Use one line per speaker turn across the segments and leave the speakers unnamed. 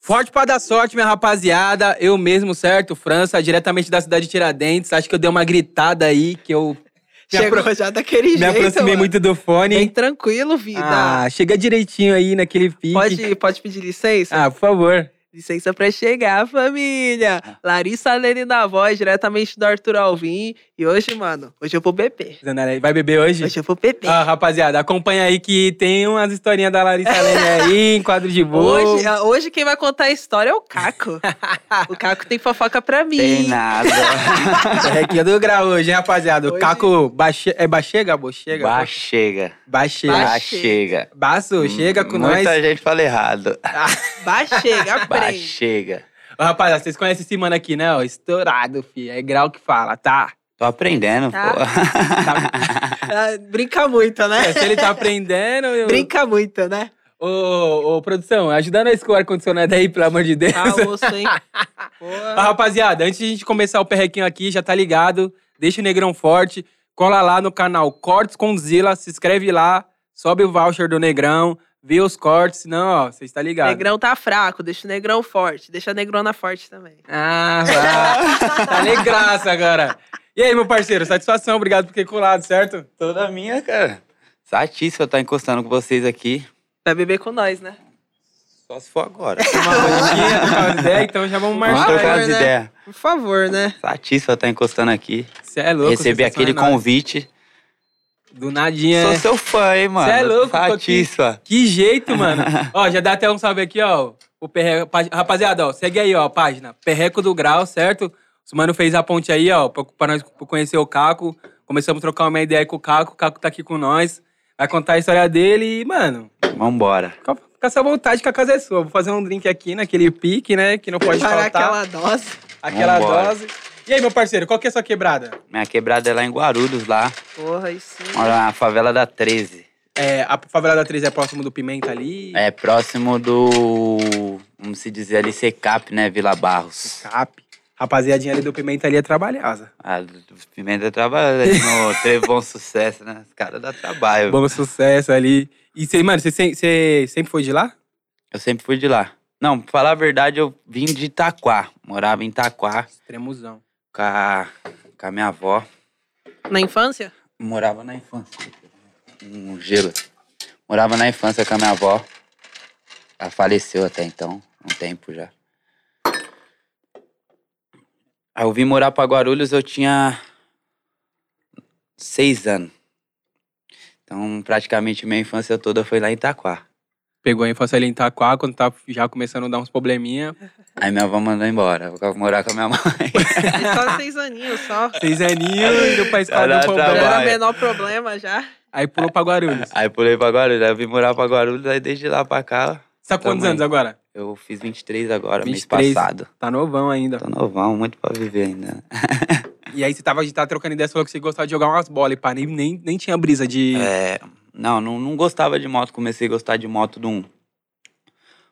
Forte pra dar sorte, minha rapaziada. Eu mesmo, certo? França, diretamente da cidade de Tiradentes. Acho que eu dei uma gritada aí, que eu me,
Chegou
apro-
já daquele
me
jeito.
aproximei
mano.
muito do fone.
Bem tranquilo, vida.
Ah, chega direitinho aí naquele pique.
pode, pode pedir licença?
Ah, por favor.
Licença pra chegar, família.
Ah.
Larissa Lene na voz, diretamente do Arthur Alvim. E hoje, mano, hoje eu vou beber.
Zanelli, vai beber hoje?
Hoje é eu vou beber.
Ah, rapaziada, acompanha aí que tem umas historinhas da Larissa Lene aí, em quadro de boa.
Hoje, ah, hoje quem vai contar a história é o Caco. o Caco tem fofoca pra mim.
Tem nada.
Requinha do grau hoje, hein, rapaziada? O
é Hoje-
Caco Bache... é Bachega? Bochega?
Bah, chega.
Bachega.
Bah,
Bache-
chega.
Baço, chega com
Hum, Muita
nós.
gente fala errado.
Vai, chega,
Bah,
aprende.
chega.
Ô, rapaziada, vocês conhecem esse mano aqui, né? ó? Estourado, fi. É grau que fala, tá?
Tô aprendendo,
Tá.
pô.
Ah, Brinca muito,
É,
né?
se ele tá aprendendo... Eu...
Brinca muito, né?
Ô, ô, produção, ajuda nós com o ar-condicionado aí, pelo amor de Deus.
Ah, osso, hein?
Ó,
Boa.
rapaziada, antes de a gente começar o perrequinho aqui, já tá ligado? Deixa o Negrão Forte, cola lá no canal Cortes com Zila, se inscreve lá, sobe o voucher do Negrão, vê os cortes, senão, ó, vocês tá ligado.
Negrão tá fraco, deixa o negrão forte. Deixa a negrona forte também.
Ah, vai. tá nem graça agora. E aí, meu parceiro, satisfação, obrigado por ter colado, certo?
Toda minha, cara. Satisfa estar encostando com vocês aqui.
Vai beber com nós, né?
Só se for agora.
Uma rodinha, trocar umas ideias, então já vamos
Vamos
marchar.
trocar
favor,
umas
né?
ideias.
Por favor, né?
Satisfa estar encostando aqui.
Você é louco,
Receber
sensação
aquele
é nóis.
convite.
Do nadinha,
Sou
né?
seu fã, hein, mano.
Cê é louco,
Satisfa.
Que jeito, mano. ó, já dá até um salve aqui, ó. O Perreco, pá- rapaziada, ó, segue aí, ó, a página. Perreco do Grau, certo? Os mano fez a ponte aí, ó, pra, pra nós conhecer o Caco. Começamos a trocar uma ideia com o Caco. O Caco tá aqui com nós. Vai contar a história dele e, mano,
Vambora.
fica, fica essa vontade que a casa é sua. Vou fazer um drink aqui naquele pique, né? Que não pode
Parar
faltar.
aquela dose.
Aquela,
Vambora.
dose. E aí, meu parceiro, qual que é a sua quebrada?
Minha quebrada é lá em Guarulhos, lá.
Porra, aí sim.
Moro na favela da 13.
É, a favela da 3 é próximo do Pimenta ali.
É próximo do. Como se dizer ali, Secap, né? Vila Barros.
Cap. Rapaziadinha ali do Pimenta ali é trabalhosa.
A Pimenta trabalha no né? teve bom sucesso, né? Os caras dá trabalho.
Bom sucesso ali. E você, mano, você sem- você sempre foi de lá?
Eu sempre fui de lá. Não, pra falar a verdade, eu vim de Itaquá. Morava em Itaquá
Extremozão.
com a, com a minha avó.
Na infância?
Morava na infância. Um gelo. Morava na infância com a minha avó. Ela faleceu até então, um tempo já. Aí eu vim morar pra Guarulhos, eu tinha seis anos. Então, praticamente minha infância toda foi lá em Itaquá.
Pegou a infância ali em Itaquá, quando tá já começando a dar uns probleminha.
Aí minha avó mandou embora. Vou morar com a minha mãe.
Só seis aninhos, só.
Seis aninhos, deu pra escola, deu
Caralho,
Já
problema.
trabalho.
era
vai.
menor problema já.
Aí pulou pra Guarulhos.
Aí pulei pra Guarulhos, aí eu vim morar pra Guarulhos, aí desde lá pra cá,
Você tá com quantos
Tamanho.
anos agora?
eu fiz 23 agora, mês
23.
passado.
Tá novão ainda.
Tô novão, muito pra viver ainda. né?
E aí você tava, a gente tava trocando ideia, você falou que você gostava de jogar umas bolas e pá, nem, nem, nem tinha brisa de...
É, não, não, não gostava de moto, comecei a gostar de moto de um,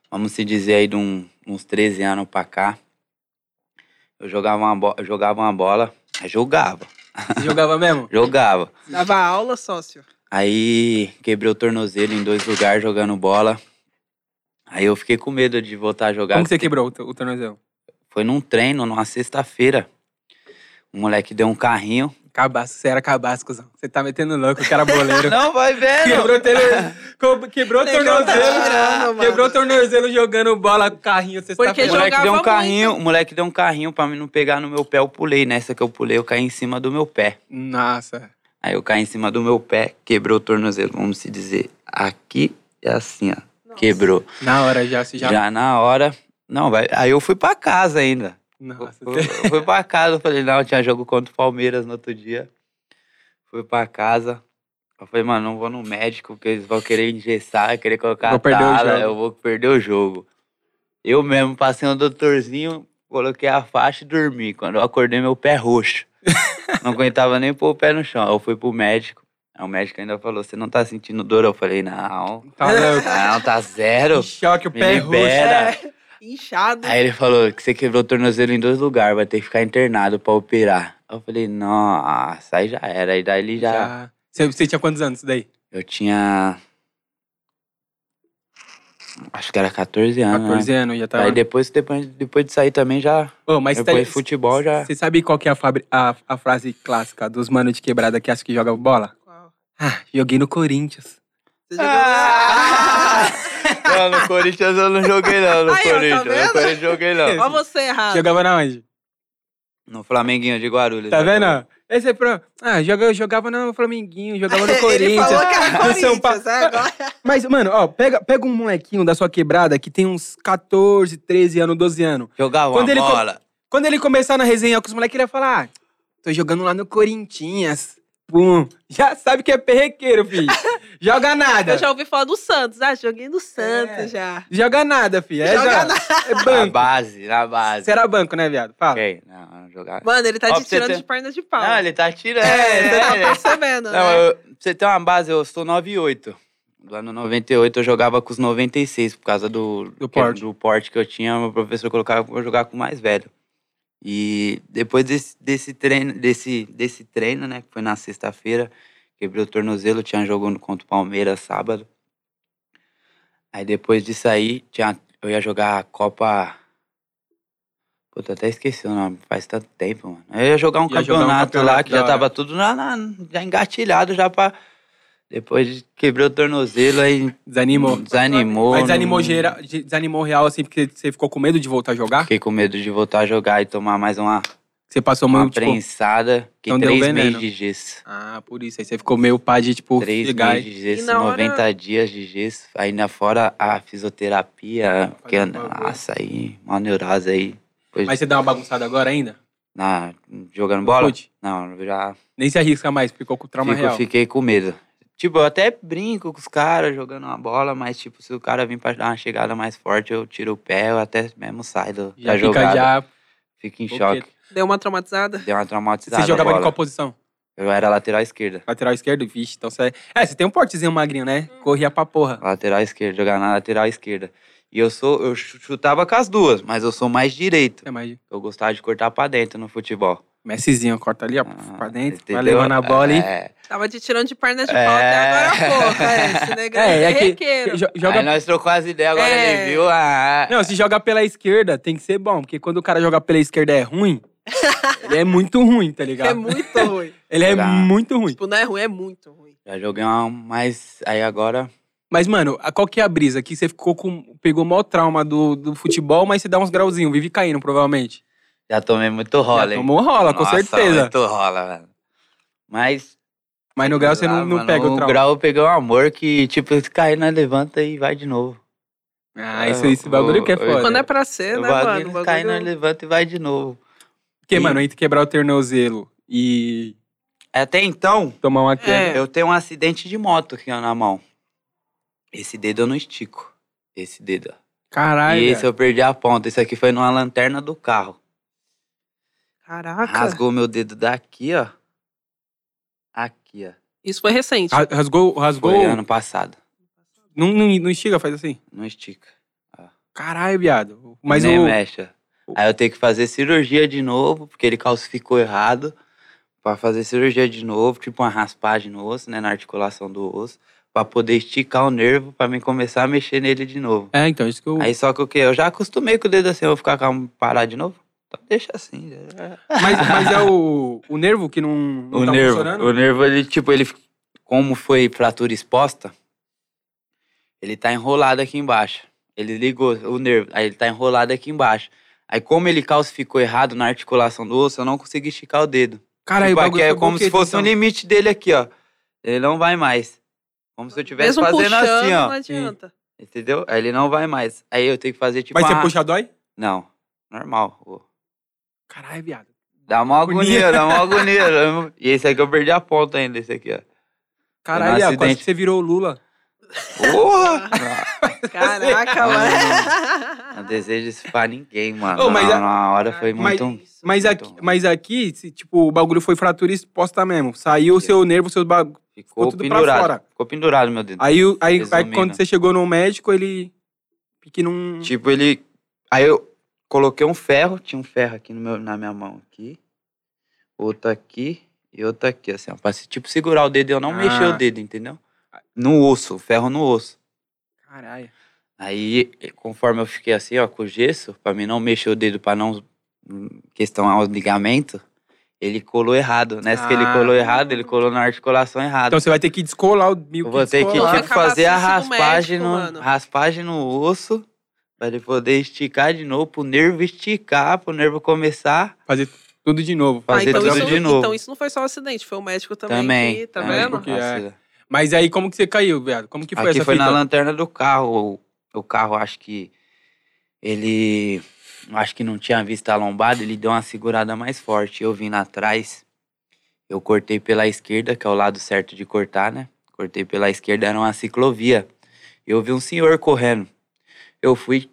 vamos se dizer aí, de um, uns 13 anos pra cá. Eu jogava uma, bo- eu jogava uma bola, aí jogava,
Você jogava mesmo?
jogava.
Dava aula, sócio.
Aí quebrei o tornozelo em dois lugares jogando bola. Aí eu fiquei com medo de voltar a jogar.
Como que você quebrou o, to- o tornozelo?
Foi num treino, numa sexta-feira. O moleque deu um carrinho.
Cabaço, você era cabaço, cuzão. Você tá metendo louco, que era boleiro.
Não, vai vendo!
Quebrou, o tele- co- quebrou o
Negão tá tirando,
tornozelo.
mano.
Quebrou o tornozelo jogando bola com carrinho. Você tá
Porque
O
jogava
moleque deu um
muito.
carrinho, o moleque deu um carrinho pra mim não pegar no meu pé, eu pulei. Nessa que eu pulei, eu caí em cima do meu pé.
Nossa.
Aí eu caí em cima do meu pé, quebrou o tornozelo, vamos se dizer. Aqui é assim, ó. Quebrou.
Na hora já, você já.
Já na hora. Não, vai. Aí eu fui pra casa ainda.
Nossa.
Eu, eu fui pra casa, eu falei, não, tinha jogo contra o Palmeiras no outro dia. Fui pra casa. Eu falei, mano, não vou no médico, porque eles vão querer engessar, vai querer colocar
Vou
a
perder o
tala,
jogo.
eu vou perder o jogo. Eu mesmo passei um doutorzinho, coloquei a faixa e dormi. Quando eu acordei, meu pé roxo. não aguentava nem pôr o pé no chão. Eu fui pro médico. Aí o médico ainda falou, você não tá sentindo dor? Eu falei, não.
Tá louco.
Não, tá
Que
zero.
choque, o
Me
pé roxo. é.
libera.
Inchado.
Aí ele falou que você quebrou o tornozelo em dois lugares, vai ter que ficar internado pra operar. Eu falei, nossa, aí já era. Aí daí ele
É.
já.
Já. Você, você tinha quantos anos isso daí?
Eu tinha. Acho que era 14 anos.
14
né?
anos, já tava.
Aí depois, depois, depois de sair também já.
Ô, mas tá
depois de futebol já.
Você sabe qual que é a, fabri- a- a frase clássica dos manos de quebrada que acho que joga bola?
Qual?
Ah, joguei no Corinthians.
Você jogou-
Ah! Não, no Corinthians eu não joguei, não. No
Aí, ó, tá
Corinthians.
vendo?
no Corinthians eu joguei, não.
Olha você errado.
Jogava na onde?
No Flamenguinho de Guarulhos.
Tá
né?
vendo? Esse é pro... Ah, joga, eu jogava no Flamenguinho, jogava no Corinthians.
Ele falou que era
no
é um
São Paulo.
Corinthians, né? Agora-
Mas, mano, ó, pega, pega um molequinho da sua quebrada que tem uns 14, 13 anos, 12 anos.
Jogava
Quando
uma
ele co-
bola.
Quando ele começar na resenha com os moleques, ele vai falar: ah, tô jogando lá no Corinthians. Pum. Já sabe que é perrequeiro, filho. Joga nada.
Eu já ouvi falar do Santos. Ah, joguei no Santos
É.
já.
Joga nada, filho. É,
Joga
já-
nada.
é
Na
banco.
base, na Ah, base. É.
Será banco, né, viado? Fala.
Ok, Não, não jogava.
Mano, ele tá
Ó,
te
pra você
tirando
ter-
de perna de pau.
Não, ele tá tirando.
É, você
né?
tá percebendo,
Não,
né?
eu, pra você ter uma base, eu sou 98. Do ano 98 eu jogava com os 96, por causa do,
Do porte.
do porte que eu tinha, meu professor colocava pra eu jogar com o mais velho. E depois desse, desse treino, desse, desse treino, né, que foi na sexta-feira, quebrei o tornozelo, tinha jogo no- contra o Palmeiras sábado. Aí depois disso aí, tinha, eu ia jogar a Copa. Puta, até esqueci o nome, faz tanto tempo, mano. Eu ia jogar um,
Ia
campeonato,
jogar um
lá,
campeonato
que
da
já
hora.
tava tudo na- na- já engatilhado, já pra. Depois quebrei o tornozelo, aí
Desanimou.
desanimou.
Mas desanimou,
não-
geral, tá? de- desanimou real, assim, porque você ficou com medo de voltar a jogar?
Fiquei com medo de voltar a jogar e tomar mais uma,
Você passou
uma
muito, tipo...
prensada. Fiquei
não deu
três
veneno.
meses de gesso.
Ah, por isso. Aí você ficou meio pá de, tipo,
Três
chegar e-
meses de gesso,
E na hora-
90 dias de gesso. Ainda fora a fisioterapia, que é
um bagulho.
nossa, aí, uma neurose aí. Depois,
Mas você dá uma bagunçada agora ainda?
na, jogando bola?
Fute?
Não, eu já
Nem se arrisca mais, ficou com trauma
Fico-
real.
Fiquei com medo. Tipo, eu até brinco com os caras jogando uma bola, mas tipo, se o cara vir pra dar uma chegada mais forte, eu tiro o pé, eu até mesmo saio do,
Já
da
fica
jogada.
já...
Fico em
Porque-
choque.
Deu uma traumatizada?
Deu uma traumatizada
Você jogava
na
em qual
bola.
posição?
Eu era lateral esquerda.
Lateral esquerdo? Vixe, então você... É, você tem um portezinho magrinho, né? Corria pra porra.
Lateral esquerda, jogava na lateral esquerda. E eu sou, eu chu- chutava com as duas, mas eu sou mais direito.
É, mas...
Eu gostava de cortar pra dentro no futebol.
Messizinho, corta ali, ó,
Ah,
pra dentro, vai
entendeu?
levando a bola e...
É.
Tava te tirando de perna de
É.
pau até agora há pouco. É, esse negrão
É, é que-
perrequeiro.
Jo-
Aí é.
Joga...
nós trocamos as ideias, agora
É.
ele viu. Ah,
Não, se joga pela esquerda, tem que ser bom. Porque quando o cara joga pela esquerda é ruim, ele é muito ruim, tá ligado?
É muito ruim.
Ele é
Tá.
muito ruim.
tipo, não é ruim, é muito ruim.
Já joguei uma, mas aí agora
Mas, mano, a- qual que é a brisa? Que você ficou com. Pegou o maior trauma do, do futebol, mas você dá uns grauzinhos, vive caindo, provavelmente.
já tomei muito
Já
rola, hein?
tomou rola, com
Nossa,
certeza.
Muito rola, velho. Mas.
Mas no grau você não,
ah,
não
mano,
pega o
No
trauma.
grau eu peguei um amor que, tipo, se cair na levanta e vai de novo.
Ah, isso, esse bagulho que é
Eu- eu-
foda.
Quando é pra ser,
O
né, mano?
bagulho
O
cai na
bagulho...
levanta e vai de novo.
Porque, mano, entre quebrar o tornozelo e
Até então,
tomar uma queda.
É.
eu tenho um acidente de moto aqui na mão. Esse dedo eu não estico. Esse dedo. ó.
Caralho.
e esse
velho.
eu perdi a ponta. Isso aqui foi numa lanterna do carro.
Caraca.
Rasgou meu dedo daqui, ó. Aqui, ó.
Isso foi
é
recente.
Ra- Rasgou. rasgou.
Foi ano passado.
Não, não, não instiga, faz assim.
Não estica.
Caralho, viado. Mas
nem é
o.
mexe. Né, Aí eu tenho que fazer cirurgia de novo, porque ele calcificou errado. Pra fazer cirurgia de novo, tipo uma raspagem no osso, né? Na articulação do osso. Pra poder esticar o nervo, pra mim começar a mexer nele de novo.
É, então, isso que eu.
Aí só que o quê? Eu já acostumei com o dedo assim, eu vou ficar calmo, parar de novo? Então deixa assim. né?
Mas, mas é o, o nervo que não, não
o
tá
nervo,
funcionando?
o nervo, ele, tipo, ele, como foi fratura exposta, ele tá enrolado aqui embaixo. Ele ligou o nervo, aí ele tá enrolado aqui embaixo. Aí como ele calcificou errado na articulação do osso, eu não consegui esticar o dedo.
Caralho,
tipo,
o
aqui
bagulho
é
ficou
como se
boquete,
fosse um
então.
limite dele aqui, ó. Ele não vai mais. Como se eu estivesse
Mesmo
fazendo
puxando,
assim,
não
ó.
adianta.
Entendeu? Aí ele não vai mais. Aí eu tenho que fazer tipo
Mas você
uma-
puxa, dói?
Não, normal. ô.
Caralho, viado.
Dá uma
Agonia.
agonia, dá uma agonia. E esse aqui eu perdi a ponta ainda, esse aqui, ó.
Caralho,
Foi um
viado, quase
acidente.
que você virou o Lula.
Porra!
Caraca,
Mano, Não
mano.
desejo isso pra ninguém, mano.
Ô,
mas
mas
na,
a-
na ah, hora foi muito.
Isso.
Mas
Muito
aqui,
ruim.
mas aqui se, tipo, o bagulho foi fratura exposta mesmo. Saiu o seu nervo, seus bagulho.
Ficou,
tudo pra fora.
pendurado. Ficou pendurado, meu dedo.
Aí, o- aí, aí
Resumindo.
quando você chegou no médico, ele. Que não.
Tipo, ele. Aí eu coloquei um ferro, tinha um ferro aqui no meu, na minha mão, aqui. Outro aqui e outro aqui, assim, ó. Pra se- tipo segurar o dedo e eu não
Ah.
mexer o dedo, entendeu? No osso, o ferro no osso.
Caralho.
Aí, conforme eu fiquei assim, ó, com o gesso, pra mim não mexer o dedo pra não questão aos ligamentos, ele colou errado. Nessa que ele
Ah.
colou errado, ele colou na articulação errada.
Então você vai ter que descolar o meio
Eu vou ter que
descolar.
Vai
tipo,
acabar
fazer a
assistindo o
raspagem,
médico,
no,
mano.
raspagem no osso pra ele poder esticar de novo, pro nervo esticar, pro nervo começar
fazer tudo de novo.
fazer
então,
tudo
isso,
de novo.
então isso não foi só um acidente, foi o médico também.
também.
que- tá
também.
vendo?
É, porque-
Nossa,
Mas aí como que você caiu, viado? Como que foi
Aqui
essa
foi
fita?
na lanterna do carro. O, o carro, acho que ele. Acho que não tinha visto a lombada, ele deu uma segurada mais forte. Eu vim atrás, eu cortei pela esquerda, que é o lado certo de cortar, né? Cortei pela esquerda, era uma ciclovia. Eu vi um senhor correndo. Eu fui,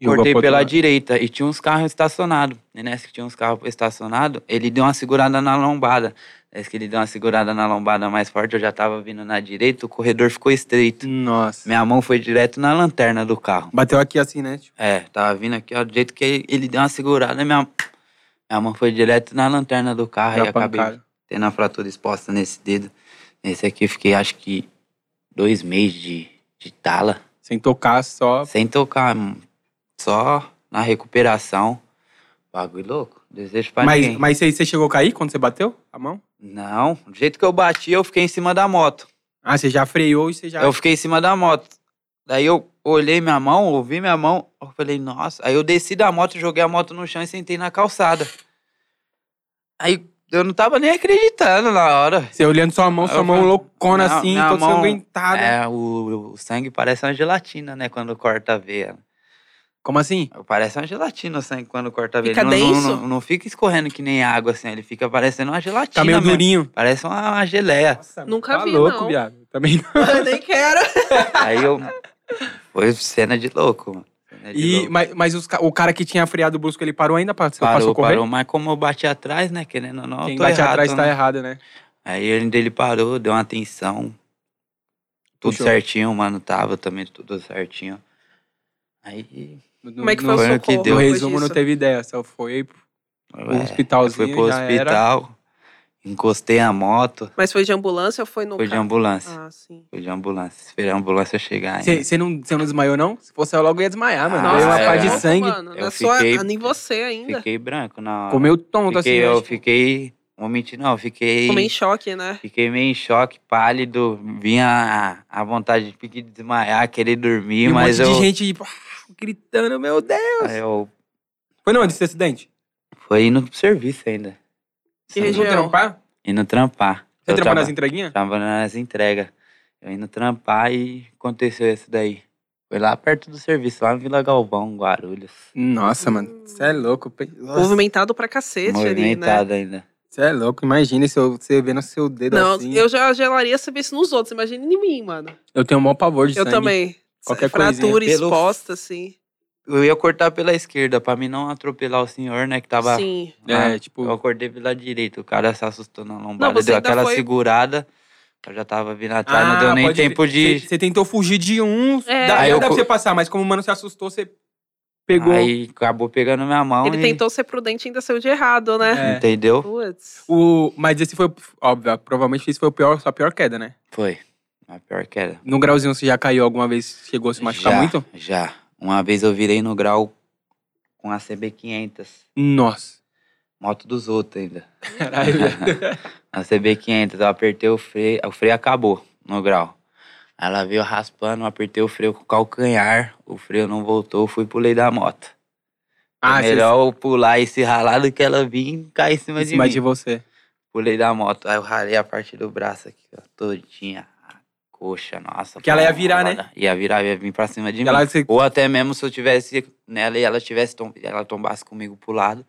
Jogou
cortei
pro outro
pela
lado.
direita e tinha uns carros estacionados. E nessa que tinha uns carros estacionados, ele deu uma segurada na lombada. Nessa que ele deu uma segurada na lombada mais forte, eu já tava vindo na direita, o corredor ficou estreito.
Nossa.
Minha mão foi direto na lanterna do carro.
Bateu aqui assim, né? Tipo,
É, tava vindo aqui, ó, do jeito que ele, ele deu uma segurada, minha, minha mão foi direto na lanterna do carro e
na
acabei
pancada.
tendo a fratura exposta nesse dedo. Nesse aqui eu fiquei, acho que, dois meses de, de tala,
Sem tocar, só...
sem tocar, hum, só na recuperação. Bagulho louco, desejo pra
Mas,
ninguém.
mas você, você chegou a cair quando você bateu a mão?
Não, do jeito que eu bati, eu fiquei em cima da moto.
Ah, você já freou e você já...
Eu fiquei em cima da moto. Daí eu olhei minha mão, ouvi minha mão, eu falei, nossa. Aí eu desci da moto, joguei a moto no chão e sentei na calçada. Aí eu não tava nem acreditando na hora.
Você olhando sua mão, sua
Eu
mão
falo-
loucona
Não,
assim,
minha
toda
mão-
sanguentada.
É, o, o sangue parece uma gelatina, né? Quando corta a veia.
Como assim?
Parece uma gelatina o sangue quando corta a veia.
Fica
Ele não,
denso?
Não, não, não fica escorrendo que nem água, assim. Ele fica parecendo uma gelatina
Tá meio
mesmo.
durinho.
Parece uma, uma geleia.
Nossa,
Nunca
tá
vi,
louco,
não.
viado. Também não.
Eu nem quero.
Aí eu... Foi cena de louco, mano. Cena É de
E,
louco.
mas mas os ca- o cara que tinha freado o brusco, ele parou ainda pra, passou
Parou,
a correr?
parou, mas como eu bati atrás, né? Querendo ou não,
Quem
eu tô
bate
errado,
atrás
né?
tá errado, né?
Aí ele, ele parou, deu uma atenção. Tudo
Puxou.
certinho, mano, tava também tudo certinho. Aí.
No-
Como é que
no-
foi o
foi
socorro?
o que deu.
No
depois
resumo, não
disso?
teve ideia. Só foi pro
é,
hospitalzinho
fui pro
já era.
hospital, encostei a moto,
Mas foi de ambulância ou foi no
foi de
carro?
ambulância.
Ah, sim.
Foi de ambulância. Esperei a ambulância chegar ainda.
Você não, cê não desmaiou, não? Se fosse eu logo ia desmaiar, mano.
Ah,
Veio uma
é.
parte de
louco,
sangue.
Mano,
Eu
na sua,
fiquei-
nem você ainda.
Fiquei branco na hora.
Comeu tonto assim.
fiquei, eu
lógico.
fiquei. Vou mentir, não, fiquei.
Tomei em choque, né?
Fiquei meio em choque, pálido. Vinha a, a vontade de ficar- de desmaiar, querer dormir,
E um
mas
monte
eu,
de gente tipo, ah, gritando, meu Deus.
eu
Foi não, esse acidente?
fui indo pro serviço ainda.
Que
Vocês vão
região?
trampar?
Indo trampar.
Você
Eu
trampou nas
traba-
entreguinhas?
trabalhando nas entregas. Eu indo trampar e aconteceu isso daí. Foi lá perto do serviço, lá no Vila Galvão, Guarulhos.
Nossa, mano. Você é louco. pe- Nossa,
Movimentado pra cacete ali, né?
Movimentado ainda.
Você é louco. Imagina se eu- você vendo seu dedo
Não,
assim.
eu já gelaria saber isso nos outros, imagina em mim, mano.
Eu tenho o maior pavor de
Eu
sangue.
também.
Qualquer
Fratura
coisinha. Pelo-
exposta, assim.
Eu ia cortar pela esquerda, pra mim não atropelar o senhor, né, que tava...
Sim.
lá.
É, tipo...
Ah, Eu acordei pela direita, o cara se assustou na lombada,
você
deu
ainda
aquela
foi-
segurada. Eu já tava vindo atrás, tá, não deu nem
Ah, pode
tempo
ver.
de.
Você- Você tentou fugir de um,
É.
dá, dá
Aí eu
pra
co-
você passar, mas como o mano se assustou, você pegou.
Aí acabou pegando minha mão.
Ele
e-
tentou ser prudente e ainda saiu de errado, né?
É.
Entendeu?
Putz.
O, mas esse foi, o- óbvio, provavelmente esse foi o pior, sua pior queda, né?
Foi. A Ah, pior queda.
No grauzinho você já caiu alguma vez, chegou a se machucar
já,
muito?
Já. Uma vez eu virei no grau com a CB500.
Nossa.
Moto dos outros ainda.
Caralho.
A CB500, eu apertei o freio, o freio acabou no grau. Aí Ela veio raspando, eu apertei o freio com o calcanhar, o freio não voltou, eu fui pulei da moto.
ah,
é melhor eu pular e se ralar do que ela vir e cair em cima
mas
de
de, mas
mim.
de você.
Pulei da moto, aí eu ralei a parte do braço aqui, ó, todinha. A coxa, nossa.
Que ela
foi
ia
uma
virar, né?
roda. Ia virar, ia vir pra cima de mim.
Ela, você-
Ou até mesmo se eu tivesse nela e ela tivesse tom- ela tombasse comigo pro lado,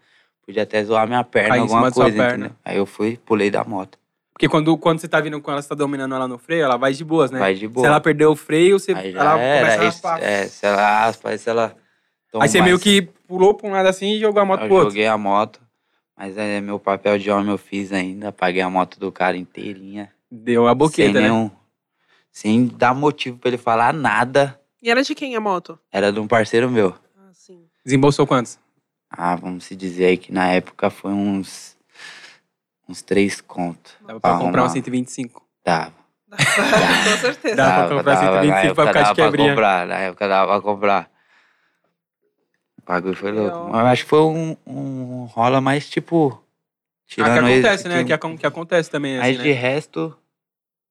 podia até zoar minha perna,
Cair em
alguma
cima da sua
coisa,
perna.
entendeu? Aí eu fui, pulei da moto.
porque quando, quando você tá vindo com ela, você tá dominando ela no freio, ela vai de boas, né?
Vai de boa.
Se ela perder o freio, você,
aí já
ela
era.
começa a
Aí,
raspar.
é, se ela raspa, aí se ela tomba.
Aí você meio que pulou pra um lado assim e jogou a moto
Eu
pro outro.
joguei a moto, mas é meu papel de homem eu fiz ainda, paguei a moto do cara inteirinha.
Deu a boqueta,
sem
né?
nenhum... Sem dar motivo pra ele falar nada.
E era de quem a moto?
Era de um parceiro meu.
Ah, sim.
Desembolsou quantos?
Ah, vamos se dizer aí que na época foi uns... Uns três conto.
Dava pra
Ah,
comprar
uma-
um 125.
Dava.
Com certeza.
Dá pra comprar 125 pra ficar
na
de
época dava
quebrinha.
comprar, na época dava pra comprar. O bagulho foi louco.
Legal.
Mas eu acho que foi um, um rola mais tipo.
Ah, que
tirando esse
acontece, né?
tipo-
Que, acon- que acontece também,
Mas
assim,
de
né?
resto.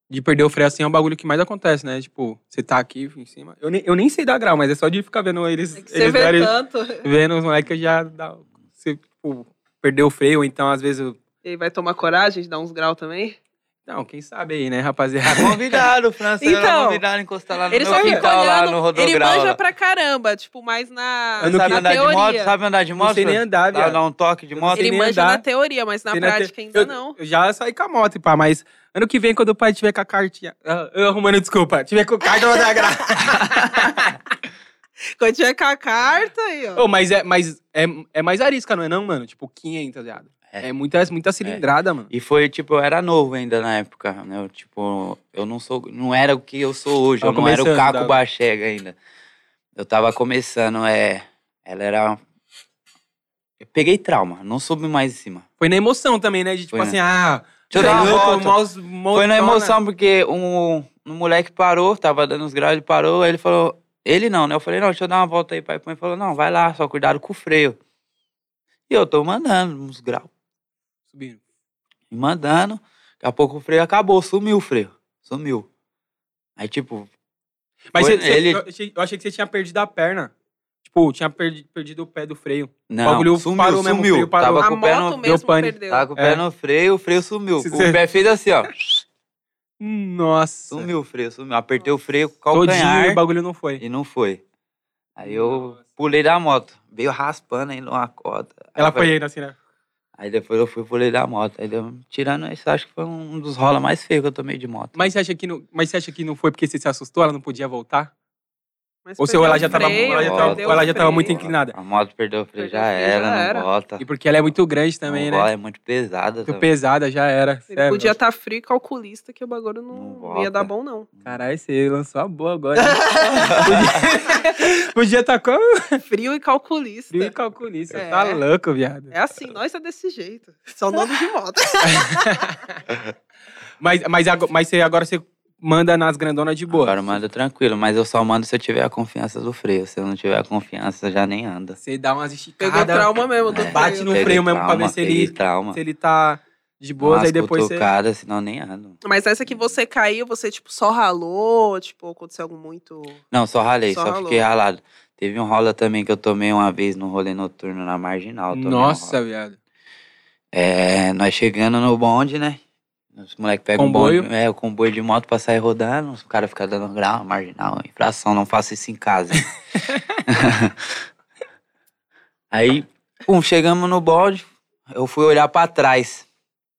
De perder o freio assim é um bagulho que mais acontece, né? Tipo, você tá aqui em cima. Eu nem, eu nem sei dar grau, mas é só de ficar vendo eles,
É que você
eles
vê
darem-
tanto.
vendo os moleques eu já dá. Você, tipo, perdeu o freio, ou então às vezes. eu-
E aí vai tomar coragem de dar uns graus também?
Não, quem sabe aí, né, rapaziada?
Tá Convidado, Francisco.
Então,
Então, convidado a encostar lá no
Ele
meu
só fica
quintal, lá
olhando.
no
ele
Rodograu.
manja
lá.
pra caramba, tipo, mais na,
Eu não
Sabe
na
andar de moto?
teoria.
Sabe andar de moto?
não sei nem
Francisco?
andar,
Dá-
viado.
Dá um toque de
Eu
moto?
sei
ele
nem
manja
andar.
na teoria, mas na
Sei na
prática
te-
ainda não.
Eu já saí com a moto, pá, mas ano que vem, quando o pai tiver com a cartinha. Ah, Eu arrumando desculpa, tiver com carta, eu vou dar grau.
Quando tiver com a carta aí, ó.
Ô, mas é, mas é, é mais arisca, não é não, mano? Tipo, 500, viado. É,
É.
muita, muita cilindrada, mano.
E foi, tipo, eu era novo ainda na época, né? Eu, tipo, eu não sou, não era o que eu sou hoje,
Tava
eu não era o
começando,
Caco
tava.
Bachega ainda. Eu tava começando, é. Ela era. Eu peguei trauma, não subi mais em cima.
Foi na emoção também, né? De tipo
Foi, né?
assim, ah...
Deixa eu dar uma
louco,
volta.
maus-
Foi na
montona.
emoção, porque um, um moleque parou, tava dando uns graus, ele parou, aí ele falou. Ele não, né? Eu falei, não, deixa eu dar uma volta aí, pai. Ele falou, não, vai lá, só cuidado com o freio. E eu tô mandando uns graus.
Subindo.
me mandando. Daqui a pouco o freio acabou, sumiu o freio. Sumiu. Aí, tipo,
Mas
Foi-
você- você-
ele-
eu, achei, eu achei que você tinha perdido a perna. Tipo, tinha perdi- perdido o pé do freio.
não,
bagulho
sumiu,
parou mesmo, o
sumiu.
freio parou.
Tava
A
com o pé no, Tá,
moto mesmo
pane.
perdeu.
tava com o
É.
pé no freio, o freio sumiu.
Se
o
você-
pé fez assim, ó.
Nossa.
Sumiu o freio, sumiu. Apertei o freio com o
Todinho, o
calcanhar
bagulho não foi.
e não foi. Aí eu
Nossa.
pulei da moto. Veio raspando ainda uma corda. Aí
Ela
vai-
foi indo assim, né?
Aí depois eu fui pulei da moto. Aí deu- tirando isso, acho que foi um dos rola mais feios que eu tomei de moto.
Mas você, acha que não, mas você acha que não foi porque você se assustou? Ela não podia voltar?
Mas
Ou se
perdeu
ela
o
já tava-
freio,
ela já tava-
perdeu o
ela já tava muito
freio.
inclinada. inclinado.
A moto perdeu o freio,
Perdeu
já
o freio,
era,
já
não
era.
volta.
E porque ela é muito grande também,
não
né?
rola, é muito pesada
Muito
também.
pesada, já era.
Ele
sério.
podia estar frio e calculista que o bagulho não,
Não
não
volta.
ia dar bom, não.
Caralho, você lançou a boa agora. hein? podia, podia tá com
Frio e calculista.
frio e calculista.
É.
Tá louco, viado.
É assim, nós é desse jeito. Só nome de moto.
Mas, mas, ago- mas você, agora você manda nas grandonas de é boa.
Agora manda tranquilo, mas eu só mando se eu tiver a confiança do freio. Se eu não tiver a confiança, já nem anda.
Você dá umas
Pegou
esticadas.
trauma mesmo do
É. Bate
freio.
no
Peguei
freio mesmo pra
trauma,
ver se ele-
peguei trauma.
Se ele tá de boas, aí depois você.
cutucada, senão nem ando.
Mas essa que você caiu, você, tipo, só ralou, tipo, aconteceu algo muito.
Não, só ralei,
Só
só,
ralou.
fiquei ralado. Teve um rola também que eu tomei uma vez no rolê noturno na Marginal. tomei um rola.
Nossa, viado.
É, nós chegando no bonde, né? Os moleques pegam
Comboio.
o bonde, é, o comboio de moto pra sair rodando, os caras ficam dando grau, marginal, infração, não faça isso em casa. hein? Aí, pum, chegamos no bonde, eu fui olhar pra trás.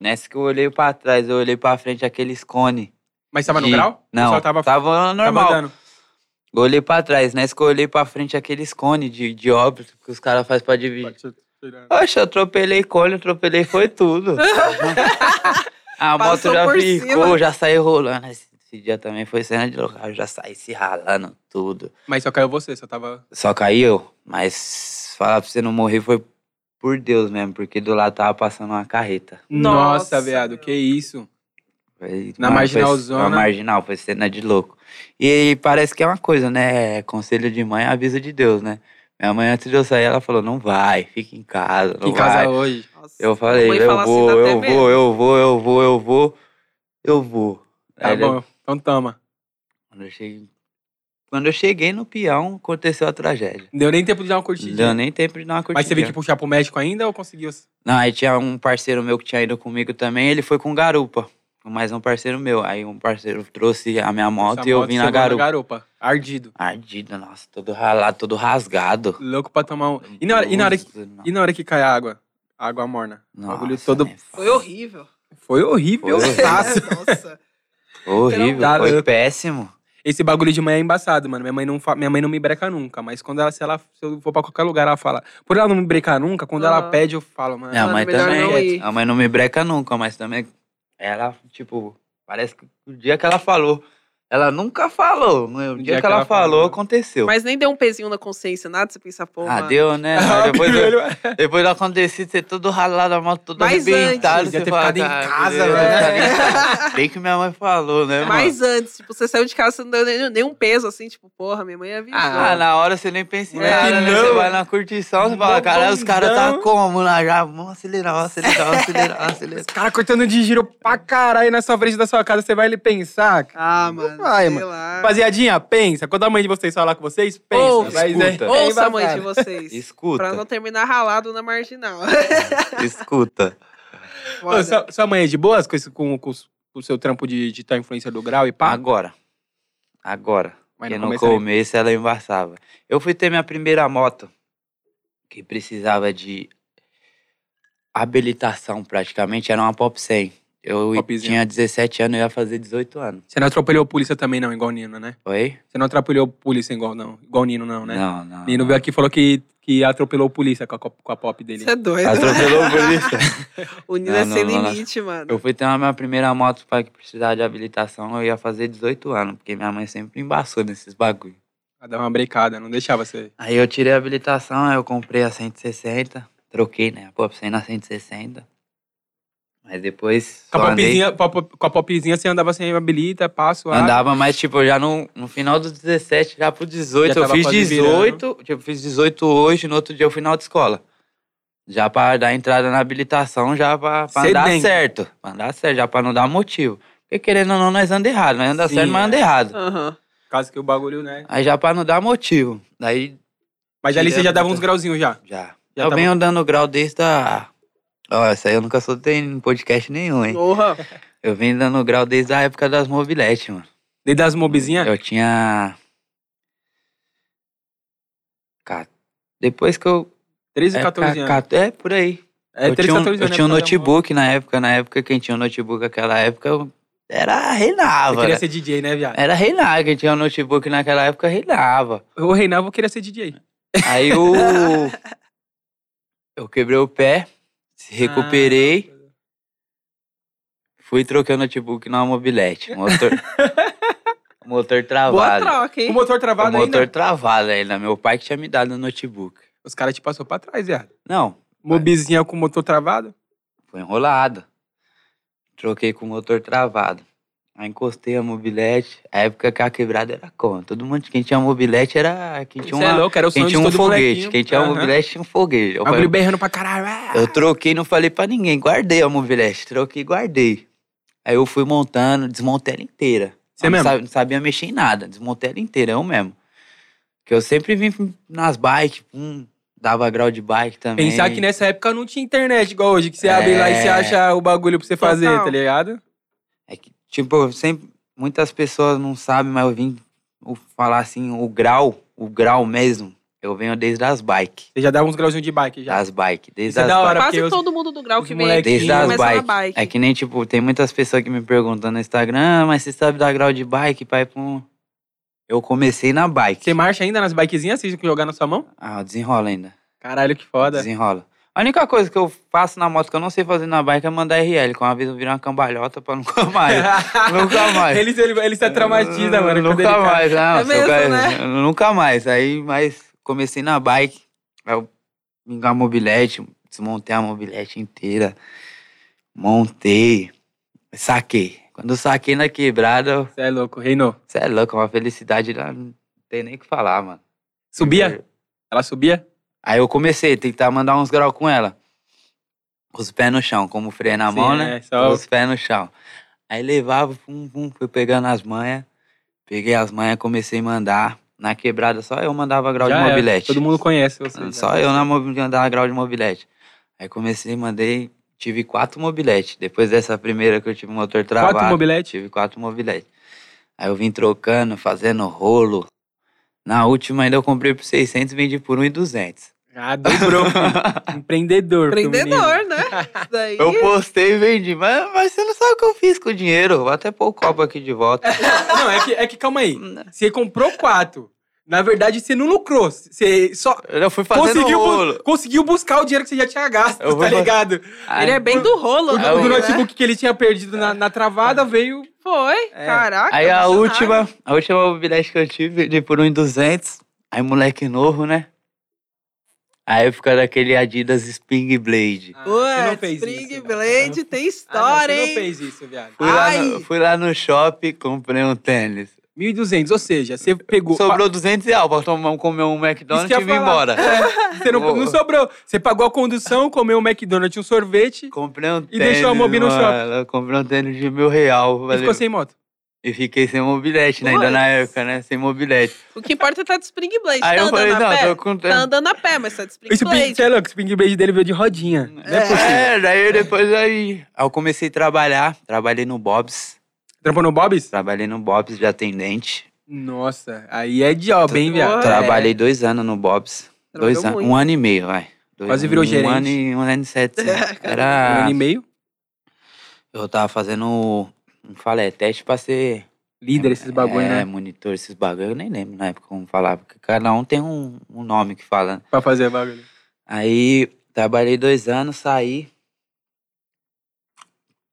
Nessa que eu olhei pra trás, eu olhei pra frente aqueles cone.
Mas tava no
de-
grau?
Não,
Só tava,
tava,
tava
normal.
andando.
eu olhei pra trás, nessa que eu olhei pra frente aqueles cone de, de óbito que os caras fazem pra dividir. Oxe, eu atropelei cone, atropelei, foi tudo. Ah, A moto
Passou
já
por
ficou,
cima.
já saiu rolando. Esse, esse dia também foi cena de local, já saí se ralando tudo.
Mas só caiu você, só tava.
Só caiu, mas falar pra você não morrer foi por Deus mesmo, porque do lado tava passando uma carreta.
Nossa,
Nossa,
viado,
meu.
que isso.
Foi-
Na
mano, foi-
marginalzona.
Na marginal, foi cena de louco. E parece que é uma coisa, né? Conselho de mãe, aviso de Deus, né? Minha mãe, antes de eu sair, ela falou: não vai, fica em casa. Não
Que em
vai.
casa hoje.
Nossa,
Eu falei,
Mãe
eu
fala assim,
vou,
dá até
eu
medo.
vou, eu vou, eu vou, eu vou, eu vou.
Tá
Aí,
bom, então toma.
Quando eu cheguei, quando eu cheguei no peão, aconteceu a tragédia.
Não deu nem tempo de dar uma
Não
curtidinha.
deu nem tempo de dar uma curtida.
Mas você veio que puxar pro médico ainda ou conseguiu?
Não, aí tinha um parceiro meu que tinha ido comigo também, ele foi com garupa. Mais um parceiro meu. Aí um parceiro trouxe a minha moto
Essa
e eu
moto
vim na
chegou
garupa.
Ardido.
Ardido, nossa, todo ralado, todo rasgado.
Louco pra tomar um. E na hora, e na hora, que,
Nossa, não.
e na hora que cai a água? Água morna. O
Nossa, é
bagulho todo.
nem fala.
Foi horrível.
Foi horrível.
Foi horrível.
fácil.
Nossa.
horrível,
Tá
foi
louco.
péssimo.
Esse bagulho de mãe é embaçado, mano. Minha mãe não, fa- minha mãe não me breca nunca. Mas quando ela, se ela. Se eu for pra qualquer lugar, ela fala. Por ela não me brecar nunca, quando ela
Aham.
pede, eu falo, mano.
Minha
Mano,
mãe
melhor não
também. é,
ir.
A mãe tipo, não me breca nunca, mas também. Ela, tipo, parece que o dia que ela falou, Ela nunca falou. mas O dia, que, ela, falou, aconteceu.
Mas nem deu um pezinho na consciência, nada, você pensa, pô,
ah,
mano.
deu, né?
Ah, o
depois,
joelho-
depois do acontecido, você todo ralado, a moto toda
Mas
arrebentada.
antes. Devia
você
ter
fala,
ficado em
"Caralho,
casa,
é,
velho."
tá ligado? Bem que minha mãe falou, né, mano?
Mas antes, tipo, você saiu de casa, você não deu nem, nem um peso, assim, tipo, porra, minha mãe avisou.
Ah, na hora você nem pensa em
Moleque,
nada, né?
não.
Você vai na curtição, você fala, caralho, os caras tá
Bobozão.
como lá já? Vamos acelerar, vamos acelerar, vamos acelerar, vamos acelerar.
Os caras cortando de giro pra caralho na sua frente da sua casa, você vai lhe pensar. cara.
Ah, mano,
Vai,
sei
mano.
lá.
Rapaziadadinha, pensa. Quando a mãe de vocês falar com vocês, pensa.
Ouve,
mas é-
escuta.
é
Ouça a
embaçado.
mãe de vocês. Pra não
Escuta,
terminar ralado na marginal.
escuta.
Ô,
Foda.
sua, sua mãe é de boas com, esse- com- com os- com o seu trampo de estar influência do grau e pá?
Agora. Agora.
Mas
Porque
no
no
começo ela-
começo ela embaçava. Eu fui ter minha primeira moto, que precisava de habilitação praticamente, era uma Pop 100. Eu
Popzinha.
tinha 17 anos, eu ia fazer 18 anos.
Você não atropelou a polícia também, não, igual o Nino, né?
Oi?
Você não atropelou a polícia igual, não. Igual o Nino, não, né?
Não, não.
Nino veio aqui e falou que, que atropelou a polícia com a, co- com a pop dele.
Você é doido.
Atropelou a polícia.
O Nino
Não,
é
não,
sem
não, não.
limite, mano.
Eu fui ter a minha primeira moto pra que precisava de habilitação, eu ia fazer 18 anos, porque minha mãe sempre embaçou nesses bagulho.
Ela dava uma brecada, não deixava você.
Aí eu tirei a habilitação, aí eu comprei a 160, troquei, né? Pô, saí na 160. Mas depois.
Com
só
a,
andei-
popzinha, com a pop- com a popzinha você andava sem habilita, passo, ar.
Andava, mas tipo, já no, no final dos 17, já pro 18.
Já
eu
tava
fiz
quase
18, tipo, fiz 18 hoje, no outro dia eu fui na autoescola. Já pra dar entrada na habilitação, já pra, pra
Cê
andar
tem.
certo. Pra andar certo, já pra não dar motivo. Porque querendo ou não, nós andamos errado. Nós andamos
Sim,
certo, mas
é.
andamos errado.
Aham.
Caso que o bagulho, né?
Aí já pra não dar motivo. Daí
Mas ali você já dava uns
Direto.
grauzinhos já.
Já.
Já
eu
tá
venho dando grau desde a. Ó, essa aí eu nunca soltei em podcast nenhum, hein?
Porra.
Tá
Eu venho dando grau desde a época das mobiletes, mano.
Desde as mobizinhas?
Eu tinha. Ca- Depois que eu.
13,
é,
14
ca-
anos.
ca- É, por aí.
É,
eu
13,
tinha um,
14
eu
anos.
tinha um
né, pra dar uma-
notebook na época. Na época, quem tinha um notebook naquela época eu- era
Eu
reinava.
queria
né?
ser DJ, né, viado?
Era reinava. Quem tinha um notebook naquela época reinava.
Eu reinava, eu queria ser DJ.
Aí eu. eu quebrei o pé, recuperei.
Ah.
Fui tipo, trocar o notebook na mobilete. Motor, motor
Boa
travado.
troca,
O
hein?
motor travado
o motor
ainda?
travado ainda. Meu pai que tinha me dado o notebook.
Os caras te passou pra trás, viado.
Não,
Mobizinha com motor travado?
foi enrolado. Troquei com o motor travado. Aí encostei a mobilete. A época que a quebrada era como? Todo mundo, quem tinha mobilete era. Quem tinha,
Cê é
uma,
louco, era o
quem
sonho
tinha
de
um
todo
foguete.
molequinho.
Quem tinha uma
Aham.
mobilete tinha um foguete. Eu,
Bagulho
falei,
berrando pra caralho. ah!
eu troquei, não falei pra ninguém. Guardei a mobilete. Troquei, e guardei. Aí eu fui montando, desmontei ela inteira.
Você
Eu Ah, não
é mesmo?
sa- Não sabia mexer em nada. Desmontei ela inteira, eu mesmo. Que eu sempre vim nas bikes, pum, dava grau de bike também.
Pensar que nessa época não tinha internet igual hoje, que você abre lá e
É.
você acha o bagulho pra você fazer,
Total.
tá ligado?
É que, tipo, eu sempre. Muitas pessoas não sabem, mas eu vim o- falar assim, o grau, o grau mesmo. Eu venho desde as bikes.
Você já dava uns grauzinhos de bike já.
Das bikes,
Isso
desde
é
as
da hora.
bikes.
porque
Tá Quase
os-
todo mundo do grau
os
que vem
molequinhos-
aqui
Desde as
começa na
bikes.
bike.
É que nem, tipo, tem muitas pessoas que me perguntam no Instagram, ah, mas você sabe dar grau de bike, pai? Pum. Eu comecei na bike.
Você marcha ainda nas bikezinhas, vocês jogar na sua mão?
Ah, desenrola ainda.
Caralho, que foda.
Desenrola. A única coisa que eu faço na moto que eu não sei fazer na bike é mandar RL. Que uma vez eu virei uma cambalhota pra nunca mais. nunca mais.
Ele, ele, ele se traumatiza, mano. quando ele
Nunca
cai.
mais, não.
É
se eu
mesmo,
cair- Nunca mais. Aí, mas comecei na bike. Aí eu vim com a mobilete, desmontei a mobilete inteira. Montei. Saquei. Quando eu saquei na quebrada,
Você é louco, reinou.
você é louco, é uma felicidade. Não não tem nem o que falar, mano. É.
Subia? Ela subia?
Aí eu comecei a tentar mandar uns graus com ela. Com os pés no chão, como freio na
Sim,
mão, né?
é, só-
Com os pés no chão. Aí levava, pum, pum, fui pegando as manhas. Peguei as manhas, comecei a mandar. Na quebrada, só eu mandava grau
Já
de
era.
mobilete. Hum,
Todo mundo conhece você. né? já.
só eu na mobi- mandava grau de mobilete. Aí comecei, mandei, tive quatro mobiletes. Depois dessa primeira que eu tive motor travado.
Quatro mobilete?
Tive quatro mobiletes. Aí eu vim trocando, fazendo rolo. Na última ainda eu comprei por 600 e vendi por 1,200.
Ah, dobrou. filho. Empreendedor. pro menino.
Empreendedor, né? Isso daí.
Eu postei e vendi, mas, mas você não sabe o que eu fiz com o dinheiro. Vou até pôr o copo aqui de volta.
Não, é que, é que calma aí. Você comprou quatro. Na verdade, você não lucrou. Você só
Eu fui fazendo
conseguiu, bu-
rolo.
conseguiu buscar o dinheiro que você já tinha gasto,
Eu vou
tá
fazer-
ligado?
Ah,
Ele é bem do rolo,
O
do,
Ah, eu-
do
né?
notebook que ele tinha perdido na, na travada veio.
Foi.
É.
Caraca.
Aí a
visionário.
última, a última mobilidade que eu tive, de por um em 200. Aí moleque novo, né? Aí eu ficava naquele Adidas Spring Blade.
Ah,
Ué,
você não fez
Spring
isso.
Blade tem
Ah, não,
história,
você não
hein?
fez isso, viado. Ah,
Fui lá,
Ai!
no, fui lá no shopping, comprei um tênis.
1.200, ou seja, você pegou.
Sobrou 200 reais pra tomar, comer um McDonald's
Isso que eu
e
ia
vim
falar. É,
embora.
Você não, não sobrou. Você pagou a condução, comeu um McDonald's, um sorvete
Comprei um tênis.
deixou a Mobi no
mano. Eu Comprei um tênis de mil real.
e ficou
valeu.
sem moto.
E fiquei sem mobilete, né? Ainda na
Putz.
época, né? Sem mobilete.
O que importa é tá de Spring Blade. tá
Aí eu
andando
falei,
a
não,
pé?
tô com
Tá
tênis.
andando a pé, mas tá de Spring
Esse ping,
Blade.
você é louco, esse ping blade dele veio de rodinha.
É, daí eu depois aí. Aí eu comecei a trabalhar. Trabalhei no Bob's.
Trampou no Bob's?
Trabalhei no Bob's de atendente.
Nossa, aí é job, hein, viado?
Tra-
Trabalhei dois anos no Bob's.
Trabalhou
dois anos.
muito.
Um ano e meio, vai. Dois-
Quase virou
um
gerente.
Ano e, um ano e sete.
Um
Era.
ano e meio.
Eu tava fazendo. Não falei, teste pra ser.
Líder, esses bagulho,
é,
né?
monitor, esses bagulho. Eu nem lembro na época como falava. Porque cada um tem um, um nome que fala. né?
Pra fazer bagulho.
Aí trabalhei dois anos, saí.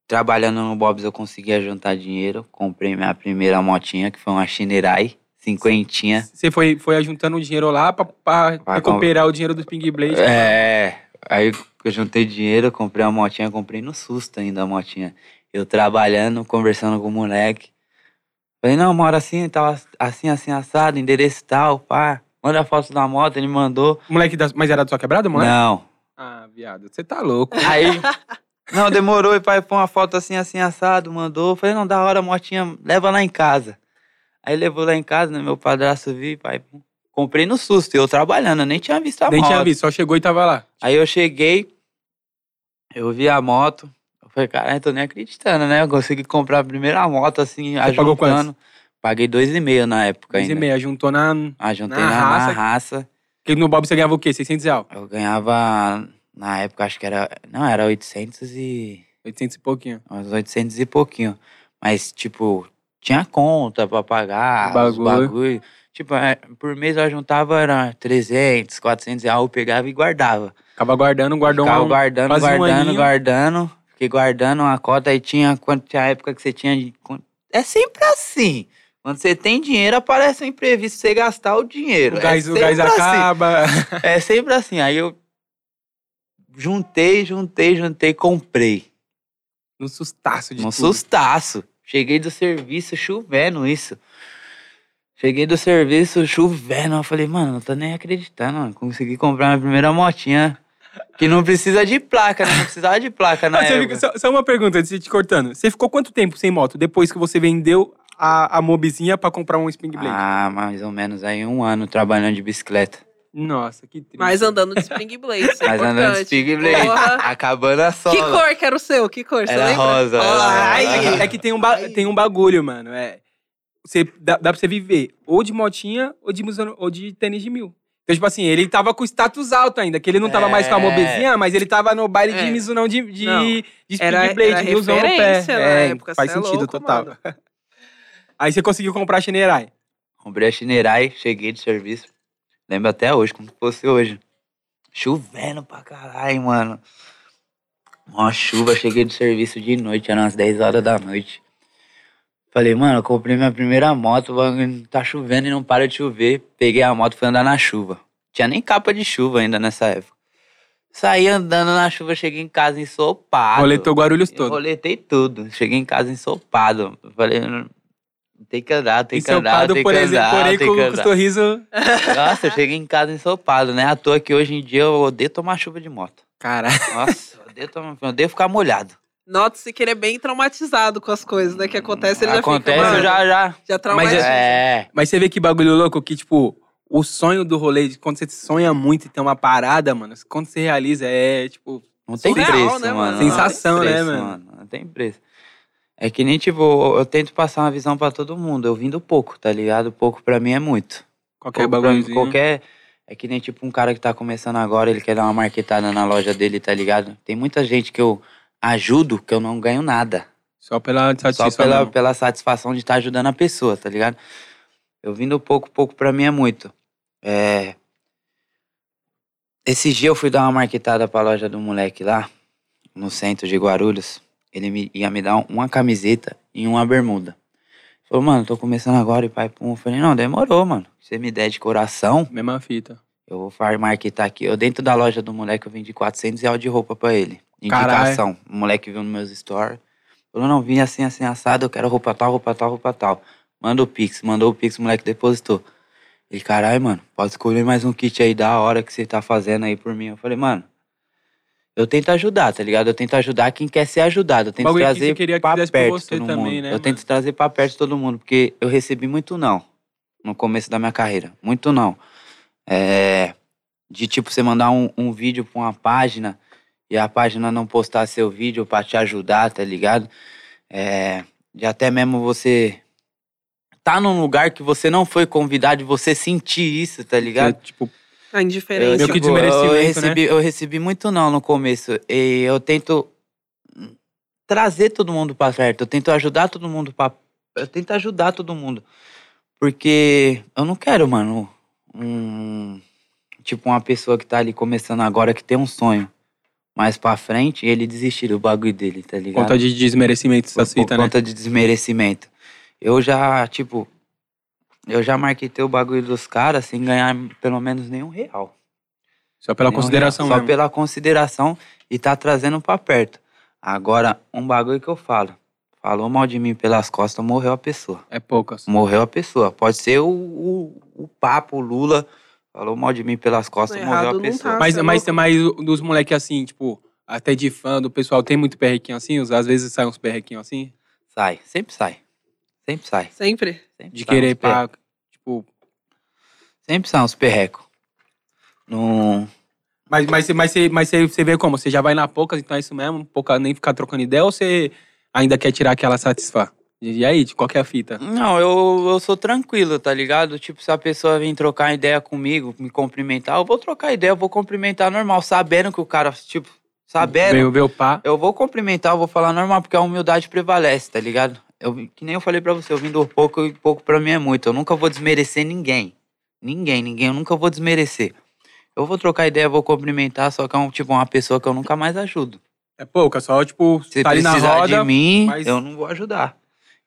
Trabalhando no Bob's eu conseguia juntar dinheiro. Comprei minha primeira motinha, que foi uma Shinerai, cinquentinha.
Você foi, foi ajuntando o dinheiro lá pra, pra
Vai,
recuperar o dinheiro do Ping Blade.
É, aí eu juntei dinheiro, comprei uma motinha, comprei no susto ainda a motinha. Eu trabalhando, conversando com o moleque. Falei, não, mora assim, tal, assim, assim, assado, endereço tal, pá. Manda a foto da moto, ele mandou.
O Moleque, da, mas era da sua quebrada, mano?
Não,
Ah, viado, você tá louco.
Aí. Não, demorou. E pai pôr uma foto assim, assim, assado, mandou. Falei, não, da hora, motinha, leva lá em casa. Aí levou lá em casa, né? Meu padrasto viu, pai. pum. Comprei no susto, eu trabalhando, eu nem tinha visto a
Nem
moto.
tinha visto, só chegou e tava lá.
Aí eu cheguei, eu vi a moto. Eu falei, caralho, tô nem acreditando, né? Eu consegui comprar a primeira moto, assim, Você
pagou quanto?
Paguei dois e meio na época
Dois e
ainda.
meia, juntou na.
Ajuntei
Na
na, na
raça.
raça.
Porque no Bob você ganhava o quê? 600 reais?
Eu ganhava, na época, acho que era... Não, era 800 e...
800 e pouquinho.
uns 800 e pouquinho. Mas, tipo, tinha conta pra pagar, os
Bagulho.
bagulho. Tipo, é, por mês eu juntava era 300, 400 reais, eu pegava e guardava.
Ficava guardando, guardou
Ficava
um.
guardando,
quase um
guardando,
aninho.
guardando. Fiquei guardando uma cota e tinha, quando tinha época que você tinha... de- quan- É sempre assim. Quando você tem dinheiro, aparece um imprevisto, você gastar o dinheiro.
O gás,
é
o gás
sempre assim.
acaba.
É sempre assim. Aí eu juntei, juntei, juntei, comprei.
Num sustaço de
Um
tudo.
sustaço. Cheguei do serviço chovendo isso. Cheguei do serviço chovendo. Eu falei, mano, não tô nem acreditando. Mano. Consegui comprar minha primeira motinha. Que não precisa de placa, né? Não precisava de placa na
Ah, você
época.
fica- só, só uma pergunta, antes de te cortando. Você ficou quanto tempo sem moto depois que você vendeu a, a mobizinha pra comprar um Spring Blade?
Ah, mais ou menos aí um ano trabalhando de bicicleta.
Nossa, que triste.
Mas andando de Spring Blade, isso é
Mas andando de
importante.
Spig Blade.
Porra.
Acabando a
Que
sola.
cor que era o seu? Que cor? Você
Era
lembra?
rosa, era
Ai,
rosa.
É que, é que tem, um ba- tem um bagulho, mano. É, você, dá, dá pra você viver ou de motinha ou de, muso- ou de tênis de mil. Então, tipo assim, ele tava com status alto ainda, que ele não tava mais com a
É.
mobezinha, mas ele tava no baile de
É.
Mizunão de, de,
Não.
de Speed
Era-
Blade,
era
milzão no pé.
referência na
É,
época,
faz
cê é
sentido
louco,
total.
mano.
Aí você conseguiu comprar a Shinerai.
Comprei a Shinerai, cheguei do serviço. Lembro até hoje, como se fosse hoje. Chovendo pra caralho, mano. Uma chuva, cheguei do serviço de noite, eram umas 10 horas da noite. Falei, mano, eu comprei minha primeira moto, o bagulho tá chovendo e não para de chover. Peguei a moto e fui andar na chuva. Tinha nem capa de chuva ainda nessa época. Saí andando na chuva, cheguei em casa ensopado.
Roletou Guarulhos
Eu
todo.
roletei tudo. Cheguei em casa ensopado. Falei, "Não, tem que andar, tem que andar,
Ensopado,
tem que
por exemplo,
andar,
porém,
tem
com,
que
com o
andar.
sorriso.
Nossa, eu cheguei em casa ensopado, né? À toa que hoje em dia eu odeio tomar chuva de moto.
Cara,
Nossa, eu odeio, tomar, eu odeio ficar molhado.
Nota-se que ele é bem traumatizado com as coisas, né? Que acontece, ele já
Acontece,
fica, mano,
eu já, já.
já
Mas
traumatiza.
é,
mas você vê que bagulho louco que, tipo, o sonho do rolê, de quando você sonha muito e tem uma parada, mano, quando você realiza, é, tipo,
não tem
Surreal,
preço,
né, mano?
mano.
Sensação,
não tem
né,
preço,
mano?
Não tem preço. É que nem, tipo, eu- eu tento passar uma visão pra todo mundo. Eu vim do pouco, tá ligado? Pouco pra mim é muito.
qualquer
Qual-
bagulhozinho.
Qualquer. É que nem tipo um cara que tá começando agora, ele quer dar uma marketada na loja dele, tá ligado? Tem muita gente que eu ajudo que eu não ganho nada.
Só pela
Só
satisfação.
pela,
mesmo.
pela satisfação de estar ajudando a pessoa, tá ligado? Eu vim do pouco, pouco pra mim é muito. É... Esse dia eu fui dar uma marquetada pra loja do moleque lá, no centro de Guarulhos. Ele me- ia me dar uma camiseta e uma bermuda. Falou, mano, tô começando agora e pai pum. Eu falei, não, demorou, mano. Se você me der de coração,
Mesma fita.
eu vou far- marketar aqui. Eu dentro da loja do moleque, eu vendi 400 reais de roupa pra ele. Indicação. O moleque viu nos meus stories. Falou, não, vim assim, assim, assado. Eu quero roupa tal, roupa tal, roupa tal. Manda o Pix. Mandou o Pix, o moleque depositou. Ele, caralho, mano, pode escolher mais um kit aí da hora que você tá fazendo aí por mim. Eu falei, mano, eu tento ajudar, tá ligado? Eu tento ajudar quem quer ser ajudado. Eu tento
Bagulho que
trazer
você queria que
pra
fizesse por
perto
você
todo
também,
mundo.
né,
eu tento trazer pra perto todo mundo, porque eu recebi muito não no começo da minha carreira. Muito não. É, de tipo, você mandar um, um vídeo pra uma página e a página não postar seu vídeo pra te ajudar, tá ligado? É, de até mesmo você tá num lugar que você não foi convidado e você sentir isso, tá ligado?
Você, tipo,
A indiferença.
Meio que né? desmerecimento,
eu recebi, eu recebi muito não no começo. E eu tento trazer todo mundo pra perto. Eu tento ajudar todo mundo pra. Eu tento ajudar todo mundo. Porque eu não quero, mano, um. Tipo, uma pessoa que tá ali começando agora, que tem um sonho mais pra frente, e ele desistir do bagulho dele, tá ligado?
conta de desmerecimento
por,
essas fitas,
por
né?
conta de desmerecimento. Eu já, tipo, eu já marquetei o bagulho dos caras sem ganhar pelo menos nenhum real.
Só pela
Nenhum
consideração
real. Só
mesmo.
pela consideração e tá trazendo pra perto. Agora, um bagulho que eu falo. Falou mal de mim pelas costas, morreu a pessoa.
É poucas.
Morreu a pessoa. Pode ser o, o, o papo, o Lula. Falou mal de mim pelas costas,
Errado
morreu a
não tá.
pessoa.
Mas,
Nossa,
mas
louco.
tem mais dos moleques assim, tipo, até de fã do pessoal, tem muito perrequinho assim? Às vezes saem uns perrequinhos assim,
Sai, sempre sai. Sempre sai.
Sempre.
Sempre
de
sai
querer
uns perre-
pra, tipo...
Sempre sai uns perrecos. Não.
Mas, mas, você- mas, você- mas você, você vê como? Você já vai na poucas, então é isso mesmo? Pouca nem ficar trocando ideia ou você ainda quer tirar aquela satisfá? E aí, de qualquer fita?
Não, eu, eu sou tranquilo, tá ligado? Tipo, se a pessoa vir trocar ideia comigo, me cumprimentar, eu vou trocar ideia, eu vou cumprimentar normal, sabendo que o cara, tipo, sabendo.
Veio ver o pá.
Eu vou cumprimentar, eu vou falar normal, porque a humildade prevalece, tá ligado? Eu, que nem eu falei pra você, eu vim do pouco e pouco pra mim é muito. Eu nunca vou desmerecer ninguém. Ninguém, ninguém, eu nunca vou desmerecer. Eu vou trocar ideia, vou cumprimentar, só que é um, tipo, uma pessoa que eu nunca mais ajudo.
É pouca, só tipo,
Se
tá ali na
precisar
roda.
de mim,
mas-
eu não vou ajudar.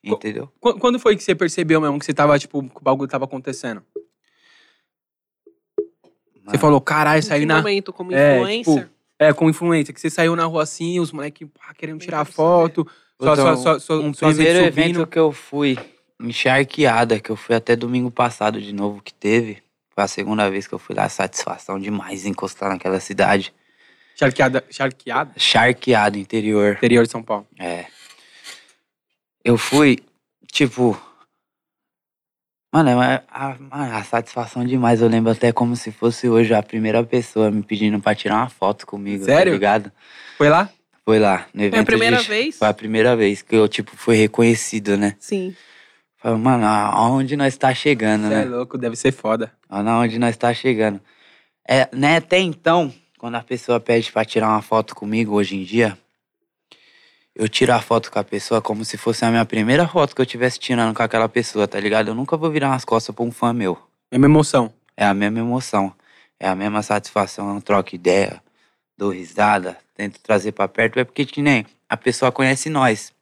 Co-
Entendeu?
Qu- Quando foi que você percebeu mesmo que você tava, tipo, que o bagulho tava acontecendo? Você
Mano.
falou, caralho,
Em
saí
que
na.
momento, como
É,
influencer.
tipo, é, com influência, que você saiu na rua assim, os moleques pá, querendo
Bem
tirar
pra
foto. Só,
Então,
só, só, só,
um
só as
primeiro
redes subindo.
evento que eu fui encharqueada, que eu fui até domingo passado de novo que teve. Foi a segunda vez que eu fui lá, satisfação demais encostar naquela cidade.
Charqueada, charqueada?
Charqueado interior.
Interior de São Paulo.
É. Eu fui, tipo. Mano, é a, a- a satisfação demais. Eu lembro até como se fosse hoje a primeira pessoa me pedindo pra tirar uma foto comigo. tá
Sério?
ligado?
Foi lá?
Foi lá, no evento.
Foi a primeira
de-
vez?
Foi a primeira vez que eu, tipo, fui reconhecido, né?
Sim.
Falei, mano, aonde nós tá chegando,
Você é
né?
louco, deve ser foda.
Aonde nós tá chegando. É, né, até então, quando a pessoa pede pra tirar uma foto comigo hoje em dia, eu tiro a foto com a pessoa como se fosse a minha primeira foto que eu tivesse tirando com aquela pessoa, tá ligado? Eu nunca vou virar as costas pra um fã meu.
Mesma emoção.
É a mesma emoção, é a mesma satisfação, eu troco ideia, dou risada, tento trazer pra perto. É porque que nem a pessoa conhece nós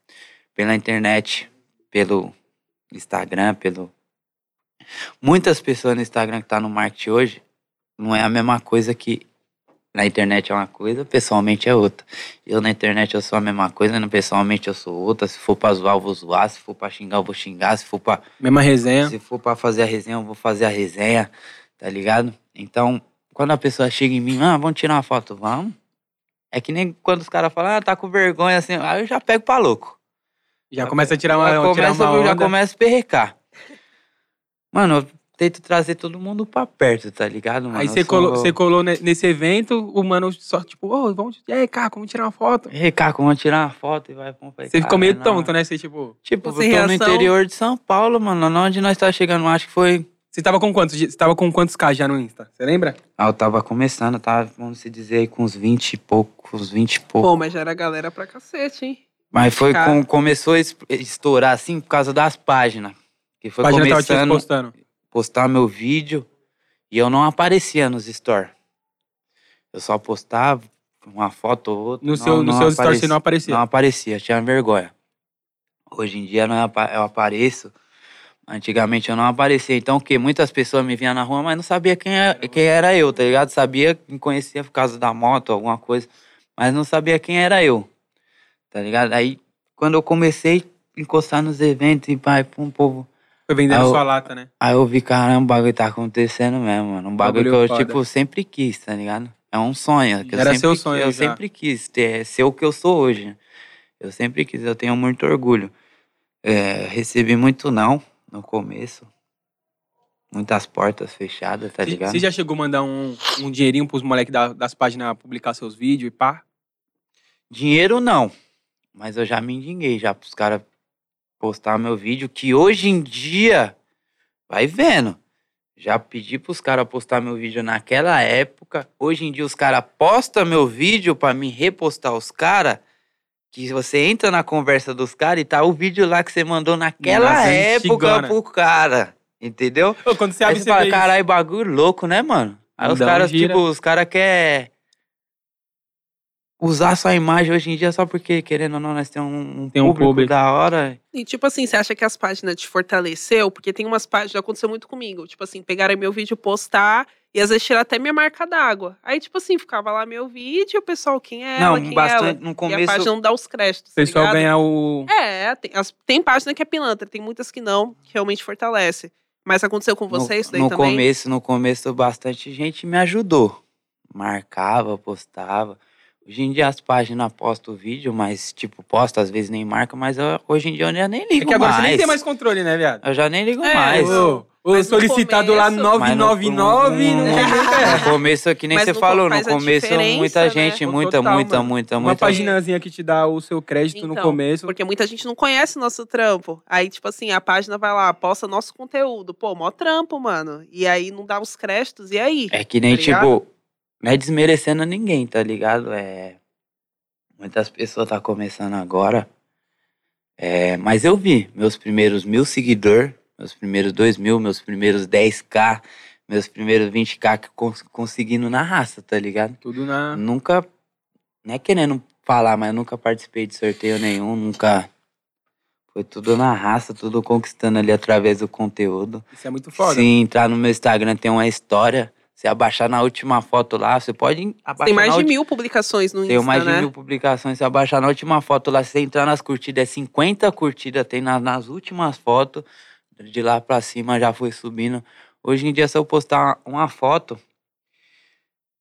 pela internet, pelo Instagram, pelo. Muitas pessoas no Instagram que tá no marketing hoje não é a mesma coisa que na internet é uma coisa, pessoalmente é outra. Eu na internet eu sou a mesma coisa, no pessoalmente eu sou outra. Se for pra zoar, eu vou zoar. Se for pra xingar, eu vou xingar. Se for pra
Mesma resenha.
se for pra fazer a resenha, eu vou fazer a resenha, tá ligado? Então, quando a pessoa chega em mim, ah, vamos tirar uma foto, vamos. É que nem quando os caras falam, ah, tá com vergonha, assim, aí eu já pego pra louco.
Já começa a tirar uma,
Já
Ah, tirar
começo,
uma
eu
onda.
já começo a perrecar. Mano, eu tento trazer todo mundo pra perto, tá ligado, mano?
Aí
Eu
você
sou-
colou, você colou ne- nesse evento, o mano só tipo, ô, vamos. E aí, cara, como tirar uma foto?
Ei, Caco, vamos tirar uma foto e vai... vamos pra-
Você ficou meio
Caralho, não.
tonto, né? Você, tipo.
Tipo, eu tô
Sem
no
reação.
interior de São Paulo, mano. Onde nós tá chegando, acho que foi...
Você tava com quantos? Você tava com quantos K já no Insta? Você lembra?
Ah, eu tava começando, eu tava, vamos se dizer, aí com uns 20 e pouco, uns 20 e pouco.
Pô, mas já era galera pra cacete, hein?
Mas foi
Cara.
com, começou a es- estourar assim por causa das páginas. Que foi
A página tava te
começando.
postando.
postar meu vídeo e eu não aparecia nos stories. Eu só postava uma foto ou outra.
No
não-
seu,
não
nos seus stories
aparecia.
você não aparecia.
Não aparecia, tinha vergonha. Hoje em dia não é apa- eu apareço. Antigamente eu não aparecia. Então o quê? Muitas pessoas me vinham na rua, mas não sabia quem era, quem era eu, tá ligado? Sabia, me conhecia por causa da moto, alguma coisa, mas não sabia quem era eu, tá ligado? Aí quando eu comecei a encostar nos eventos e pai, pum, povo.
Foi vendendo
Ah, eu-
sua lata, né?
Aí eu vi, caramba, o bagulho tá acontecendo mesmo, mano. Um bagulho,
Bagulho
que eu,
foda.
tipo, sempre quis, tá ligado? É um sonho. que eu
Era
sempre
seu
quis-
sonho já.
Eu sempre quis ter, é ser o que eu sou hoje. Eu sempre quis, eu tenho muito orgulho. É, recebi muito não no começo. Muitas portas fechadas, tá
Você
ligado?
você já chegou a mandar um, um dinheirinho pros moleques da- das páginas publicar seus vídeos e pá?
Dinheiro não. Mas eu já me endinguei já pros caras postar meu vídeo, que hoje em dia vai vendo. Já pedi pros caras postar meu vídeo naquela época. Hoje em dia os caras postam meu vídeo pra me repostar os caras. Que você entra na conversa dos caras e tá o vídeo lá que você mandou naquela
Nossa, é
época
antigona.
pro cara. Entendeu?
Ô, quando você
Aí
abre
você tá
você
fala,
vê
caralho, bagulho louco, né, mano? Aí os
Dá um
caras,
gira.
tipo, os caras querem usar sua imagem hoje em dia só porque, querendo ou não, nós temos um, um
Tem um
público,
público.
da hora.
E tipo assim, você acha que as páginas te fortaleceu? Porque tem umas páginas, aconteceu muito comigo. Tipo assim, pegaram meu vídeo, postar e às vezes tirar até minha marca d'água. Aí tipo assim, ficava lá meu vídeo, o pessoal, quem é ela,
não,
quem é
bastante,
ela?
no
E a página
começo...
não dá os créditos,
O pessoal
tá ligado?
ganhar o.
É, tem, as- tem página que é pilantra, tem muitas que não, que realmente fortalece. Mas aconteceu com
No,
você isso daí
no
também?
começo, no começo, bastante gente me ajudou. Marcava, postava. Hoje em dia as páginas postam o vídeo, mas, tipo, posta, às vezes nem marca, mas eu- hoje em dia eu já nem
É
ligo
que agora
mais.
você nem tem mais controle, né, viado?
Eu já nem ligo
É,
mais.
Ô, ô,
mas no
solicitado lá
começo-
Mas no-
999 não
no-
é.
No começo, é que nem
Mas
você
no-
falou, no
faz a
começo,
diferença,
muita
né?
gente,
Pô,
muita,
total,
muita,
mano.
muita,
Uma
muita.
paginazinha que te dá o seu crédito no
Então,
começo.
Porque muita gente não conhece nosso trampo. Aí, tipo assim, a página vai lá, posta nosso conteúdo. Pô, mó trampo, mano. E aí não dá os créditos, e aí?
É que nem,
Tá ligado?
tipo, não é desmerecendo ninguém, tá ligado? É. Muitas pessoas tá começando agora. É, mas eu vi meus primeiros mil seguidores, meus primeiros dois mil, meus primeiros 10k, meus primeiros 20k que eu cons- conseguindo na raça, tá ligado?
Tudo na.
Nunca, não é querendo falar, mas nunca participei de sorteio nenhum, nunca. Foi tudo na raça, tudo conquistando ali através do conteúdo.
Isso é muito foda.
Se entrar no meu Instagram tem uma história. Se abaixar na última foto lá, você pode abaixar
Tem mais
na
de
ulti-
mil publicações no
Tem
Insta,
mais de
né?
mil publicações. Se abaixar na última foto lá, se você entrar nas curtidas, é 50 curtidas, tem na- nas últimas fotos. De lá pra cima já foi subindo. Hoje em dia, se eu postar uma, uma foto,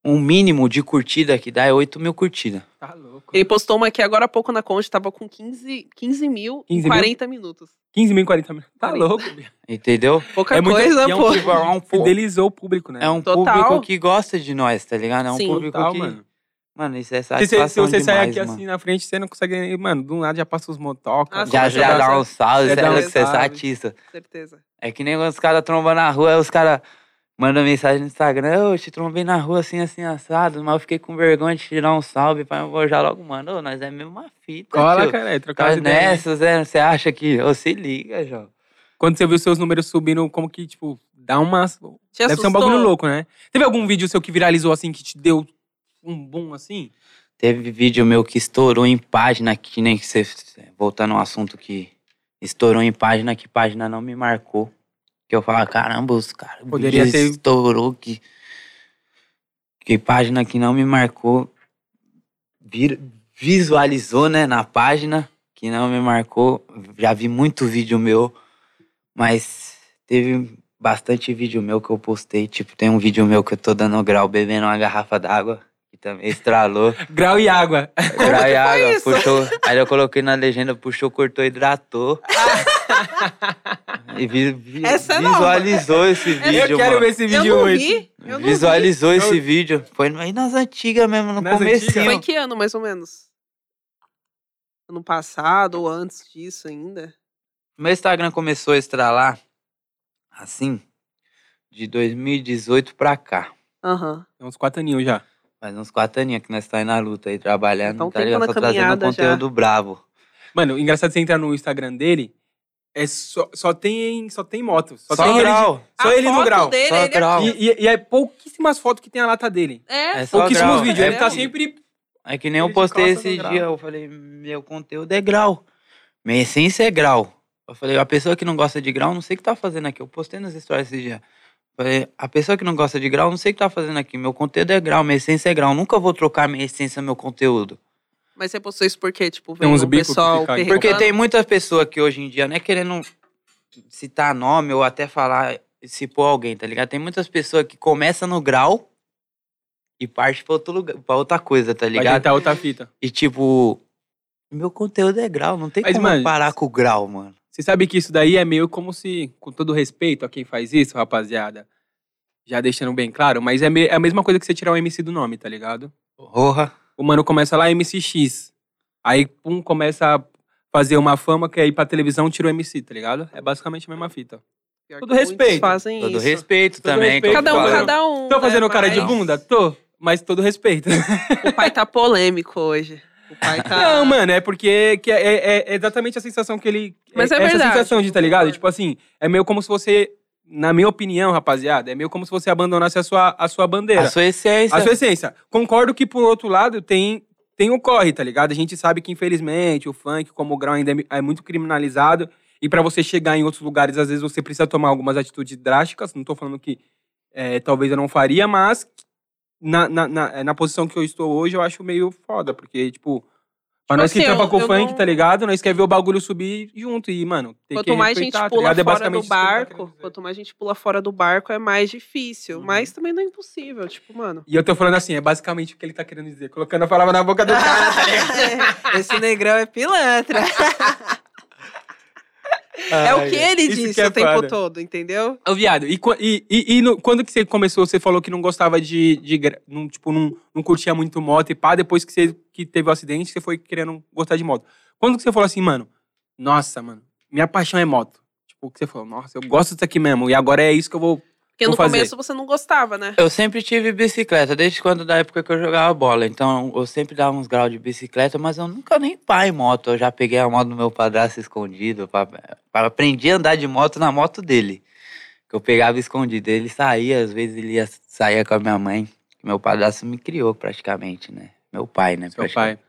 um mínimo de curtida que dá é 8 mil curtidas.
Tá louco.
Ele postou uma aqui agora há pouco na Conte, tava com 15, 15 mil
15
em
mil?
40 minutos.
15 mil, 40 mil. Tá
40.
louco, bicho.
Entendeu?
Pouca
É muito-
coisa,
e é um
pô.
tipo-
Tipo, é um, pu-
Fidelizou o público, né?
é um
Total.
público que gosta de nós, tá ligado? É um
Sim.
público
Total,
que. Mano.
mano.
isso é
Se, você-
satisfação
se você sair
demais,
aqui
mano.
assim na frente, você não consegue. nem- Mano, do nada já passa os motocas.
Ah, sim,
Já,
Nossa,
já
você
dá um salve,
você
você,
dá
é
um
louco, você é
salve.
artista.
Certeza.
É que nem quando os caras trombam na rua, aí os caras mandam mensagem no Instagram, eu te trombei na rua assim, assim, assado, mas eu fiquei com vergonha de tirar um salve, pai, eu vou já logo, mano, ô, nós é mesmo uma fita,
Cola,
tio.
cara. é Trocar as
Nós
ideias.
nessas, é, você acha que... Ô, se liga, João.
Quando você viu seus números subindo, como que, tipo, dá uma.
Te assustou?
Deve ser um bagulho louco, né? Teve algum vídeo seu que viralizou assim, que te deu um boom assim?
Teve vídeo meu que estourou em página, que nem que você... Voltando ao assunto que estourou em página, que página não me marcou. Que eu falo, caramba, os caras... o
Poderia
vídeo
ter-
Estourou, que... Que página que não me marcou... vir- visualizou, né, na página, que não me marcou. Já vi muito vídeo meu, mas teve bastante vídeo meu que eu postei. Tipo, tem um vídeo meu que eu tô dando grau bebendo uma garrafa d'água, que também estralou.
Grau e água.
Aí, água,
isso?
puxou. Aí eu coloquei na legenda, puxou, cortou, hidratou. e vi- vi-
Essa é nova.
visualizou esse vídeo.
eu quero
mano.
ver esse
Eu
vídeo
não
hoje.
vi. Eu não vi.
Visualizou esse
Eu-
vídeo. Foi aí nas antigas mesmo, no
Nas antigas?
comecinho.
Foi que ano, mais ou menos? Ano passado ou antes disso ainda?
Meu Instagram começou a estralar assim de 2018 pra cá.
Aham.
É uns quatro aninhos já.
Faz uns quatro aninhos que nós tá aí na luta aí, trabalhando,
Então,
tá
tempo
ligado?
na
Só trazendo
caminhada já.
conteúdo bravo.
Mano, engraçado você entrar no Instagram dele, É só, só, tem, só tem moto. Só,
Só
um
tem ele de-
grau.
só ele no grau.
Dele,
Só
ele
grau.
aqui.
E, e- e é pouquíssimas fotos que tem a lata dele.
É,
É só
Pouquíssimos
grau.
vídeos.
É
ele tá
grau.
sempre.
É que nem eu
Ele de
postei
costa
esse
no grau.
dia, eu falei, meu conteúdo é grau. Minha essência é grau. Eu falei, a pessoa que não gosta de grau, não sei o que tá fazendo aqui. Eu postei nas histórias esse dia. Falei, a pessoa que não gosta de grau, não sei o que tá fazendo aqui. Meu conteúdo é grau, minha essência é grau. Nunca vou trocar minha essência, meu conteúdo.
Mas você postou isso por quê? Tipo,
Tem
vendo
uns
o
bicos que
pessoal
fica aí.
perrecando?
Porque tem muita pessoa que hoje em dia, não é querendo citar nome ou até falar, se pôr alguém, tá ligado? Tem muitas pessoas que começam no grau e parte pra, outro lugar, pra outra coisa, tá
Vai
ligado?
tentar outra fita.
E tipo, meu conteúdo é grau, não tem
Mas,
como
mano,
parar com o grau, mano.
Você sabe que isso daí é meio como se, com todo respeito a quem faz isso, rapaziada, já deixando bem claro, mas é, me- é a mesma coisa que você tirar o MC do nome, tá ligado?
Porra.
O mano começa lá MCX. Aí, pum, começa a fazer uma fama que aí pra televisão tira o MC, tá ligado? É basicamente a mesma fita.
Pior
todo
que muitos
respeito.
fazem
Todo
isso.
respeito
Todo
também.
respeito.
que eu
Cada um,
falo.
cada um.
Tô
né?
fazendo cara de
Mas
bunda? Tô. Mas todo respeito.
O pai tá polêmico hoje. O pai tá...
Não, mano, é porque que é, é- é exatamente a sensação que ele.
Mas é
essa
verdade,
sensação de, tá
eu
ligado?
concordo.
Tipo assim, é meio como se você, na minha opinião, rapaziada, é meio como se você abandonasse a sua, a sua
um.
bandeira.
A sua essência.
A sua
é
essência. Concordo que, por outro lado, tem, tem o corre, tá ligado? A gente sabe que, infelizmente, o funk, como o grau ainda é mi- é muito criminalizado. E pra você chegar em outros lugares, às vezes você precisa tomar algumas atitudes drásticas. Não tô falando que eh, talvez eu não faria, mas na, na, na, eh, na posição que eu estou hoje, eu acho meio foda. Porque, tipo, pra
Tipo
nós que
assim, eu-
trampa com o
eu
funk,
não-
tá ligado? Nós quer ver o bagulho subir junto. E, mano, tem
Quanto
que
mais gente
respeitar, tá
pula
ligado? É
fora do
basicamente isso que eu tô querendo
barco,
dizer.
quanto mais gente pula fora do barco, é mais difícil.
Uhum.
Mas também não é impossível, tipo, mano.
E eu tô falando assim, é basicamente o que ele tá querendo dizer. Colocando a palavra na boca do cara, tá ligado?
Esse negrão é pilantra.
é o que ele
isso
disse
que é
o tempo
foda.
todo, entendeu?
Ô, viado, e, qua- e, e, e no- quando que você começou? Você falou que não gostava de. de gra- não, tipo, não, não curtia muito moto e pá, depois que você que teve o acidente, você foi querendo gostar de moto. Quando que você falou assim, mano, nossa, mano, minha paixão é moto? Tipo, que você falou, nossa, eu gosto disso aqui mesmo, e agora é isso que eu vou.
Porque
Vou
no
fazer.
começo você não gostava, né?
Eu sempre tive bicicleta, desde quando da época que eu jogava bola. Então, eu sempre dava uns graus de bicicleta, mas eu nunca nem pai em moto. Eu já peguei a moto do meu padrasto escondido. Pra, pra- aprendi a andar de moto na moto dele. Que eu pegava escondido. Ele saía, às vezes ele ia, saía com a minha mãe. Meu padrasto me criou praticamente, né? Meu pai, né?
Seu
praticamente.
pai.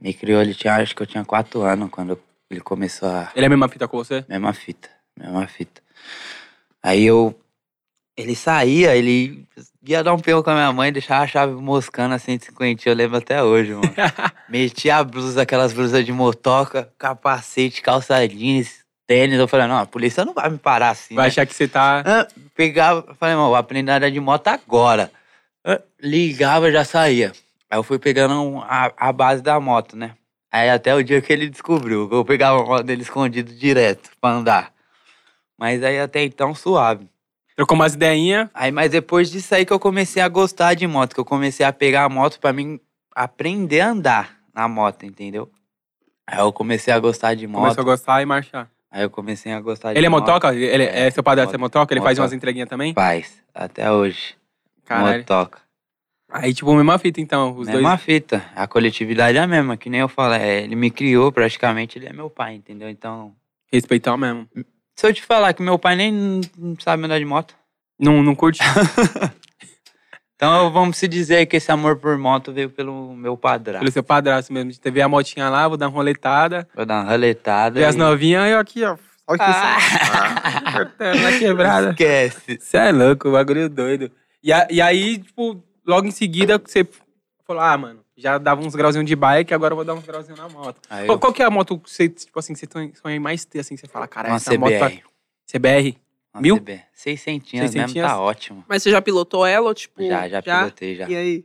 Me criou, ele tinha, acho que eu tinha quatro anos quando ele começou a
Ele é a mesma fita com você?
Mesma fita, mesma fita. Aí eu. Ele saía, ele ia dar um pelo com a minha mãe, deixava a chave moscando a 150, eu lembro até hoje, mano. Metia a blusa, aquelas blusas de motoca, capacete, calça jeans, tênis. Eu falei, não, a polícia não vai me parar assim.
Vai
né?
achar que você tá.
Ah, pegava, falei, mano, vou aprender a andar de moto agora. Ah, Ligava, já saía. Aí eu fui pegando um- a, a base da moto, né? Aí até o dia que ele descobriu, que eu pegava a moto dele escondido direto pra andar. Mas aí até então suave.
Trocou umas ideinhas.
Aí, mas depois disso aí que eu comecei a gostar de moto, que eu comecei a pegar a moto pra mim aprender a andar na moto, entendeu? Aí eu comecei a gostar de moto.
Começou a gostar e marchar.
Aí eu comecei a gostar de
Ele é
moto.
motoca? Ele, é,
É,
seu padrasto é motoca? Ele faz
motoca.
umas entreguinhas também?
Faz, até hoje.
Caralho.
Motoca.
Aí, tipo, mesma fita, então. Os
mesma fita. A coletividade é a mesma, que nem eu falo. é, ele me criou praticamente, ele é meu pai, entendeu? Então.
dois respeitar mesmo.
Se eu te falar que meu pai nem não sabe andar de moto.
Não, não curte?
Então eu- vamos se dizer que esse amor por moto veio pelo
Pelo
meu padrasto.
seu padrasto mesmo. De TV a motinha lá, vou dar uma roletada.
Vou dar uma raletada.
E as
e-
novinhas, eu aqui, ó. Olha que você- na quebrada.
Esquece.
Você é louco, o bagulho é doido. E, a- e aí, tipo, logo em seguida, você falou, ah, mano, já dava uns grauzinhos de bike, agora eu vou dar uns grauzinhos na moto.
Aí
Qual,
eu,
qual que é a moto que você, tipo assim, que você sonha- sonha em mais ter, assim, que você fala, caralho,
uma
essa moto...
CBR.
CBR?
Uma
Mil?
CBR. Seiscentinhas mesmo,
Seiscentinhas.
tá ótimo.
Mas você já pilotou ela ou, tipo.
Já, já, pilotei, já.
E aí?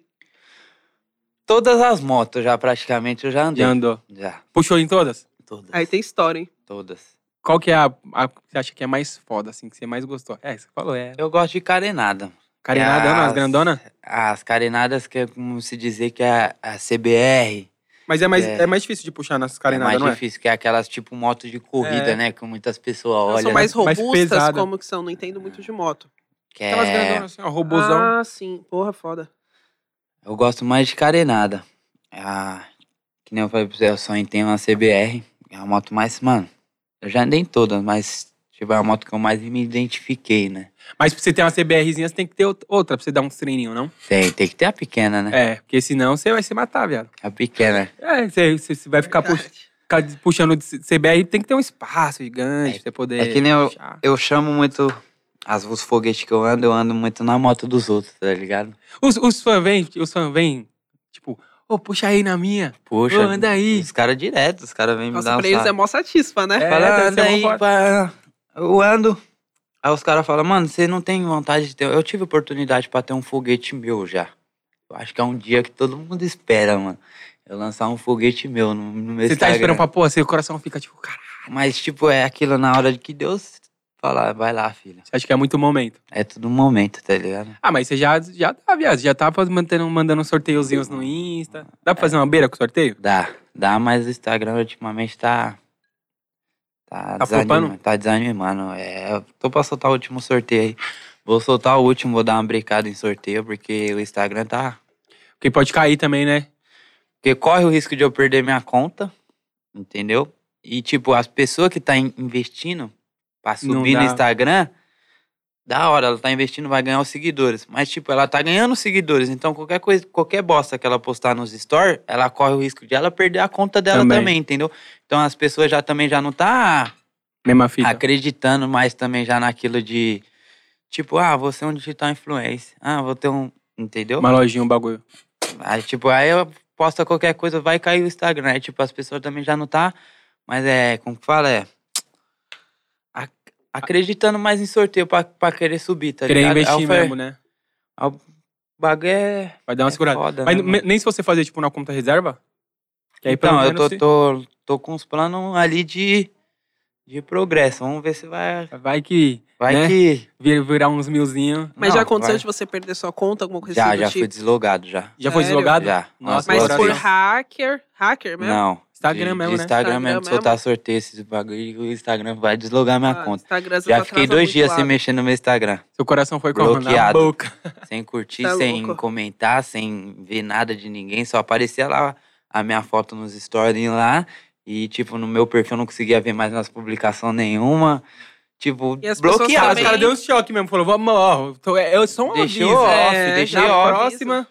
Todas as motos já praticamente eu já andei.
Já andou.
Já,
Puxou em todas?
todas.
Aí tem história, hein?
Todas.
Qual que é a, a que você acha que é mais foda, assim, que você mais gostou? É, você falou, é.
Eu Ah, gosto de carenada.
Carinadona,
As-
as grandonas?
as carenadas que é como se dizer que é a CBR.
Mas é mais,
É.
é mais difícil de puxar nas
é
carinadas,
mais
não é?
difícil, que é aquelas tipo moto de corrida,
É.
né? Que muitas pessoas
Elas
olham.
são mais
mais
robustas,
pesada.
como que são? Não entendo muito de moto.
que
Aquelas
é...
grandonas assim, ó, robozão.
Ah, sim. Porra, foda.
Eu gosto mais de carenada. Ah, que nem eu falei pra você, eu sonho em ter uma CBR. É a moto mais, mano. Eu já andei em todas, mas tipo, é a moto que eu mais me identifiquei, né?
Mas pra você ter uma CBRzinha, você tem que ter out- outra pra você dar um treininho, não?
Tem, tem que ter a pequena, né?
É, porque senão você vai se matar, viado.
A pequena.
É, você, você- você vai ficar, pu-
Verdade.
ficar de- puxando de C- CBR, tem que ter um espaço gigante
É-
pra você poder.
é que nem eu-
puxar.
Eu chamo muito. As os foguetes que eu ando, eu ando muito na moto dos outros, tá ligado?
Os, os fãs vêm, os fãs vêm, tipo, ô, puxa aí na minha.
Puxa.
Ô, anda aí.
Os caras direto, os caras vêm me
Nossa,
dar um
pra eles
salve.
é mó satisfa, né?
É,
Fala,
deve ser
anda
uma
aí,
foto.
pá. Eu ando. Aí os caras falam, mano, você não tem vontade de ter. um-" Eu tive oportunidade pra ter um foguete meu já. Eu acho que é um dia que todo mundo espera, mano. Eu lançar um foguete meu no, no meu
Você tá
Instagram.
esperando pra pôr, seu coração fica tipo, caralho.
Mas, tipo, é aquilo na hora de que Deus falar, vai lá, filha.
Você acha que é muito momento.
É tudo um momento, tá ligado?
Ah, mas você já, já tá, viado. Já tá faz- mantendo, mandando uns sorteiozinhos no Insta. Dá pra fazer uma beira com sorteio?
Dá, dá, mas o Instagram ultimamente tá. Tá,
Tá
desanimando,
flopando?
tá desanimando. É, eu tô pra soltar o último sorteio aí. Vou soltar o último, vou dar uma brincada em sorteio, porque o Instagram tá.
Porque pode cair também, né?
Porque corre o risco de eu perder minha conta, entendeu? E, tipo, as pessoas que tá in- investindo pra
Não
subir no
dá.
Instagram, da hora, ela tá investindo, vai ganhar os seguidores. Mas, tipo, ela tá ganhando seguidores. Então, qualquer coisa, qualquer bosta que ela postar nos stories, ela corre o risco de ela perder a conta dela
Também.
também, entendeu? Então, as pessoas já também já não tá
Mesma fita.
Ah, acreditando mais também já naquilo de, tipo, ah, vou ser um digital influencer. Ah, vou ter um, entendeu?
Uma lojinha, um bagulho.
Aí, tipo, aí eu posto qualquer coisa, vai cair o Instagram. Aí, tipo, as pessoas também já não tá. Mas é, como que fala? É. ac- Acreditando mais em sorteio pra, pra querer subir, tá
Querer
ligado? Aí eu
investir
falei,
mesmo, né?
O bagulho é.
Vai dar uma
é
segurada.
foda,
Mas
né,
n-
mano?
nem se você fazer, tipo, na conta reserva? Que aí,
então,
pelo
eu
menos,
tô,
se-
tô, tô com uns planos ali de, de progresso. Vamos ver se vai.
Vai que
Vai
Né?
que.
vir- virar uns milzinhos.
Mas
Não,
já aconteceu
vai.
de você perder sua conta, alguma coisa
Já,
assim do
já
tipo?
fui deslogado, já.
Já foi
Sério?
deslogado?
Já.
Nossa,
Mas
Agora
por
sim.
hacker, hacker mesmo?
Não.
Instagram
de,
mesmo,
de
né?
Instagram,
Instagram
mesmo. Se
mesmo.
soltar sorteio esses bagulho, o Instagram vai deslogar minha
Ah,
é conta.
Instagram, às
Já
vezes,
fiquei
atrasa
dois
muito
dias sem
lado.
mexer no meu Instagram.
Seu coração foi como? Na
Bloqueado.
boca.
Sem curtir,
Tá
sem
louco.
comentar, sem ver nada de ninguém. Só aparecia lá a minha foto nos stories lá. E, tipo, no meu perfil eu não conseguia ver mais nas publicações nenhuma. Tipo,
E as pessoas
Ah,
bloqueado.
os
também-
caras deu um choque mesmo. Falou, vamos, ó. eu tô- Eu sou um
Deixou
aviso,
off,
é,
deixei
na
off.
próxima.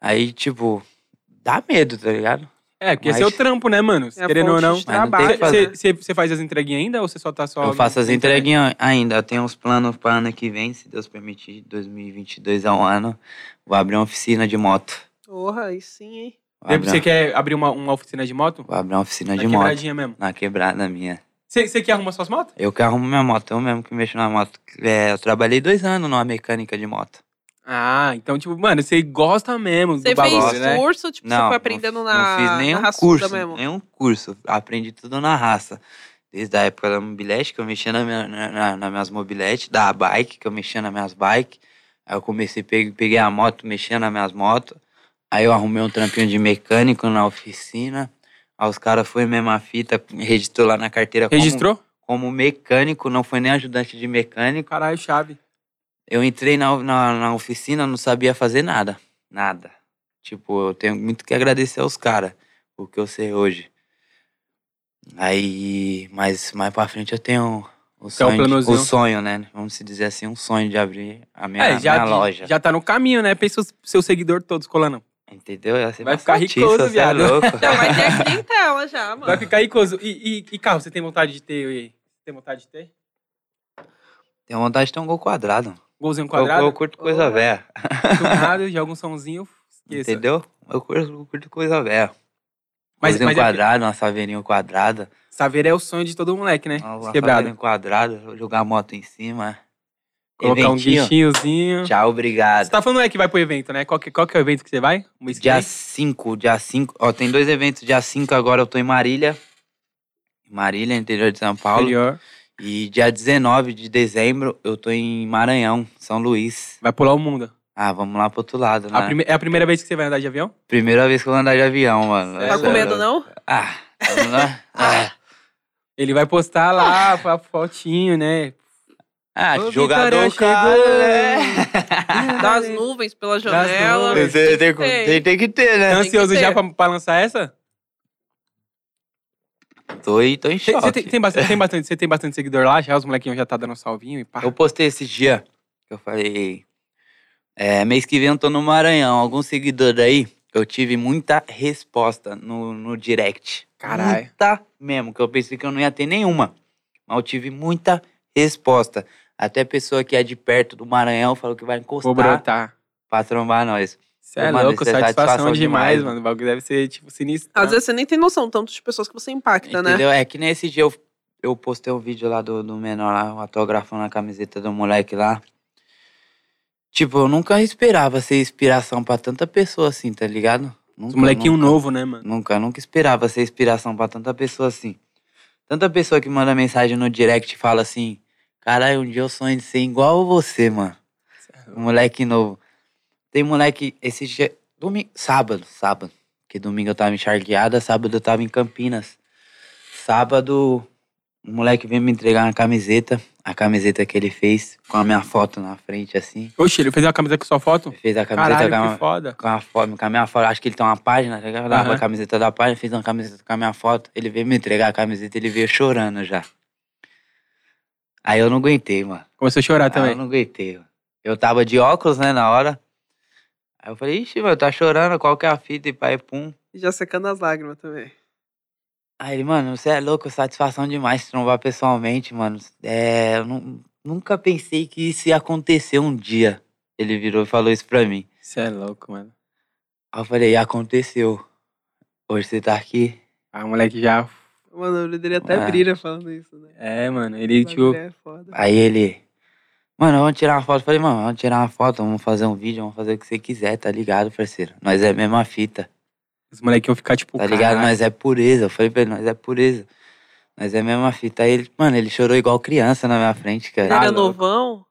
Aí, tipo, dá medo, tá ligado?
É, porque esse é
Mas-
o trampo, né, mano?
É a
Querendo ou
fonte
não.
de
Mas não tem
trabalho,
que fazer.
né?
Você faz as entreguinhas ainda ou você só tá só.
eu faço as
na internet?
entreguinhas ainda. Eu tenho uns planos pra ano que vem, se Deus permitir. 2022 é um ano. Vou abrir uma oficina de moto.
Porra, aí sim, hein?
Vou
Lembra
abrir,
que Você quer abrir uma, uma oficina de moto?
vou abrir uma Ah, oficina
Na
de moto.
quebradinha mesmo.
Na quebrada minha.
Você que arruma suas motos?
Eu que arrumo minha moto, eu mesmo que mexo na moto. É, eu trabalhei dois anos numa mecânica de moto.
Ah, então, tipo, mano, você gosta mesmo
Você
do bagulho,
fez
né?
curso, tipo,
Não,
você foi
não
aprendendo
f-
na,
não fiz
na
nenhum
raçuda
curso,
mesmo.
nenhum curso. Aprendi tudo na raça. Desde a época da mobilete, que eu mexia na minha, na, na, nas minhas mobiletes, da bike, que eu mexia nas minhas bike. Aí eu comecei, peguei, peguei a moto, mexia nas minhas motos. Aí eu arrumei um trampinho de mecânico na oficina. Aí os caras foram mesma fita, registrou lá na carteira como-
Registrou?
como mecânico, não foi nem ajudante de mecânico.
Caralho, chave.
Eu entrei na, na, na oficina, não sabia fazer nada. Nada. Tipo, eu tenho muito que agradecer aos caras, o que eu sei hoje. Aí, mas mais pra frente eu tenho
Tem
o
um
sonho, de-
planozinho.
o sonho, né? Vamos se dizer assim, um sonho de abrir a minha,
é, já,
minha loja.
já tá no caminho, né? Pensa os seus seguidores todos colando.
Entendeu? Eu ia ser
Vai ficar
massagista,
ricoso,
cê
viado.
É louco.
Já vai ter a clientela já, mano.
Vai ficar aí, Coso. E, e- e carro, você tem vontade de ter? e- Tem vontade de ter?
tenho vontade de ter um gol quadrado.
Golzinho
Eu- Eu,
Um quadrado?
curto coisa
Oh.
velha.
tunado, joga um somzinho, esqueça.
Entendeu? Eu curto, eu curto coisa velha.
Mas,
Mas,
mas é,
quadrado, uma saveirinha quadrada.
Saveiro é o sonho de todo moleque, né?
Uma
Quebrado.
quadrado, jogar a moto em cima.
Colocar um
Eventinho.
guichinhozinho.
Tchau,
Você
obrigado.
tá falando é que vai pro evento, né? Qual que, qual que é o evento que você vai? Um skate?
Dia 5, dia 5. Ó, tem dois eventos. Dia 5 agora eu tô em Marília. Marília, interior de São Paulo.
Interior.
E dia 19 de dezembro eu tô em Maranhão, São Luís.
Vai pular o mundo.
Ah, vamos lá pro outro lado, né?
A prime- É a primeira vez que você vai andar de avião?
Primeira vez que eu vou andar de avião, mano.
Tá com
né?
medo, não?
Ah, vamos lá. Ah,
Ele vai postar lá a fotinho, né?
ah
Ô,
jogador
Vitória,
cara,
chegou! É.
né?
Das nuvens pela janela.
nuvens.
Você
Tem.
Tem, que- tem que ter,
Tá
né?
Tem que
ansioso
ter.
já pra, pra lançar essa?
Tô, aí- tô em
Tem-
choque.
Você tem, tem bastante, tem, bastante, você tem bastante seguidor lá, já os molequinhos já tá dando salvinho e pá.
Eu postei esse dia que eu falei. é, mês que vem eu tô no Maranhão. Algum seguidor daí? Eu tive muita resposta no, no direct.
Caralho.
Muita mesmo, que eu pensei que eu não ia ter nenhuma. Mas eu tive muita resposta. Até pessoa que é de perto do Maranhão falou que vai
Vou
encostar
brotar.
pra trombar nós.
Você é
Mano,
louco,
isso é
satisfação,
satisfação
demais,
demais,
mano. O bagulho deve ser, tipo, sinistro.
Às vezes você nem tem noção tanto de pessoas que você impacta, né?
Entendeu? É que nesse dia eu, eu postei um vídeo lá do, do menor lá, autografando a camiseta do moleque lá. Tipo, eu nunca esperava ser inspiração pra tanta pessoa assim, tá ligado?
Os
Nunca,
molequinho
nunca,
novo, né, mano?
Nunca, nunca esperava ser inspiração pra tanta pessoa assim. Tanta pessoa que manda mensagem no direct e fala assim: Caralho, um dia eu sonho de ser igual a você, mano. Um moleque novo. Tem moleque esse dia. Domingo, sábado, sábado. Porque domingo eu tava em Charqueada, sábado eu tava em Campinas. Sábado, um moleque veio me entregar uma camiseta. A camiseta que ele fez, com a minha foto na frente, assim.
Oxe, ele fez uma camiseta com sua foto?
Ele fez a camiseta
Caralho,
com a
que foda.
com a foto, com a minha foto. Acho que ele tem uma página, tá ligado? Dava
Aham.
a camiseta da página, fiz uma camiseta com a minha foto. Ele veio me entregar a camiseta, ele veio chorando já. Aí eu não aguentei, mano.
Começou a chorar
Aí eu
também.
Ah, não aguentei, mano. Eu tava de óculos, né, na hora. Aí eu falei, ixi, mano, tá chorando, qual que é a fita? E pai, pum.
Já secando as lágrimas também.
Aí ele, mano, você é louco, satisfação demais te trombar pessoalmente, mano. É, eu nu- nunca pensei que isso ia acontecer um dia. Ele virou e falou isso pra mim.
Você é louco, mano.
Aí eu falei, aconteceu. Hoje você tá aqui.
Ah, o moleque já.
Mano, eu deveria até
É.
brilha falando isso, né?
É, mano. Ele, tipo.
Bagulho é foda.
Aí ele, mano, vamos tirar uma foto. Eu Falei, mano, vamos tirar uma foto, vamos fazer um vídeo, vamos fazer o que você quiser, tá ligado, parceiro? Nós é a mesma fita,
Os molequinhos ficar, tipo.
tá ligado?
caralho.
Nós é pureza. Eu falei pra ele, nós é pureza. Nós é a mesma fita. Aí ele, mano, ele chorou igual criança na minha frente,
Ele
cara.
Ah,
era
louco.
novão?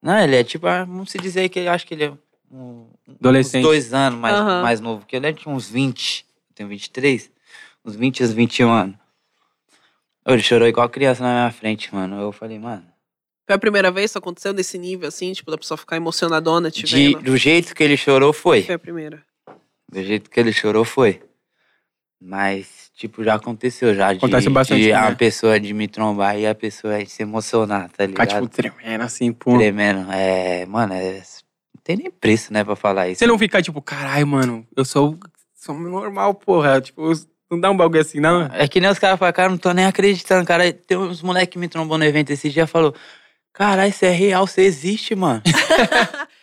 Não, ele é tipo, ah, vamos se dizer que ele, acho que ele é um, uns
Adolescente.
dois anos mais,
Aham.
mais novo, que ele é de uns 20, eu tenho 23, uns 20 aos 21 anos. Ele chorou igual criança na minha frente, mano. Eu falei, mano.
Foi a primeira vez que isso aconteceu nesse nível, assim, tipo, da pessoa ficar emocionadona te
de-
vendo?
do jeito que ele chorou foi.
Foi a primeira.
Do jeito que ele chorou foi. Mas, tipo, já aconteceu já. De,
Acontece bastante,
de a
né?
pessoa de me trombar e a pessoa se emocionar, tá
Ficar,
ligado?
tipo, tremendo assim, pô.
Tremendo. É, mano, é- não tem nem preço, né, pra falar isso.
Você não fica, tipo, caralho, mano, eu sou. Sou normal, porra. Tipo, não dá um bagulho assim, não.
É que nem os caras falam, cara, não tô nem acreditando, cara. Tem uns moleques que me trombou no evento esse dia e falou, caralho, isso é real, você existe, mano.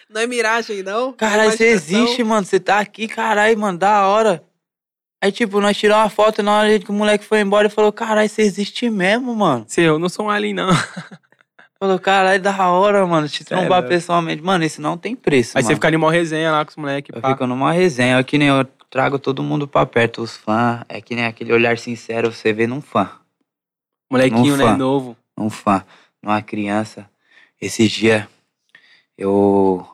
Não é miragem, não?
Caralho, você
então
Imaginação.
existe, mano. Você tá aqui, caralho, mano, da hora. Aí, tipo, nós tiramos uma foto na hora que o moleque foi embora e falou, caralho, você existe mesmo, mano.
Você, eu não sou um alien, não.
Falou, caralho, é da hora, mano, te
Cê é
trombar
louco.
pessoalmente. Mano, isso não tem preço,
Aí
mano.
você fica animal resenha lá com os moleques,
Eu
pá.
fico numa resenha, é que nem eu trago todo mundo pra perto, os fãs. É que nem aquele olhar sincero você vê num fã.
Molequinho,
um
né,
fã.
novo.
um fã, numa criança. Esses dias, eu.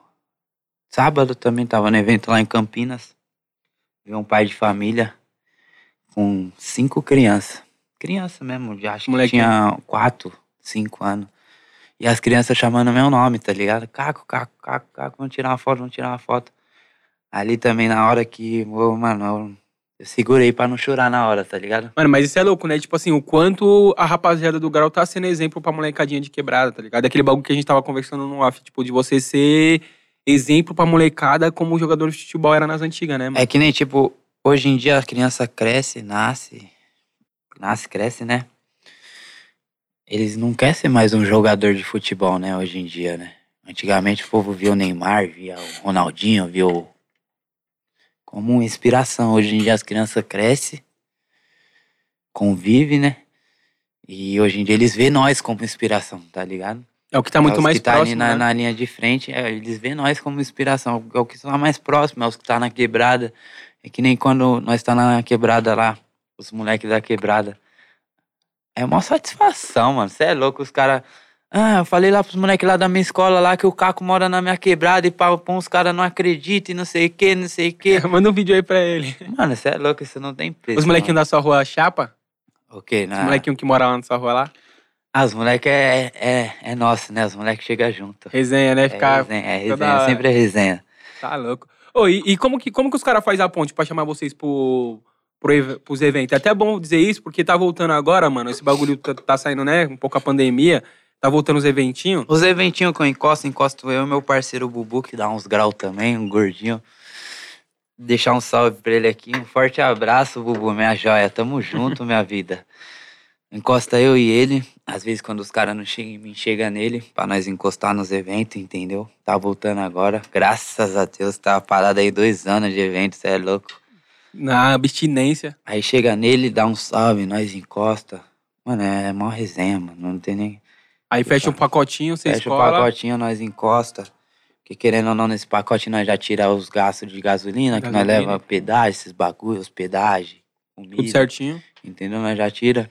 Sábado também tava no evento lá em Campinas. Vi um pai de família com cinco crianças. Criança mesmo, já acho
Molequinho.
que tinha quatro, cinco anos. E as crianças chamando meu nome, tá ligado? Caco, Caco, Caco, Caco, vamos tirar uma foto, vamos tirar uma foto. Ali também na hora que, ô, mano, eu- eu segurei pra não chorar na hora, tá ligado?
Mano, mas isso é louco, né? Tipo assim, o quanto a rapaziada do Grau tá sendo exemplo pra molecadinha de quebrada, tá ligado? Aquele bagulho que a gente tava conversando no off, tipo, de você ser exemplo pra molecada como o jogador de futebol era nas antigas, né, mano?
É que nem, tipo, hoje em dia a criança cresce, nasce. Nasce, cresce, né? Eles não querem ser mais um jogador de futebol, né? Hoje em dia, né? Antigamente o povo via o Neymar, via o Ronaldinho, via o... Como uma inspiração. Hoje em dia as crianças crescem, convivem, né? E hoje em dia eles vê nós como inspiração, tá ligado?
É, o que tá muito
os
mais
que tá ali
próximo,
na,
né?
na linha de frente, é, eles veem nós como inspiração. É o que está mais próximo, é os que tá na quebrada. É que nem quando nós tá na quebrada lá, os moleques da quebrada. É uma satisfação, mano. Você é louco, os caras. Ah, eu falei lá pros moleques lá da minha escola lá que o Caco mora na minha quebrada e pau, pum, os caras não acreditam e não sei o que, não sei o que.
Manda um vídeo aí pra ele.
Mano, você é louco, isso não tem preço.
Os molequinhos da sua rua Chapa?
mano. Ok,
Os
né?
molequinhos que moram lá na sua rua lá?
Ah, os moleques é, é, é nosso, né? Os moleques chegam junto.
Resenha, né?
É
Ficar.
resenha, é
toda
resenha,
hora.
sempre é resenha.
Tá louco. Ô, e, e como, que, como que os caras fazem a ponte pra chamar vocês pro, pro ev- pros eventos. É até bom dizer isso, porque tá voltando agora, mano. Esse bagulho tá, tá saindo, né? Um pouco a pandemia. Tá voltando os eventinhos.
Os eventinhos que eu encosto, encosto eu e meu parceiro Bubu, que dá uns graus também, um gordinho. Deixar um salve pra ele aqui. Um forte abraço, Bubu, minha joia. Tamo junto, minha vida. Encosta eu e ele. Às vezes, quando os caras não chegam em mim, chega nele pra nós encostar nos eventos, entendeu? Tá voltando agora. Graças a Deus, tá parado aí dois anos de evento, cê é louco.
Na abstinência.
Aí chega nele, dá um salve, nós encosta. Mano, é mó resenha, mano. Não tem nem.
Aí fecha um pacotinho, você
Fecha
escola.
o pacotinho, nós encosta. Porque querendo ou não, nesse pacote nós já tira os gastos de gasolina, que nós
Gasolina.
leva pedágio, esses bagulhos, hospedagem, comida.
Tudo certinho.
Entendeu? Nós já tira.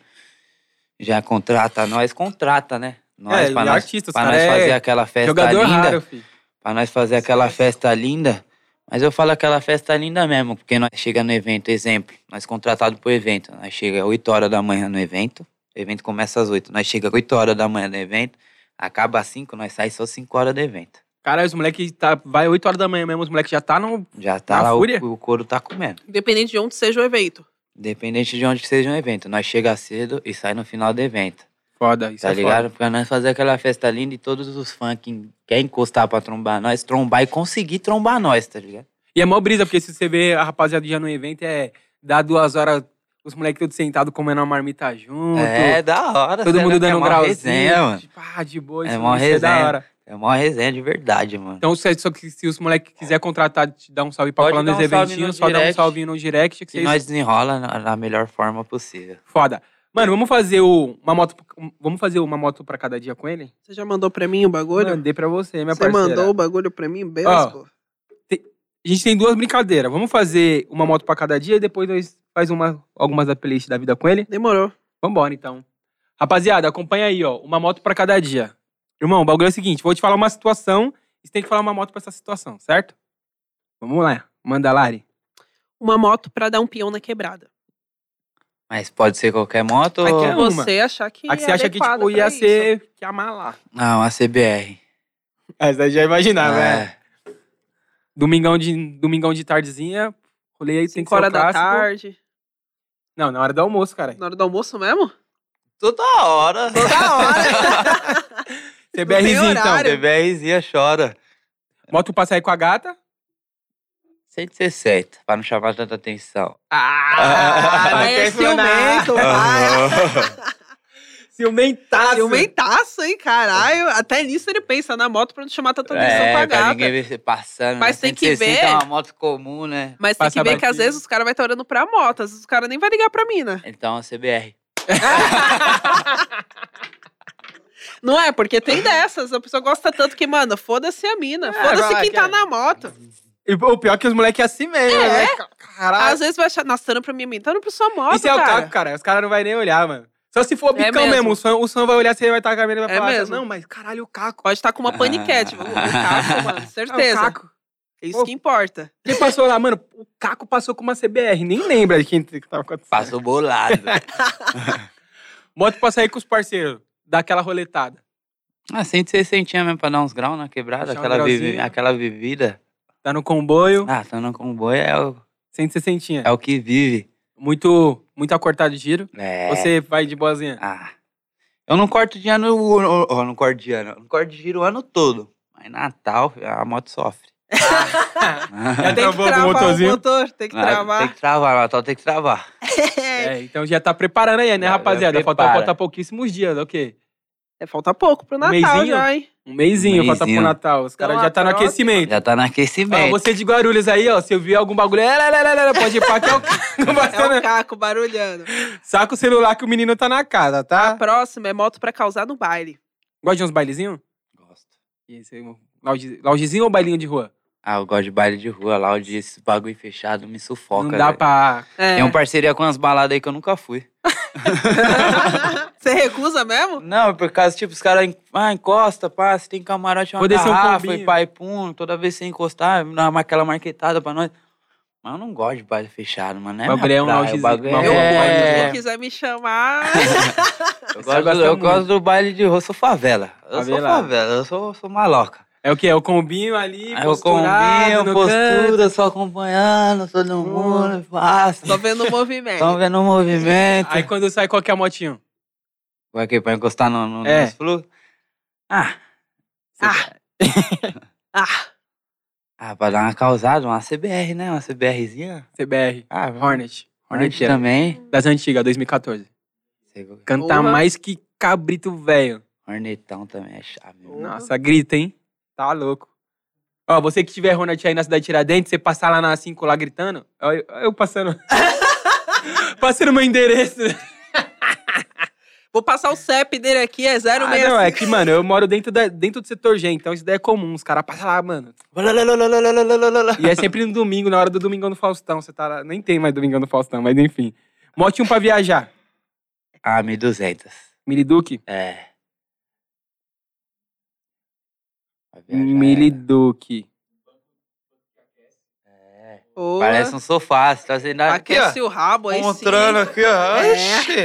Já contrata nós, contrata, né? Nós,
É,
pra
e
nós,
artista, os
pra
cara
nós
é
fazer aquela festa
Jogador
linda.
raro, filho.
Pra nós fazer aquela festa linda. Mas eu falo aquela festa linda mesmo, porque nós chega no evento, exemplo, nós contratado pro evento, nós chega 8 horas da manhã no evento, o evento começa às 8, nós chega 8 horas da manhã no evento, acaba às 5, nós sai só 5 horas do evento.
Caralho, os moleques tá, vai 8 horas da manhã mesmo, os moleques já tá no.
Já tá
Na
lá,
fúria?
o, o couro tá comendo.
Independente de onde seja o evento.
Independente de onde que seja o evento, nós chega cedo e sai no final do evento.
Foda, isso
Tá
é
ligado? Pra nós fazer aquela festa linda e todos os fãs que quer encostar pra trombar nós, trombar e conseguir trombar nós, tá ligado?
E é mó brisa, porque se você vê a rapaziada já no evento, é dar duas horas, os moleques todos sentados comendo uma marmita junto.
É, da hora.
todo
cê é
mundo
louco,
dando um
é mó
grauzinho.
resenha, mano.
Tipo, ah, de boa,
É
isso,
mó
isso é
resenha.
da hora.
É uma resenha de verdade, mano.
Então, se, só que se os moleques quiser contratar, te dar um salve pra
Pode
falar
dar
nos
um salve
eventinhos,
no
só dá um
direct.
salve no direct, que
e
vocês...
nós desenrola na, na melhor forma possível.
Foda. Mano, vamos fazer o- uma moto... Vamos fazer uma moto pra cada dia com ele?
Você já mandou pra mim o bagulho?
Mandei pra você, minha
Você
parceira.
mandou o bagulho pra mim? Besco.
A gente tem duas brincadeiras. Vamos fazer uma moto pra cada dia e depois nós faz uma, algumas da playlist da vida com ele.
Demorou.
Vambora, então. Rapaziada, acompanha aí, ó. Uma moto pra cada dia. Irmão, o bagulho é o seguinte: vou te falar uma situação e você tem que falar uma moto pra essa situação, certo? Vamos lá. Manda, Lari.
Uma moto pra dar um peão na quebrada.
Mas pode ser qualquer moto
Aqui
ou...
é
uma.
você achar que.
a que
é
você acha que
adequada
tipo,
pra
ia
isso.
ser. que amalar.
Não, a CBR.
Essa daí É, já imaginava, né?
é.
Domingão de, domingão de tardezinha. Rolei aí, tem que
Cinco
ser
horas
o
da
clássico.
tarde.
Não, na hora do almoço, cara.
Na hora do almoço mesmo?
Toda hora.
Da hora.
CBRzinho, então.
horário.
CBRzinha chora.
Moto pra sair com a gata.
160, pra não chamar tanta atenção.
Ah,
Ah,
mas é
quer enganar.
ciumento, vai.
Ciumentaço.
Ciumentaço, hein, caralho. Até nisso ele pensa na moto pra não chamar tanta atenção pra
é, pra
gata.
ninguém ver você passando.
Mas
né?
tem que
160
ver.
é uma moto comum, né?
Mas tem
Passa
que ver que às
batido.
vezes os caras vai estar olhando pra moto, às vezes os caras nem vai ligar pra mina.
Então, a CBR.
Não é? Porque tem dessas. A pessoa gosta tanto que, mano, foda-se a mina.
É, vai
foda-se
lá,
quem
quer.
tá na moto.
E o pior é que os moleques é assim mesmo, né? Caralho.
Às vezes vai achar, nossa, tá dando pra minha mina, tá dando pra sua moto,
Isso é o
cara.
taco, cara. Os caras não vai nem olhar, mano. Só se for
É
bicão mesmo.
mesmo.
O, Sam, o Sam vai olhar, você vai estar com a câmera e vai
É
falar,
mesmo.
não, mas caralho, o caco.
Pode estar com uma paniquete. mano. O caco, mano,
Ah,
certeza.
o caco.
É isso que importa.
Quem passou lá, mano, o caco passou com uma CBR. Nem lembra de quem que tava acontecendo.
Passou bolado.
Moto pra sair com os parceiros. Dá aquela roletada.
ah, 160 mesmo pra dar uns graus na quebrada.
Deixar um
Aquela, vivi-
grauzinho.
aquela vivida.
Tá no comboio,
Ah, tá no comboio é o,
160.
é o que vive.
Muito, muito acortado de giro.
É.
Você vai de boazinha.
Ah. Eu não corto de ano. Eu eu não corto de ano. Eu não corto de giro o ano todo. Mas Natal, a moto sofre.
Já
Tem
travou
que
com o
travar o
motorzinho?
motor, tem que
Tem
travar.
que travar, Natal tem que travar.
É, então já tá preparando aí, né,
Já- já
rapaziada? Falta,
prepara.
falta pouquíssimos dias, ok?
É, falta pouco pro
Um
Natal
meizinho?
já, hein?
Um meizinho,
Um
falta pro
meizinho.
Natal. Os caras
Então,
já
a
tá no
próxima-
aquecimento.
Já tá no
Ó,
aquecimento.
Ah, você de Guarulhos aí, ó, se eu vir algum bagulho, é, lá, lá, lá, lá, pode ir pra que é o Caco
É o
passando.
caco barulhando.
Saca o celular que o menino tá na casa,
A
tá?
próxima é moto pra causar no baile.
Gosta de uns bailezinhos?
Gosto.
E esse aí, um lounge- Loungezinho ou bailinho de rua?
Ah, eu gosto de baile de rua lá, onde esse bagulho fechado me sufoca.
Não dá
velho.
pra...
É.
Tem uma parceria com umas baladas aí que eu nunca fui.
Você recusa mesmo?
Não, por causa, tipo, os caras en- ah, encosta, pá, se tem camarote, uma
Vou descer um
garrafa,
combinho.
e pai, pum, toda vez que você encostar, dá uma- aquela marquetada pra nós. Mas eu não gosto de baile fechado, mano. É
O bagulho é um
minha praia,
loungezinho,
o bagulho
uma
é-
Eu,
É.
Quem quiser me chamar.
Você
Eu gosto,
gosta
eu
muito.
gosto do baile de rua, eu sou favela. Eu sou
Favelado.
favela, eu sou, sou maloca.
É o quê? É o combinho ali,
Aí eu
posturado
combino,
no
postura,
canto. Hum.
só acompanhando todo mundo, fácil.
Tô vendo o movimento.
Estão vendo o movimento.
Aí quando sai, qual que é a motinho?
Vai que pra encostar no, no,
É.
nos fluxos. Ah,
Ah, ah,
ah, pra dar uma causada, uma CBR, né? Uma CBRzinha.
CBR.
Ah,
Hornet. Hornet
Hornet também.
das antigas, 2014.
Sei qual que
Cantar
Boa.
mais que cabrito velho.
é. Hornetão também é chave.
Nossa, grita, hein? Tá louco. Ó, você que tiver Ronald aí na cidade de Tiradentes, você passar lá na 5 lá gritando, ó, eu, eu passando. passando meu endereço.
Vou passar o CEP dele aqui, é
Ah,
065.
não, é que, mano, eu moro dentro, da- dentro do setor G, então isso daí é comum. Os caras passam lá, mano. E é sempre no domingo, na hora do Domingão do Faustão. Você tá lá. Nem tem mais Domingão do Faustão, mas enfim. Mote um pra viajar.
Ah, 1200.
Miliduque?
É. Vai viajar,
Miliduque.
é.
Boa.
Parece um sofá, você tá sendo aqui, ó.
Aquece o rabo aí sim.
Mostrando aqui, ó.
É.
Oxi.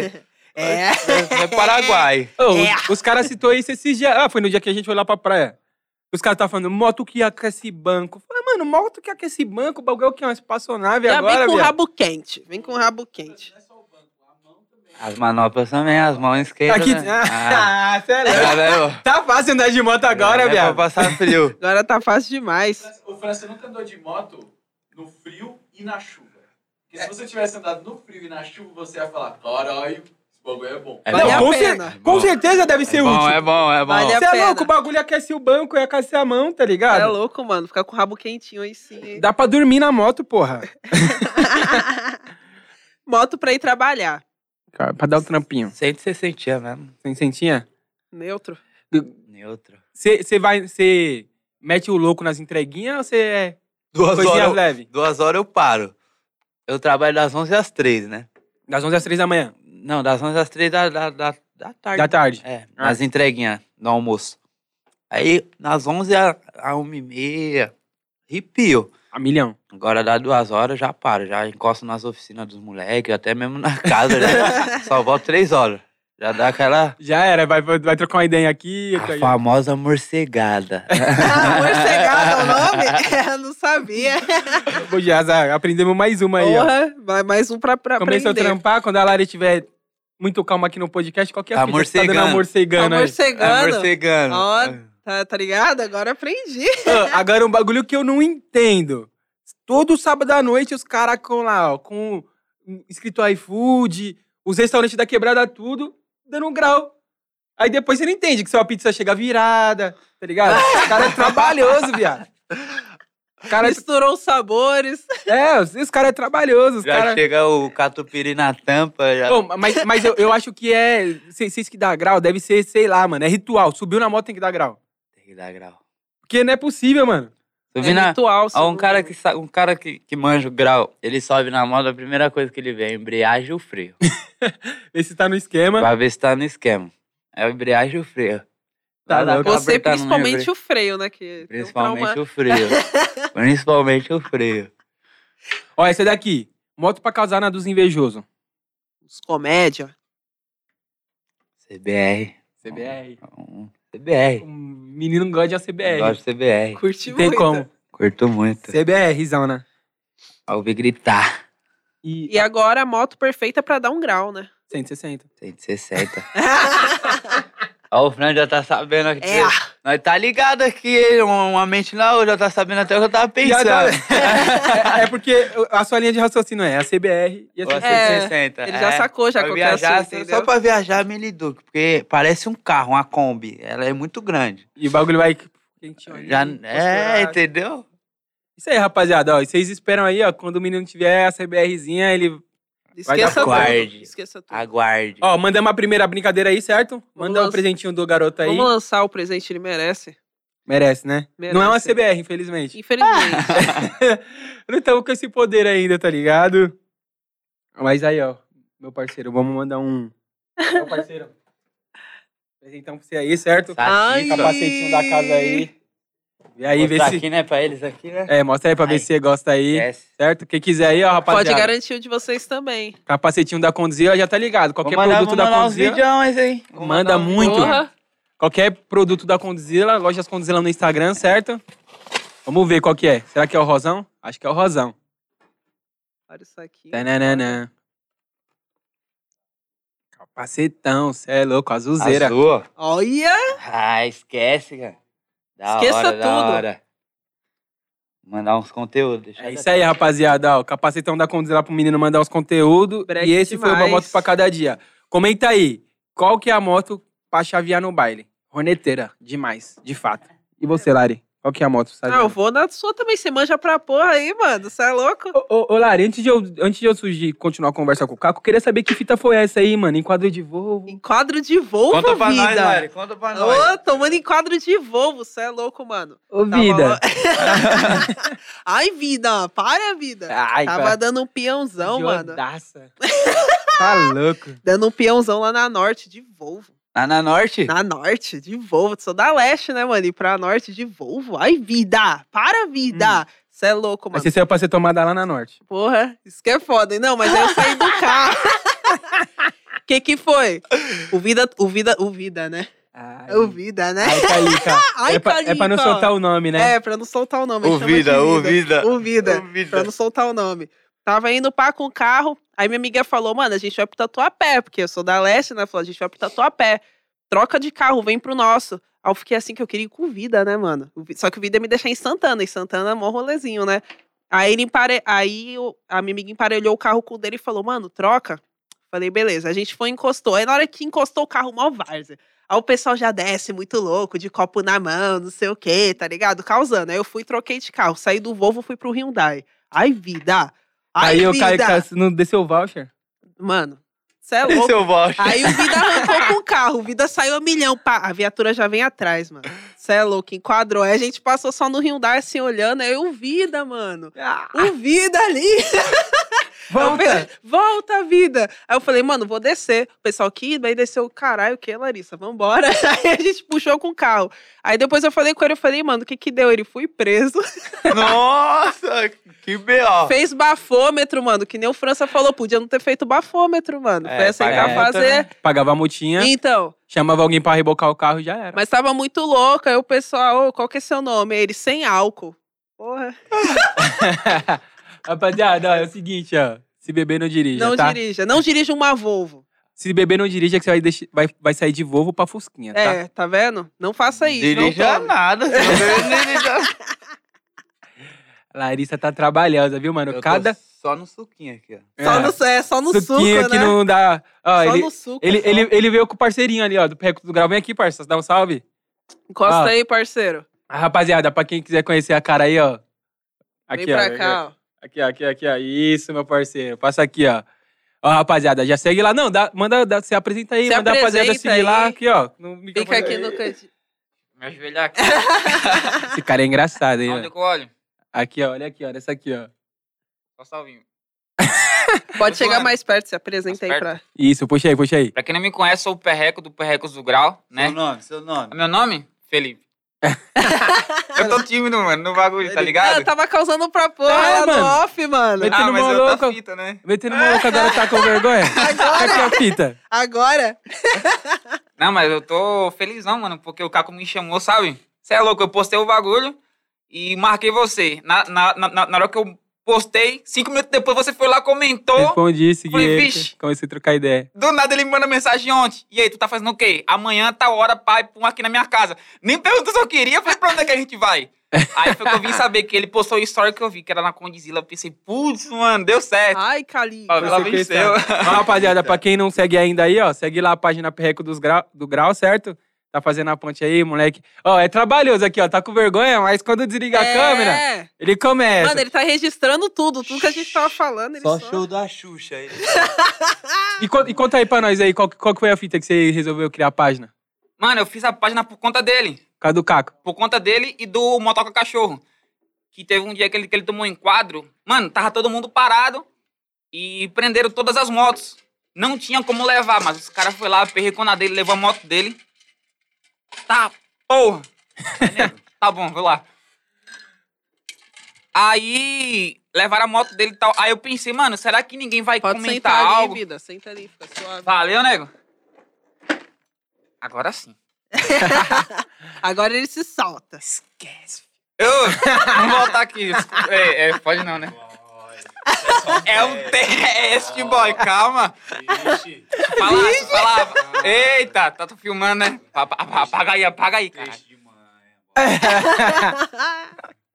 é.
É Paraguai.
Ô, os, os caras citou isso esses dias. Ah, foi no dia que a gente foi lá pra praia. Os caras estavam falando, moto que aquece banco. Eu Falei, mano, moto que aquece banco, o bagulho é o que? Uma espaçonave
Já
agora,
vem com o
viado?
rabo quente. Vem com o rabo quente.
As manoplas também, as mãos esquerdas.
Aqui...
né? Ah,
Ah, cê é louco.
é, né,
Tá fácil andar de moto
ó.
agora,
É pra
viado.
passar frio.
Agora tá fácil demais.
O França nunca andou de moto no frio e na chuva. Porque se você tivesse andado no frio e na chuva, você ia falar, caralho, esse bagulho é bom.
É
Vale
Não,
a
com,
pena.
cer- com
Bom.
certeza deve
É
ser
bom,
útil.
é bom, é bom.
Vale a
Você é
pena.
louco, o bagulho aquece o banco e aquece a mão, tá ligado?
É louco, mano. Ficar com o rabo quentinho aí sim. hein?
Dá pra dormir na moto, porra.
Moto pra ir trabalhar.
Cara, pra dar o trampinho.
Sente você sentia mesmo.
Sem sentinha?
Neutro.
Neutro.
Você vai. Você mete o louco nas entreguinhas ou você é
Duas
coisinhas
horas, eu,
leve?
duas horas eu paro. Eu trabalho das 11 às 3, né?
Das 11 às 3 da manhã,
Não, das 11 às 3 da, da, da, da tarde.
da tarde.
É,
Ah.
nas entreguinhas do almoço. Aí, nas 11 a, a 1 e meia, arrepio.
A milhão.
Agora dá duas horas, eu já paro. Já encosto nas oficinas dos moleques, até mesmo na casa. já. Só volto três horas. Já dá aquela...
Já era, vai, vai trocar uma ideia aqui. outra
A
ali.
famosa morcegada.
Ah, morcegada é o nome? Eu não sabia.
Pô, já, Zá, aprendemos mais uma aí, ó.
Porra, vai mais um pra, pra
Começa a
aprender.
trampar, quando a Lara tiver muito calma aqui no podcast, qualquer
Tá
fita que tá dando uma
morcegando.
Tá
morcegana aí.
A
morcegando.
Tá morcegando.
Ó. Tá, tá ligado? Agora aprendi.
Ah, Agora, um bagulho que eu não entendo. Todo sábado à noite, os caras com lá, ó, com um escrito iFood, os restaurantes da quebrada, tudo, dando um grau. Aí depois você não entende que sua pizza chega virada, tá ligado? O cara é trabalhoso, viado. O Cara,
Misturou os sabores.
é, os- os caras é trabalhoso, os
Já
caras...
chega o catupiry na tampa. Já...
Bom, mas, mas eu, eu acho que é. se- Vocês que dá grau, deve ser, sei lá, mano. É ritual. Subiu na moto tem que dar grau.
Tem que dar grau.
Porque não é possível, mano.
Tu
É
vi
É
na...
ritual.
Ó, um
segundo.
cara, que, sa- um cara que, que manja o grau, ele sobe na moto, a primeira coisa que ele vê é a embreagem e o freio.
Esse tá no esquema.
pra ver se tá no esquema. É a embreagem e o freio.
Tá
Vai lá,
louco.
tá
Você,
apertando no
principalmente
freio.
o freio, né? Que tem um
Principalmente
trauma.
o freio. Principalmente o freio.
Ó, essa daqui. Moto pra causar na dos invejosos.
Os comédia.
CBR.
CBR.
Um CBR.
Um menino gosta de uma CBR.
Eu Gosto de CBR.
Curti
Não tem
muito.
como.
Curto muito.
CBR, zona.
Ao ouvir gritar.
né? E,
E agora a moto perfeita pra dar um grau, né?
160.
160. Ó, o Fran já tá sabendo aqui.
É.
Nós tá ligado aqui, hein? uma mente na outra, já tá sabendo até o que eu tava
E a
pensando.
da- é, é porque a sua linha de raciocínio é a CBR e a
Ou a
160.
É,
160,
Ele já
é.
sacou já
Pra
qualquer
viajar,
assunto,
assim, só
entendeu?
pra viajar, Miliduque, porque parece um carro, uma Kombi. Ela é muito grande.
E o bagulho vai. quentinho ali,
Já, é,
posturado.
entendeu?
Isso aí, rapaziada. Ó, e vocês esperam aí, ó. Quando o menino tiver a CBRzinha, ele Vai dar
Esqueça tudo.
guarde.
Esqueça tudo.
Aguarde.
Ó, mandamos a primeira brincadeira aí, certo? Manda o
lançar.
presentinho do
tá
garoto aí.
Vamos lançar o presente, ele merece.
Merece, né?
Merece.
Não é uma CBR, infelizmente.
Infelizmente.
Não estamos com esse poder ainda, tá ligado? Mas aí, ó, meu parceiro, vamos mandar um. meu parceiro. Presentão pra você aí, certo?
Ai.
Capacetinho da casa aí. E aí, vê
Mostrar
se.
aqui, né, pra eles aqui, né? É.
É, mostra aí pra ver
Ai.
se você gosta aí,
Esquece.
certo? Quem quiser aí, ó,
Pode
rapaziada.
garantir o de vocês também.
Capacetinho da Conduzir, ó, já tá ligado. Qualquer
Vou mandar- um
produto
vou
da
mandar uns
Conduzir.
videões, hein? Vou
Manda
mandar uns-
muito.
Porra,
Qualquer produto da Condizila, lojas Condizila no Instagram, certo? Vamos ver qual que é. Será que é o Rosão? Acho que é o Rosão.
Olha isso aqui.
Tananana. Capacetão, cê é louco, azulzeira.
um Azul.
Olha!
Ah, esquece, cara. Da
Esqueça
hora, Da
tudo.
hora. Mandar uns conteúdos. Deixa
É
eu-
isso aí, rapaziada. Ó, capacetão da Condizila pro menino mandar os conteúdos.
Breque
E esse foi uma
demais.
moto pra cada dia. Comenta aí, qual que é a moto pra chavear no baile? Roneteira, demais, de fato. E você, Lari? Qual que é a moto? Sabe?
um-
Ah, eu vou na sua também. Você manja pra porra aí, mano. Você é louco?
Ô, ô, ô, Lari, antes de eu, antes de eu surgir, continuar a conversa com o Caco, eu queria saber que fita foi essa aí, mano. Enquadro de voo.
Enquadro de voo,
Conta pra
vida.
nós, Lari. Conta pra nós.
Ô, tomando enquadro de voo, você é louco, mano.
Ô,
Tava
vida.
lá- Ai, vida, para, vida.
Ai,
Tava dando um peãozão, mano.
Jordaça. Tá louco.
Dando um peãozão lá na norte, de Volvo.
Lá na Norte?
Na norte, de Volvo. Sou da leste, né, mano? E pra norte, de Volvo. Ai, vida, para, vida. Você é louco,
Hum. Mas
mano.
você saiu pra ser tomada lá na Norte.
Porra, isso que é foda, hein? Não, mas aí eu saí do carro. O que que foi? O Vida, o Vida, o Vida, né?
Ai,
O Vida, né?
Ai, Calica.
Ai,
é, pra, é pra não
Calica.
soltar o nome, né?
É, pra não soltar o nome. a
Ô,
gente chama de
vida, ô, vida.
O Vida,
Ô,
pra não soltar o nome. Tava indo pá com o carro, aí minha amiga falou, mano, a gente vai pro Tatuapé, porque eu sou da Leste, né? Falou, a gente vai pro Tatuapé. Troca de carro, vem pro nosso. Aí eu fiquei assim, que eu queria ir com o Vida, né, mano? O Vi- Só que o Vida ia me deixar em Santana, e Santana é mó rolezinho, né? Aí, ele empare... aí o- a minha amiga emparelhou o carro com o dele e falou, mano, troca. Falei, beleza. A gente foi e encostou. Aí na hora que encostou o carro, mó várzea. Aí o pessoal já desce muito louco, de copo na mão, não sei o quê, tá ligado? Causando. Aí eu fui, troquei de carro. Saí do Volvo, fui pro Hyundai. Ai, vida! Ai,
Aí o
vida!
Calica não desceu o voucher.
Mano, cê é
Esse
louco.
é o voucher.
Aí o Vida arrancou com o carro, o Vida saiu a milhão, pá, a viatura já vem atrás, mano. Cê é louco, enquadrou. Aí a gente passou só no Hyundai, assim, olhando, aí o Vida, mano.
Ah.
O Vida ali,
Volta!
volta, vida. Aí eu falei, mano, vou descer. O pessoal que daí desceu, caralho, o que, Larissa? Vambora. Aí a gente puxou com o carro. Aí depois eu falei com ele, eu falei, mano, o que que deu? Ele foi preso.
Ah. Nossa, que B.O.
Fez bafômetro, mano, que nem o França falou, podia não ter feito bafômetro, mano.
É,
Foi aceitar
pagar,
fazer.
Pagava a multinha,
Então,
chamava alguém pra rebocar o carro e já era.
mas tava muito louco. Aí o pessoal, ô, qual que é seu nome? Aí Ele, sem álcool. Porra,
Rapaziada, ó, é o seguinte, ó. Se beber, não dirija,
não
tá?
dirija. Não dirija uma Volvo.
Se beber, não dirija, que você vai, deixi- vai, vai sair de Volvo pra Fusquinha, tá?
É, tá vendo? Não faça isso. não
Dirija
tome.
nada. senão eu dirija.
Larissa tá trabalhosa, viu, mano?
Eu tô
Cada
Só no suquinho aqui, ó.
Só
É.
no, é, só no suco,
suquinho que
né?
não dá... Ó,
só
ele,
no suco.
ele,
só.
ele, ele veio com o parceirinho ali, ó, do Perreco do Grau. Vem aqui, parça, dá um salve.
Encosta
Ah.
aí, parceiro.
Ah, rapaziada, pra quem quiser conhecer a cara aí, ó. Aqui,
Vem
ó.
pra cá, ó.
Aqui, ó, aqui, ó, aqui, ó. Isso, meu parceiro. Passa aqui, ó. Ó, rapaziada, já segue lá. Não, dá, manda, dá, se apresenta aí,
Se
manda a rapaziada
apresenta
seguir lá.
aí.
Aqui, ó. no
Fica
microfone.
aqui no cantinho.
Me ajoelhar aqui.
Esse cara é engraçado, hein?
Onde
mano.
que eu olho?
Aqui, ó, olha aqui, ó. Essa aqui, ó.
Só salvinho.
Pode chegar
zoando.
mais perto, se apresenta aí
Mais
pra.
Isso, puxa aí, puxa aí.
Pra quem não me conhece, sou o Perreco do Perrecos do Grau,
Seu
né?
nome, seu nome.
Meu nome? Felipe. eu tô tímido, mano, no bagulho, tá
Ah,
ligado?
eu tava causando pra porra
É,
lá
mano.
no off, mano.
Mas-
Ah,
tá metendo
mas
mó
eu tô
louco.
fita, né?
Metendo maluco agora tá com vergonha? Qual que é a fita?
Agora.
Não, mas eu tô felizão, mano, porque o Caco me chamou, sabe? Você é louco, eu postei o bagulho e marquei você. Na, na, na, na- na hora que eu postei, cinco minutos depois você foi lá, comentou.
Respondi, segui
Falei,
ele.
vixe.
Comecei a trocar ideia.
Do nada ele me manda mensagem ontem. E aí, tu tá fazendo o quê? Amanhã tá hora, pai, pum, aqui na minha casa. Nem perguntou se eu queria, eu falei pra onde é que a gente vai? Aí foi que eu vim saber que ele postou o story que eu vi, que era na Condizila. Eu pensei, putz, mano, deu certo.
Ai, Cali.
Ah, Ela
Você fez
venceu.
certo. Ó, rapaziada, pra quem não segue ainda aí, ó, segue lá a página Perreco dos Grau, do Grau, certo? Tá fazendo a ponte aí, moleque. Ó, é trabalhoso aqui, ó. Tá com vergonha, mas quando desliga a câmera,
É.
ele começa.
Mano, ele tá registrando tudo, tudo que a gente tava falando. Ele só,
Só show da Xuxa aí.
E, con- e conta aí pra nós aí, qual, que- qual que foi a fita que você resolveu criar a página?
Mano, eu fiz a página por conta dele.
Cadê do Caco?
Por conta dele e do Motoca Cachorro. Que teve um dia que ele, que ele tomou um enquadro. Mano, tava todo mundo parado e prenderam todas as motos. Não tinha como levar, mas os caras foi lá, perrecou na dele, levou a moto dele. Tá, porra. Aí, nego, tá bom, vou lá. Aí levaram a moto dele e tal. Aí eu pensei, mano, será que ninguém vai
Pode
comentar
sentar
algo?
ali, vida. Senta ali, fica suave.
Valeu, nego. Agora sim.
Agora ele se solta.
Eu, vamos voltar aqui. É, é, pode não, né? É um teste, boy, calma.
Vixe.
Falava, falava. Eita, tá tu filmando, né? Apa- apa- Apaga aí, apaga aí, cara.
Peixe de manha.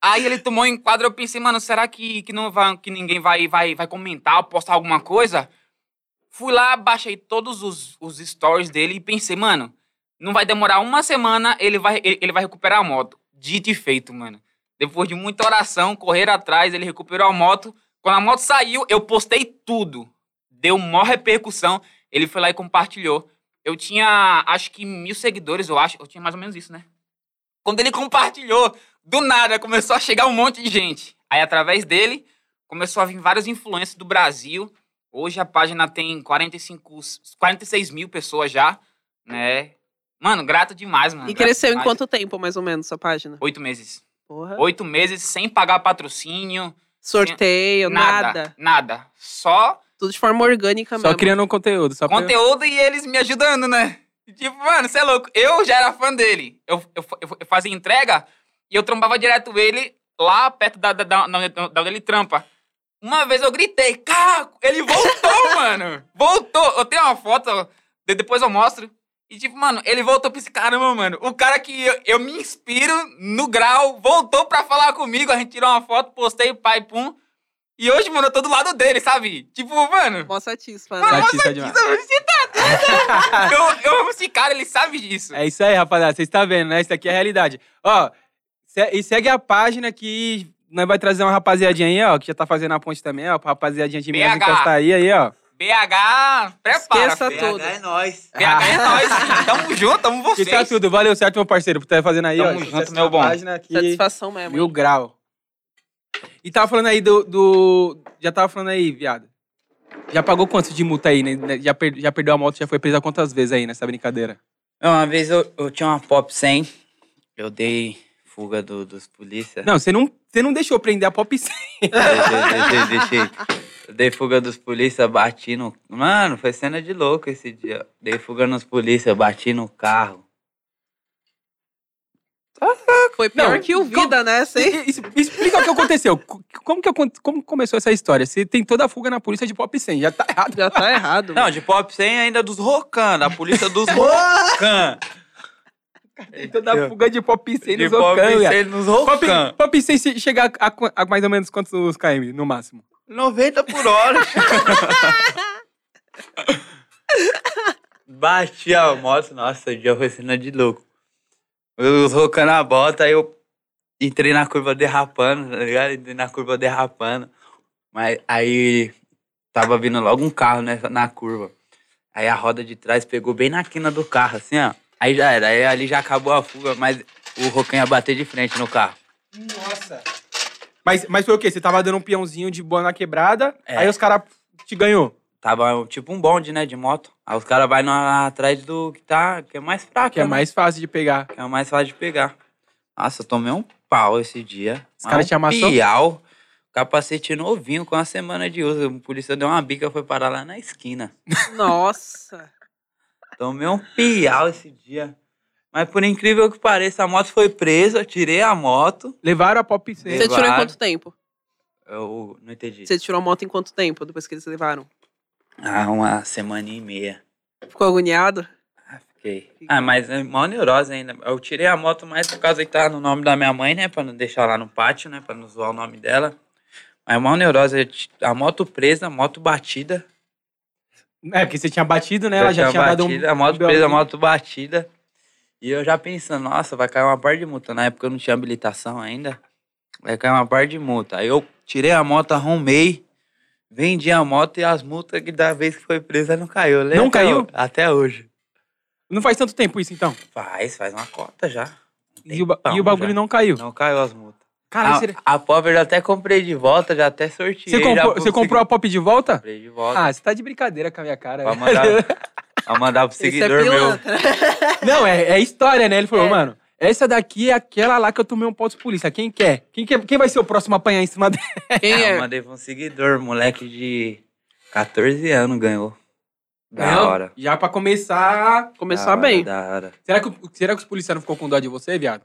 Aí ele tomou um enquadro, eu pensei, mano, será que, que, não vai, que ninguém vai, vai, vai comentar, postar alguma coisa? Fui lá, baixei todos os, os stories dele e pensei, mano, não vai demorar uma semana, ele vai, ele, ele vai recuperar a moto. Dito e feito, mano. Depois de muita oração, correr atrás, ele recuperou a moto. Quando a moto saiu, eu postei tudo. Deu maior repercussão. Ele foi lá e compartilhou. Eu tinha, acho que mil seguidores, eu acho. Eu tinha mais ou menos isso, né? Quando ele compartilhou, do nada começou a chegar um monte de gente. Aí, através dele, começou a vir vários influencers do Brasil. Hoje a página tem 45, 46 mil pessoas já, né? Mano, grato demais, mano.
E
grato
cresceu em
demais.
quanto tempo, mais ou menos, sua página?
Oito meses.
Porra.
Oito meses sem pagar patrocínio,
Sorteio, nada.
nada. Nada. Só
Tudo de forma orgânica
Só
mesmo.
criando um conteúdo. Só pra-
é conteúdo e eles me ajudando, né? Tipo, mano, você é louco. Eu já era fã dele. Eu, eu, fa- eu fa- eu fazia entrega e eu trombava direto ele lá perto da, da, da, da onde- da onde ele trampa. Uma vez eu gritei, caco, ele voltou, mano. Voltou. Eu tenho uma foto, de- depois eu mostro. E tipo, mano, ele voltou pra esse caramba, mano. O cara que eu, eu me inspiro no grau, voltou pra falar comigo. A gente tirou uma foto, postei, pai, pum. E hoje, mano, eu tô do lado dele, sabe? Tipo, mano...
Mó satisfa, né?
Mano,
Satisfa
nossa,
demais.
você tá doido? eu, eu amo esse cara, ele sabe disso.
É isso aí, rapaziada. Vocês estão vendo, né? Isso aqui é a realidade. Ó, se- e segue a página que nós vai trazer uma rapaziadinha aí, ó, que já tá fazendo a ponte também, ó, pra rapaziadinha de Minas
BH.
Encostaria aí, ó.
BH, prepara.
Esqueça
filho.
tudo.
é nóis.
BH é nóis. filho. Tamo junto, tamo
Que
vocês.
tá tudo. Valeu, certo, meu parceiro, por estar fazendo aí,
Tamo
ó.
junto,
Sucesso
meu
na
bom.
Página aqui,
Satisfação mesmo.
mil grau. E tava falando aí do, do- Já tava falando aí, viado. Já pagou quanto de multa aí, né? Já, per- já perdeu a moto, já foi presa quantas vezes aí nessa brincadeira?
Não, uma vez eu, eu tinha uma Pop 100, eu dei fuga do- dos polícia.
Não, você não, você não deixou prender a Pop 100.
Deixei, deixei, deixei. Eu Dei fuga dos polícia, bati no... Mano, foi cena de louco esse dia. Dei fuga nos polícia, bati no carro.
Foi pior
Não,
que o Vida, né? Sei.
E- e- e- Explica o que aconteceu. Co- Como, que, acon- como começou essa história? Você tem toda a fuga na polícia de Pop 100, já tá errado.
Já tá errado.
Não, de Pop 100 ainda dos Rocan, da polícia dos Rocan.
Tem toda a fuga de Pop 100
De
nos
Pop
Ocan, viado.
100 nos
Pop,
Rocan.
Pop 100 se chega a, qu- a mais ou menos quantos km, no máximo?
90 por hora. Bati a moto, nossa, o dia foi cena de louco. Eu rocando a bota, aí eu entrei na curva derrapando, tá ligado? Entrei na curva derrapando. Mas aí tava vindo logo um carro nessa, na curva. Aí a roda de trás pegou bem na quina do carro, assim, ó. Aí já era, aí ali já acabou a fuga, mas o Rocan ia bater de frente no carro.
Mas, mas foi o quê? Você tava dando um peãozinho de boa na quebrada,
É.
aí os caras te ganhou.
Tava tipo um bonde, né, de moto. Aí os caras vai na- atrás do que tá, que é mais fraco,
Que é
né?
mais fácil de pegar.
que é o mais fácil de pegar. Nossa, eu tomei um pau esse dia.
Os caras
Um
te amassou?
Piau, capacete novinho, com uma semana de uso. O polícia deu uma bica, foi parar lá na esquina.
Nossa.
Tomei um piau esse dia. Mas por incrível que pareça, a moto foi presa, eu tirei a moto.
Levaram a Pop 100.
Você tirou em
Levaram.
quanto tempo?
Eu não entendi.
Você tirou a moto em quanto tempo depois que eles levaram?
Ah, uma semana e meia.
Ficou agoniado?
Ah, fiquei. Ah, mas é mó neurose ainda. Eu tirei a moto mais por causa que tava no nome da minha mãe, né? Pra não deixar lá no pátio, né? Pra não zoar o nome dela. Mas é mó neurose. eu ti- A moto presa, a moto batida.
É, porque você tinha batido, né? Ela já tinha dado
batida,
um.
A moto
um
presa, a
BOzinho.
moto batida. E eu já pensando, nossa, vai cair uma par de multa. Na época eu não tinha habilitação ainda. Vai cair uma par de multa. Aí eu tirei a moto, arrumei. Vendi a moto e as multas que da vez que foi presa não caiu. Eu lembro
Não
até
caiu?
ho- Até hoje.
Não faz tanto tempo isso, então.
Faz, faz uma cota já.
E o, ba-
Tempão
e o bagulho
Então, já.
não caiu.
Não caiu as multas.
Cara, você,
a, a pobre eu já até comprei de volta, já até sorteei.
você
já
comprou,
pro
você comprou a
segui-
Pop de volta?
Comprei de volta.
Ah, é. você tá de brincadeira com a minha cara.
pra,
velho.
mandar, pra mandar pro
Esse é
seguidor meu.
pilantra.
Não, é, é história, né? Ele falou, mano, essa daqui é aquela lá que eu tomei um pau de polícia. Quem quer? Quem, quer? Quem vai ser o próximo a apanhar em cima dela?
Quem
Ah, eu
é?
mandei pra um seguidor, moleque de 14 anos ganhou. Da
Não,
hora.
Já pra começar.
Começou
Da hora,
bem.
Da hora.
Será que, o- será que os policiais não ficou com dó de você, viado?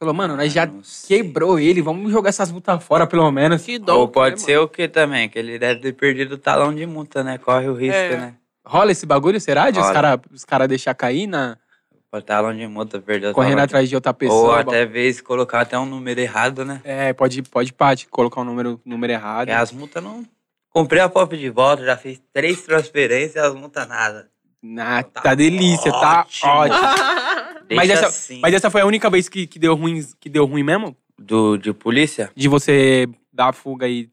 Falou, mano, nós já
Não sei.
quebrou ele, vamos jogar essas multas fora, pelo menos.
Que dó.
Ou pode
né,
ser o que também? Que ele deve ter perdido o talão de multa, né? Corre o risco,
É.
né?
Rola esse bagulho, será? De os
Rola.
caras os cara deixar cair na.
O talão de multa perdeu o
correndo
talão
atrás de outra
de... Ou
pessoa.
até vez colocar até um número errado, né?
É, pode, pode pate, colocar o número, número errado.
Porque as multas não... Comprei a pop de volta, já fiz três transferências e as multas nada.
Na- tá,
Tá
delícia,
ótimo.
tá ótimo.
Deixa
Mas essa-
assim.
Mas essa foi a única vez que, que, deu ruim, que deu ruim mesmo?
Do, de polícia?
De você dar a fuga e,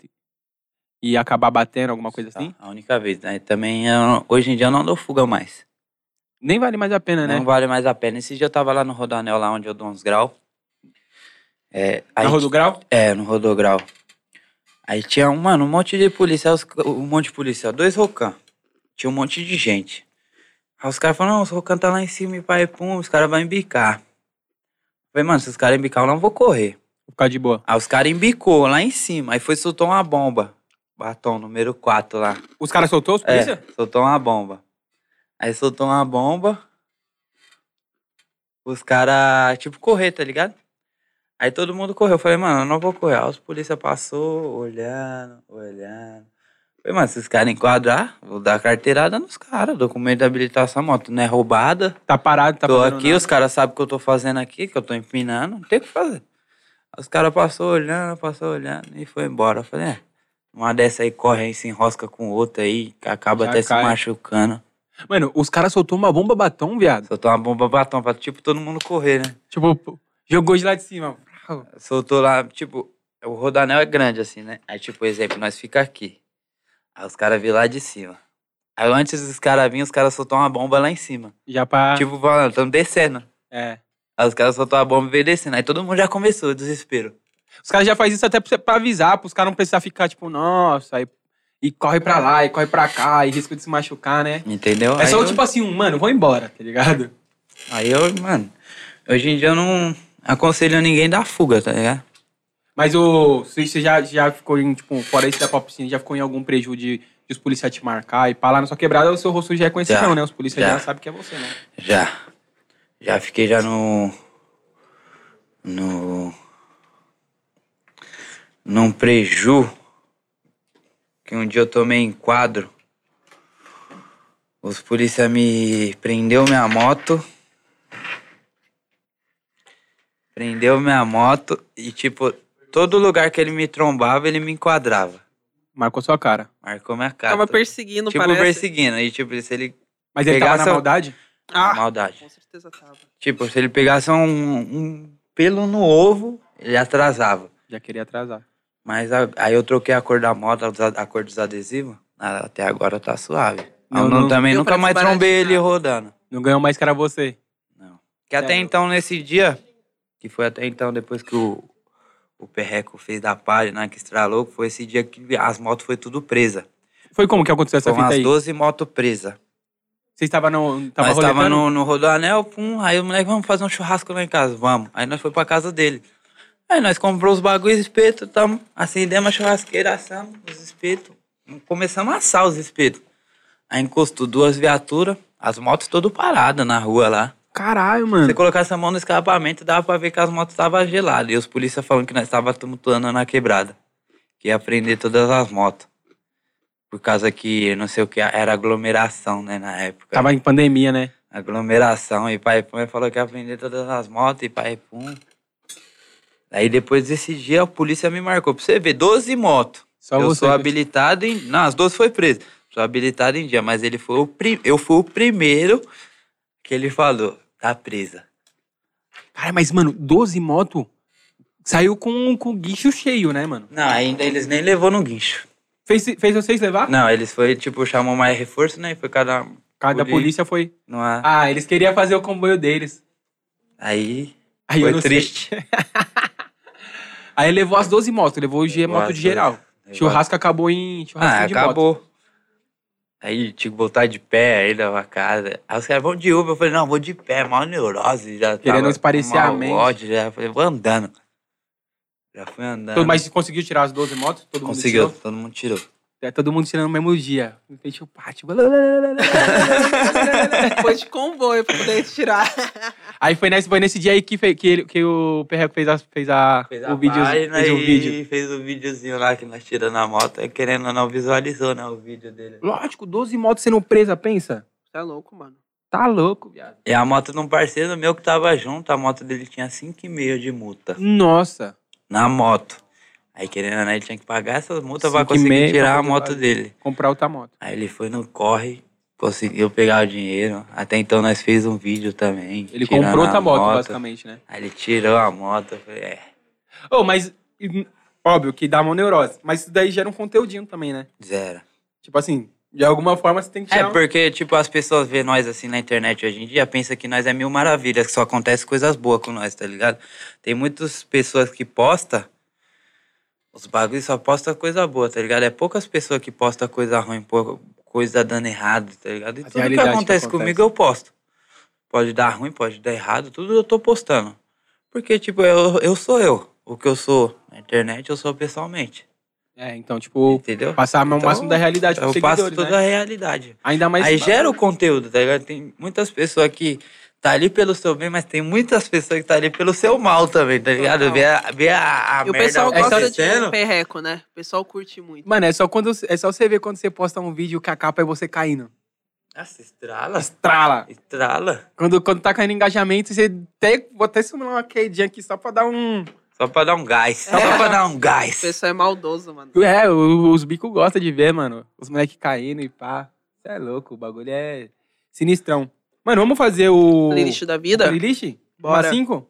e acabar batendo, alguma coisa assim?
Tá, a única vez, né? Também, eu não- hoje em dia eu não dou fuga mais.
Nem vale mais a pena,
Não
né?
vale mais a pena. Esse dia eu tava lá no Rodanel, lá onde eu dou uns graus. É, aí-
Na Rua do Tá Grau?
É, no Rodograu. Aí tinha, um, mano, um monte de policial, os- um monte de policial, dois Rocan. Tinha um monte de gente. Aí os caras falaram, não, os Rocan tá lá em cima e pai, pum, os caras vão embicar. Eu Falei, mano, se os caras embicar, eu não vou correr.
Vou ficar de boa.
Aí os caras embicou lá em cima. Aí foi soltou uma bomba. Batom número 4 lá.
Os caras soltou os polícia?
É, soltou uma bomba. Aí soltou uma bomba. Os caras, tipo, correr, tá ligado? Aí todo mundo correu. Eu falei, mano, eu não vou correr. Aí os polícia passou, olhando, olhando. Eu Falei, mano, se os caras enquadrar, vou dar carteirada nos caras. Documento de habilitação, moto não é roubada.
Tá parado, tá
tô
fazendo
aqui,
nada.
os caras sabem o que eu tô fazendo aqui, que eu tô empinando. Não tem o que fazer. Aí Os caras passou olhando, passou olhando e foi embora. Eu falei, é, uma dessa aí corre aí, se enrosca com outra aí, que acaba
Já
até
cai.
se machucando.
Mano, os caras soltou uma bomba batom, viado.
Soltou uma bomba batom pra, tipo, todo mundo correr, né?
Tipo, pô, jogou de lá de cima.
soltou lá, tipo, o rodanel é grande assim, né? Aí, tipo, exemplo, nós fica aqui. Aí os caras vêm lá de cima. Aí antes dos caras virem, os caras soltam uma bomba lá em cima.
Já pra.
Tipo, falando, estamos descendo.
É.
Aí os caras soltam a bomba e veio descendo. Aí todo mundo já começou, o desespero.
Os caras já fazem isso até pra você- pra avisar, pros caras não precisar ficar, tipo, nossa, e, e corre
É.
pra lá, e corre pra cá, e risco de se machucar, né?
Entendeu?
É
aí
só,
eu,
tipo assim, um, mano, vou embora, tá ligado?
Aí eu, mano, hoje em dia eu não aconselho ninguém dar fuga, tá ligado?
Mas o. se Você já, já ficou em, tipo, fora isso da pop já ficou em algum prejuízo de, de os policiais te marcar e pá lá na sua quebrada, o seu rosto já é conhecido,
Já,
não, né? Os policiais já,
já.
sabem que é você, né?
Já. Já fiquei já no. No. Num preju. Que um dia eu tomei em quadro. Os polícia me prendeu minha moto. Prendeu minha moto e tipo, todo lugar que ele me trombava, ele me enquadrava.
Marcou sua cara.
Marcou minha cara.
Tava perseguindo,
tipo,
parece.
perseguindo. E tipo, se ele.
Mas ele tava na
Pegação.
maldade?
Ah,
Maldade.
com certeza tava.
Tipo, se ele pegasse um, um pelo no ovo, ele atrasava.
Já queria atrasar.
Mas a- aí eu troquei a cor da moto, a, a cor dos adesivos. ah, Até agora tá suave.
Não,
eu não-
não
também
deu
nunca
pra
mais
desbaratinhar.
trombei ele rodando.
Não ganhou mais que era você.
Que até
É, eu-
então, nesse dia, que foi até então, depois que o, o Perreco fez da página, que estralou, foi esse dia que as motos foi tudo presa.
Foi como que aconteceu essa
Foram
fita
as
aí?
12 motos presas.
Vocês estavam no. Tava
nós tava
roletando?
no, no Rodoanel, pum, aí o moleque, vamos fazer um churrasco lá em casa, vamos. Aí nós foi pra casa dele. Aí nós comprou os bagulhos, espeto, tamo, acendemos a churrasqueira, assamos os espetos. Começamos a assar os espetos. Aí encostou duas viaturas, as motos todas paradas na rua lá.
Caralho,
Se
mano.
você colocasse a mão no escapamento, dava pra ver que as motos estavam geladas. E os polícia falando que nós estava tumultuando na quebrada. Que ia prender todas as motos. Por causa que, não sei o que, era aglomeração, né, na época
Tava em pandemia, né?
aglomeração e pai pum, ele falou que ia prender todas as motos e pai pum. Aí depois desse dia a polícia me marcou. Pra você ver, 12 motos.
Só
eu
você.
sou
que-
habilitado em. Não, as 12 foi preso. Sou habilitado em dia, mas ele foi o prim... eu fui o primeiro que ele falou, tá presa.
Cara, mas, mano, 12 moto saiu com, com o guincho cheio, né, mano?
Não, ainda eles nem levou no guincho.
Fez, fez vocês levar?
Não, eles foi, tipo, chamou mais reforço, né? E foi cada.
Cada
Poli-
polícia foi.
Numa...
Ah, eles queriam fazer o comboio deles.
Aí.
Aí eu
foi
não sei.
triste.
Aí levou as 12 motos, levou o G
Levou
moto
as
de geral.
12. Levou
Churrasco acabou em. Churrasco
Ah,
de moto.
acabou. Aí tinha que voltar de pé aí na casa. Aí os caras vão de Uber. Eu falei, não, vou de pé, mal neurose. Já
Querendo
tava
esparecer
com
a
mau
mente.
ódio, já falei, vou andando. Já fui andando.
Todo- Mas né? conseguiu tirar as 12 motos? Todo mundo
Conseguiu,
tirou?
todo mundo tirou.
É todo mundo tirando no mesmo dia. Em frente ao pátio.
Depois de comboio pra poder tirar.
Aí foi nesse, foi nesse dia aí que, fe- que, ele- que o Perreco fez, a, fez, a,
Fez
o vídeo. Fez o vídeo.
fez o videozinho lá que nós tiramos a moto. É, Querendo ou não, visualizou, né, o vídeo dele.
Lógico, 12 motos sendo presa, pensa.
Você é louco, mano.
Tá louco, viado.
É a moto de um parceiro meu que tava junto, a moto dele tinha 5,5 de multa.
Nossa.
Na moto. Aí querendo, ou não, ele tinha que pagar essas multas pra
5,5
conseguir
pra
tirar a
poder
moto
pagar.
dele.
Comprar outra moto.
Aí ele foi no corre, conseguiu pegar o dinheiro. Até então nós fez um vídeo também.
Ele
tirando
comprou outra
a
moto, basicamente, né?
Aí ele tirou a moto. eu Falei, é,
Ô, mas. e, Óbvio que dá uma neurose. Mas isso daí gera um conteúdinho também, né?
zero.
Tipo assim, de alguma forma você tem que
É,
tirar. um-
porque, tipo, as pessoas vê nós assim na internet hoje em dia, pensa que nós é mil maravilhas, que só acontece coisas boas com nós, tá ligado? Tem muitas pessoas que posta os bagulhos só posta coisa boa, tá ligado? É poucas pessoas que posta coisa ruim, pouca- coisa dando errado, tá ligado? E
A
tudo que
realidade que
acontece
acontece.
comigo eu posto. Pode dar ruim, pode dar errado, tudo eu tô postando. Porque, tipo, eu, eu sou eu. O que eu sou na internet, eu sou pessoalmente.
É, então, tipo,
Entendeu?
passar o
Então,
máximo da realidade pros
Eu passo
seguidores, né?
toda a realidade.
Ainda mais.
Aí gera o conteúdo, tá ligado? Tem muitas pessoas que tá ali pelo seu bem, mas tem muitas pessoas que tá ali pelo seu mal também, tá ligado? Vê a, vê a, a
e o
merda
pessoal
é
gosta
acontecendo.
de perreco, né? O pessoal curte muito.
Mano, é só, quando, é só você ver quando você posta um vídeo que a capa é você caindo.
Nossa, estrala,
Trala!
estrala.
Quando, quando tá caindo engajamento, você até, vou até simular uma queidinha aqui só pra dar um.
Só pra dar um gás, só pra dar um
O
gás.
É. pessoal é maldoso, mano.
É, o- os bicos gostam de ver, mano. Os moleques caindo e pá. Você é louco, o bagulho é sinistrão. Mano, vamos fazer o.
Playlist da vida?
Playlist?
Bora.
Uma
assim,
cinco?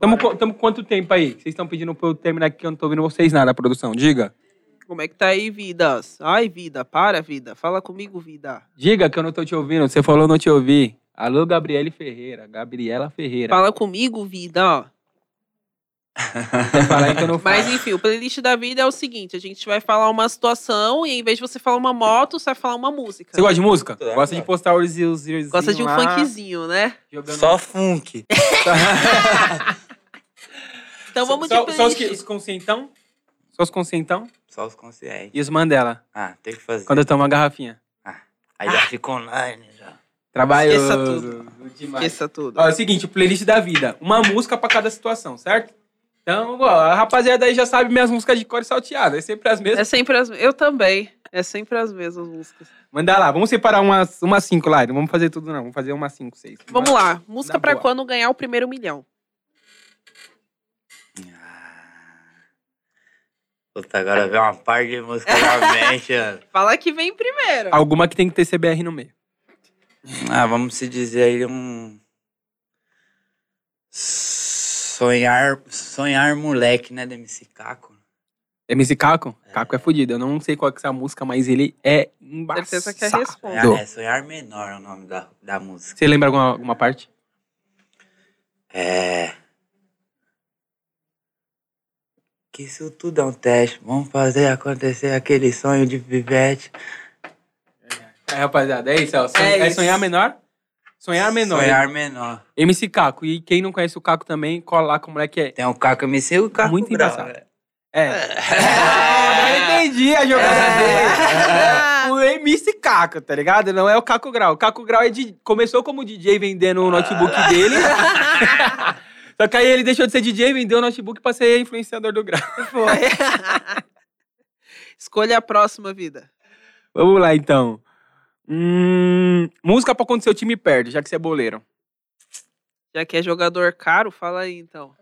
Tamo, co- tamo quanto tempo aí? Vocês estão pedindo pra eu terminar aqui que eu não tô ouvindo vocês nada, produção. Diga.
Como é que tá aí, vidas? Ai, vida, para, vida. Fala comigo, vida.
Diga que eu não tô te ouvindo. Você falou não te ouvi. Alô, Gabriele Ferreira. Gabriela Ferreira.
Fala comigo, vida, ó.
Então Você falar aí que eu não
Mas
faço.
enfim, o playlist da vida é o seguinte: a gente vai falar uma situação e em vez de você falar uma moto, você vai falar uma música.
Você gosta de música?
É,
Gosta de
cara.
postar os os os-
Gosta de um
lá,
funkzinho, né?
jogando-
Só funk.
Então vamos
só,
de
só os,
playlist.
que, os conscientão? Só os conscientão?
Só os conscientes.
E os Mandela.
Ah, tem que fazer.
Quando eu tomo uma garrafinha.
Aí já fica online já.
Trabalhoso.
Esqueça Esqueça tudo.
Ó, é o seguinte, playlist da vida. Uma música pra cada situação, certo? Então, ó, a rapaziada aí já sabe minhas músicas de cor salteada. É sempre as mesmas.
É sempre as Eu também. É sempre as mesmas músicas.
Manda lá. Vamos separar umas, umas cinco lá. Não vamos fazer tudo, não. Vamos fazer umas cinco, seis.
Vamos lá. Música
Na
pra
boa.
quando ganhar o primeiro milhão.
Ah. Puta, agora vem uma par de música na mente, mano.
Fala que vem primeiro.
Alguma que tem que ter CBR no meio.
Ah, vamos se dizer aí um. Sonhar, sonhar moleque, né, do MC Caco?
MC Caco? Caco é fudido. Eu não sei qual que é essa música, mas ele é embaçado.
Certeza que é a resposta.
Sonhar,
Do.
é Sonhar Menor é o nome da, da música.
Você lembra alguma, alguma parte?
É. Que isso tudo é um teste. Vamos fazer acontecer aquele sonho de pivete.
É, rapaziada, é isso. Ó. Son-
É
é,
isso.
Sonhar Menor? Sonhar Menor.
Sonhar Menor.
MC Caco. E quem não conhece o Caco também, cola lá com o moleque é.
Tem o Caco MC e o Caco
Muito
Brau,
embaçado.
velho.
É. Ah, eu entendi a jogada dele. O MC Caco, tá ligado? Não é o Caco Grau. O Caco Grau é de- começou como DJ vendendo o notebook dele. Só que aí ele deixou de ser DJ, vendeu o notebook pra ser influenciador do Grau.
Escolha a próxima vida.
Vamos lá, então. Hum, música pra quando seu time perde, já que você é boleiro.
Já que é jogador caro, fala aí então.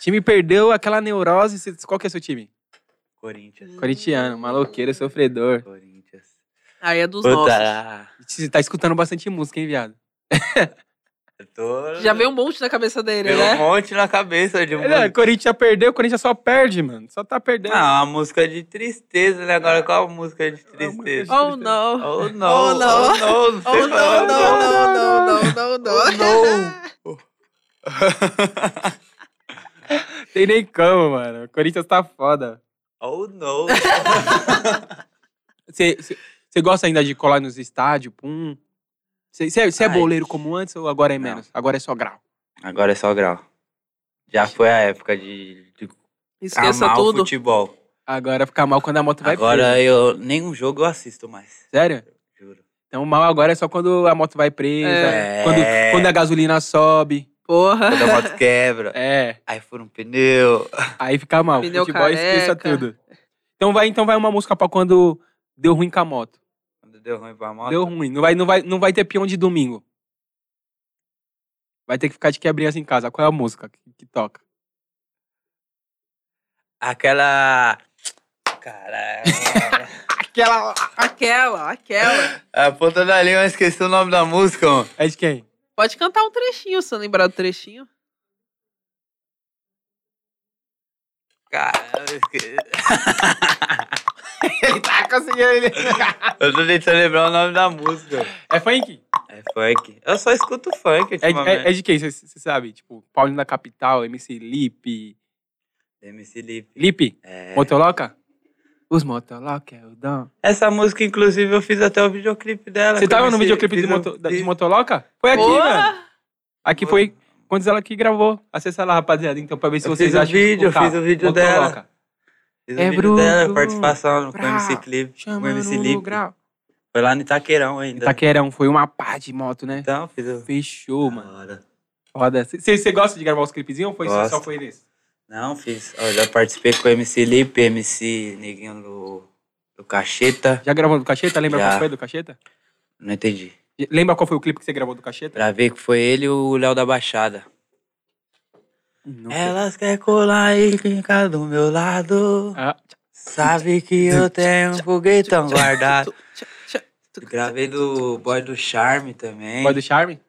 Time perdeu, aquela neurose. cê- Qual que é seu time?
Corinthians.
Corintiano,
Hum.
maloqueiro, sofredor.
Corinthians.
Aí é dos nossos.
Puta.
Você tá escutando bastante música, hein, viado?
eu Tô...
Já veio um monte na cabeça dele,
Veio um
né?
monte na cabeça de um
É, não, Corinthians perdeu, Corinthians só perde, mano. Só tá perdendo.
Ah, uma música de tristeza, né? Agora qual a música de
tristeza?
tristeza?
Oh, não.
Oh, não.
Oh, não.
Oh, não.
Oh, não, não, não, não, não, não,
Tem nem como, mano. O Corinthians tá foda.
Oh, não.
Você gosta ainda de colar nos estádios? Pum. Você é
Ai.
boleiro como antes ou agora é
Não.
menos? Agora é só grau.
Agora é só grau. Já foi a época de, de
Esqueça
amar o
tudo.
futebol.
Agora fica mal quando a moto vai presa.
Agora é- eu. Nenhum jogo eu assisto mais.
Sério?
Juro.
Então o mal agora é só quando a moto vai presa,
É.
quando, quando a gasolina sobe.
Porra.
Quando a moto quebra,
É.
aí fura um pneu.
Aí fica mal.
Pneu
Futebol esqueça
careca.
tudo. Então vai, então vai uma música pra quando deu ruim com a moto.
Quando deu ruim pra moto.
Deu ruim. Não vai, não, vai, não vai ter peão de domingo. Vai ter que ficar de quebrinhas em casa. Qual é a música que, que toca?
Aquela. Caralho.
Aquela.
Aquela, aquela.
a ponta da língua, eu esqueci o nome da música, mano.
É de quem?
Pode cantar um trechinho, se eu lembrar do trechinho.
Caralho, eu esqueci.
Ele tá conseguindo.
Eu tô tentando lembrar o nome da música.
É funk?
É funk. Eu só escuto funk
É de,
ultimamente.
é, é de quem? Você sabe? Tipo, Paulinho da Capital, MC Lipe.
MC Lipe.
Lipe?
É.
Motoloca? Os Motoloca é o dom.
Essa música, inclusive, eu fiz até o videoclipe dela.
Você
com
tava no
MC
videoclipe de,
fiz um-
moto, da- de
fiz-
Motoloca? Foi aqui, mano.
Porra!
Aqui foi quando ela que gravou. Acessa lá, rapaziada, então, pra ver se
Eu
vocês
fiz o
acham.
vídeo, eu
tá,
fiz o vídeo
Motoloca.
Fiz
É
o vídeo dela,
bruto.
participação com o
Brau.
MC Clipe, com o
Chama
MC
no
Lipe.
grau.
Foi lá no Itaqueirão ainda.
Itaquerão, foi uma pá de moto, né?
Então, fiz o...
Fechou, mano.
Da hora.
Foda. Você gosta de gravar os clipezinhos ou foi só- só
Gosto.
foi nesse?
Não, fiz. Ó, já participei com o MC Lipe, MC Neguinho do, do Cacheta.
Já gravou do Cacheta? Lembra
Já.
qual foi do Cacheta?
Não entendi.
Lembra qual foi o clipe que você gravou do Cacheta?
Gravei que foi ele e o Léo da Baixada.
Não sei.
Elas querem colar e ficar do meu lado.
Ah,
Sabe que eu tenho um foguetão guardado. Gravei do Boy do Charme também.
foi do Charme?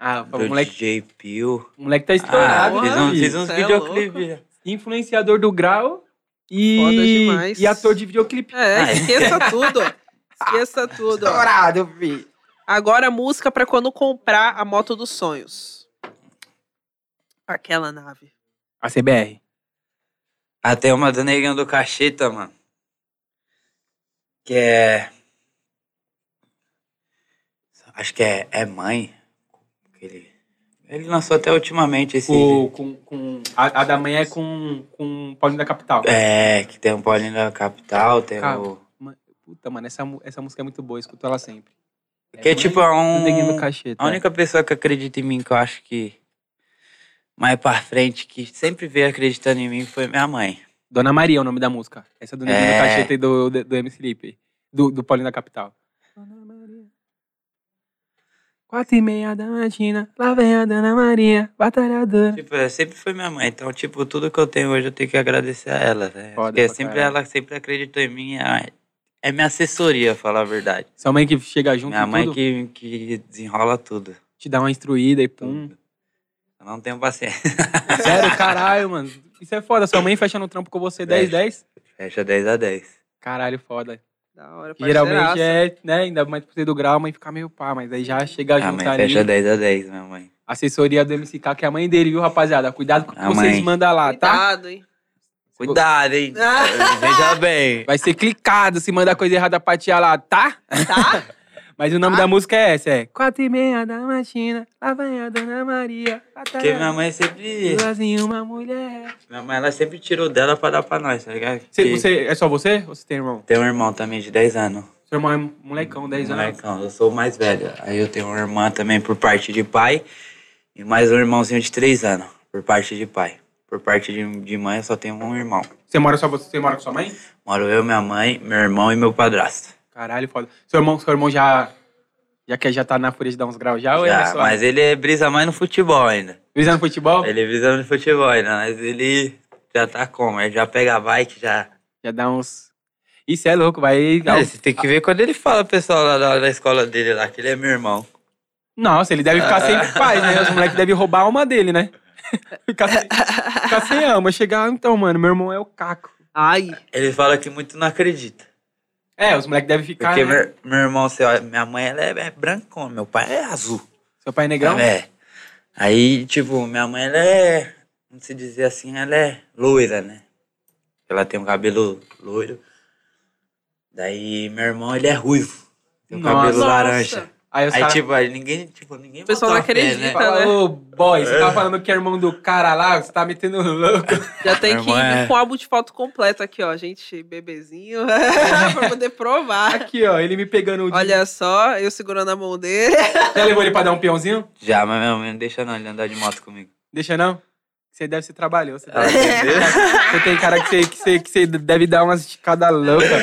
Ah, foi o
é do
moleque,
DJ Pio.
o moleque tá
Ah,
estourado.
fiz, um,
filho.
fiz uns
Cê é
videoclipes.
Influenciador do grau
Foda
e,
demais.
e ator de videoclipe.
É, esqueça tudo. Esqueça tudo.
Dourado, vi.
Agora música pra quando comprar a moto dos sonhos. Aquela nave.
A CBR.
Até Ah, uma do Negão do Cacheta, mano. Que é. Acho que é, é mãe. Ele, ele lançou até ultimamente esse.
O, com, com, a, a da manhã é com, com Paulinho da Capital.
É, que tem o Paulinho da Capital, tem
Cara,
o.
Puta, mano, essa, mu- essa música é muito boa, eu escuto ela sempre.
Que é tipo é
um neguinho
um.
do cacheta.
A única pessoa que acredita em mim, que eu acho que mais pra frente, que sempre veio acreditando em mim, foi minha mãe.
Dona Maria é o nome da música. Essa é do neguinho
É.
do cacheta e do, do, do MC Lipe. Do, do Paulinho da Capital. Dona Maria. Quatro e meia da matina, lá vem a Dona Maria, batalhadora.
Tipo, é, sempre foi minha mãe. Então, tipo, tudo que eu tenho hoje eu tenho que agradecer a ela, né?
Foda
Porque
pra
sempre
caralho.
ela sempre acreditou em mim. É, é minha assessoria, falar a verdade.
Sua mãe que chega junto
minha
em
mãe
tudo,
que, que desenrola tudo.
te dá uma instruída e pum.
tudo. Eu não tenho paciência.
Sério, caralho, mano. Isso é foda. Sua mãe fecha no trampo com você 10, 10?
Fecha 10 a 10.
Caralho, foda.
Da hora,
Que Geralmente
parceiraça.
é, né? Ainda mais por ser do grau, a mãe fica meio pá, mas aí já chega
Minha
junto
mãe
ali.
fecha 10 a 10, minha mãe.
Assessoria do MCK, que é a mãe dele, viu, rapaziada? Cuidado com o que
A
vocês
mãe.
mandam lá, tá?
Cuidado, hein?
Cuidado, hein?
Ah.
Veja bem.
Vai ser clicado se mandar coisa errada pra tia lá, tá?
Tá?
Mas o nome da música é essa, é... Quatro e meia da matina, lá vem a Dona Maria.
Porque é minha mãe sempre.
Duas em uma mulher.
Minha mãe, ela sempre tirou dela pra dar pra nós, tá ligado?
Você,
Que
você- é só você ou você tem irmão?
Tem um irmão também de 10 anos.
Seu irmão é molecão, 10 anos.
Molecão, eu sou o mais velho. Aí eu tenho uma irmã também por parte de pai. E mais um irmãozinho de 3 anos, por parte de pai. Por parte de, de mãe, eu só tenho um irmão.
Você mora, só, você você mora com sua mãe?
Moro eu, minha mãe, meu irmão e meu padrasto.
Caralho, foda. Seu irmão, seu irmão já. Já que já tá na fúria de dar uns graus já, ou é
Já,
só?
mas ele é brisa mais no futebol ainda.
Brisa no futebol?
Ele é brisa no futebol ainda, mas ele já tá como? Ele já pega a bike, já.
Já dá uns. Isso é louco, vai.
É, você tem que ver quando ele fala pro pessoal lá da, da escola dele lá, que ele é meu irmão.
Nossa, ele deve ficar
Ah.
sem paz, né? Os moleques devem roubar a alma dele, né? ficar, sem, ficar sem alma. Chegar, então, mano, meu irmão é o caco.
Ai,
Ele fala que muito não acredita.
É, os moleques devem ficar.
Porque
né?
meu, meu irmão, você olha, minha mãe ela é, é brancona, meu pai é azul.
Seu pai é negão?
É. Aí, tipo, minha mãe ela é, vamos se dizer assim, ela é loira, né? Ela tem um cabelo loiro. Daí meu irmão ele é ruivo. Tem um
Nossa.
cabelo
Nossa.
laranja.
Aí os
Aí,
caras.
tipo, aí ninguém, tipo, ninguém
O pessoal
botava
não
fé,
acredita.
né?
Fala,
né?
Ô, boy, você tá falando que é irmão do cara lá, você tá metendo louco.
Já tem
Meu
que ir
irmão é-
com o álbum de foto completo aqui, ó. Gente, bebezinho, pra poder provar.
Aqui, ó, ele me pegando o
Olha só, eu segurando a mão dele.
Já levou ele pra dar um peãozinho?
Já, mas minha mãe não deixa não, ele andar de moto comigo.
Deixa não? Você deve ser trabalhoso. Você,
Ela
deve-
entendeu?
você tem cara que você, que, você, que você deve dar uma esticada louca.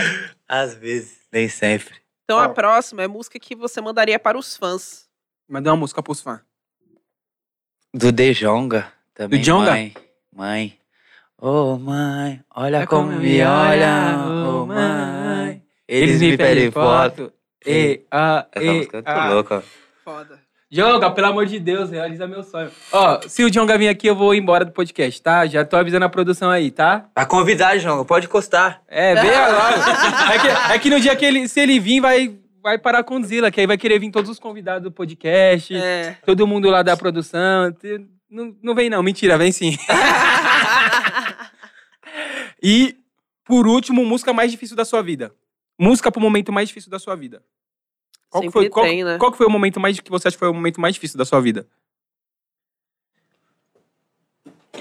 Às vezes, nem sempre.
Então a
Ó.
próxima é música que você mandaria para os fãs.
Mandei uma música pros fãs.
Do Dejonga também.
Do Djonga?
Mãe. Mãe. Ô mãe, olha
É
como, me olha. Ô mãe. Eles, me pedem foto.
E, a,
Essa
e,
música é
ah.
muito louca.
Foda.
Djonga, pelo amor de Deus, realiza meu sonho. Ó, se o Djonga vir aqui, eu vou embora do podcast, tá? Já tô avisando a produção aí, tá?
Tá convidado, Jonga, pode encostar.
É, vem agora. É que, é que no dia que ele, se ele vir, vai, vai parar com o Zila, que aí vai querer vir todos os convidados do podcast,
É.
todo mundo lá da produção. Te- Não, não vem não, mentira, vem sim. e, por último, música mais difícil da sua vida. Música pro momento mais difícil da sua vida. Qual que
Sempre
foi, qual-
tem, né?
Qual que foi o momento mais que você acha que foi o momento mais difícil da sua vida?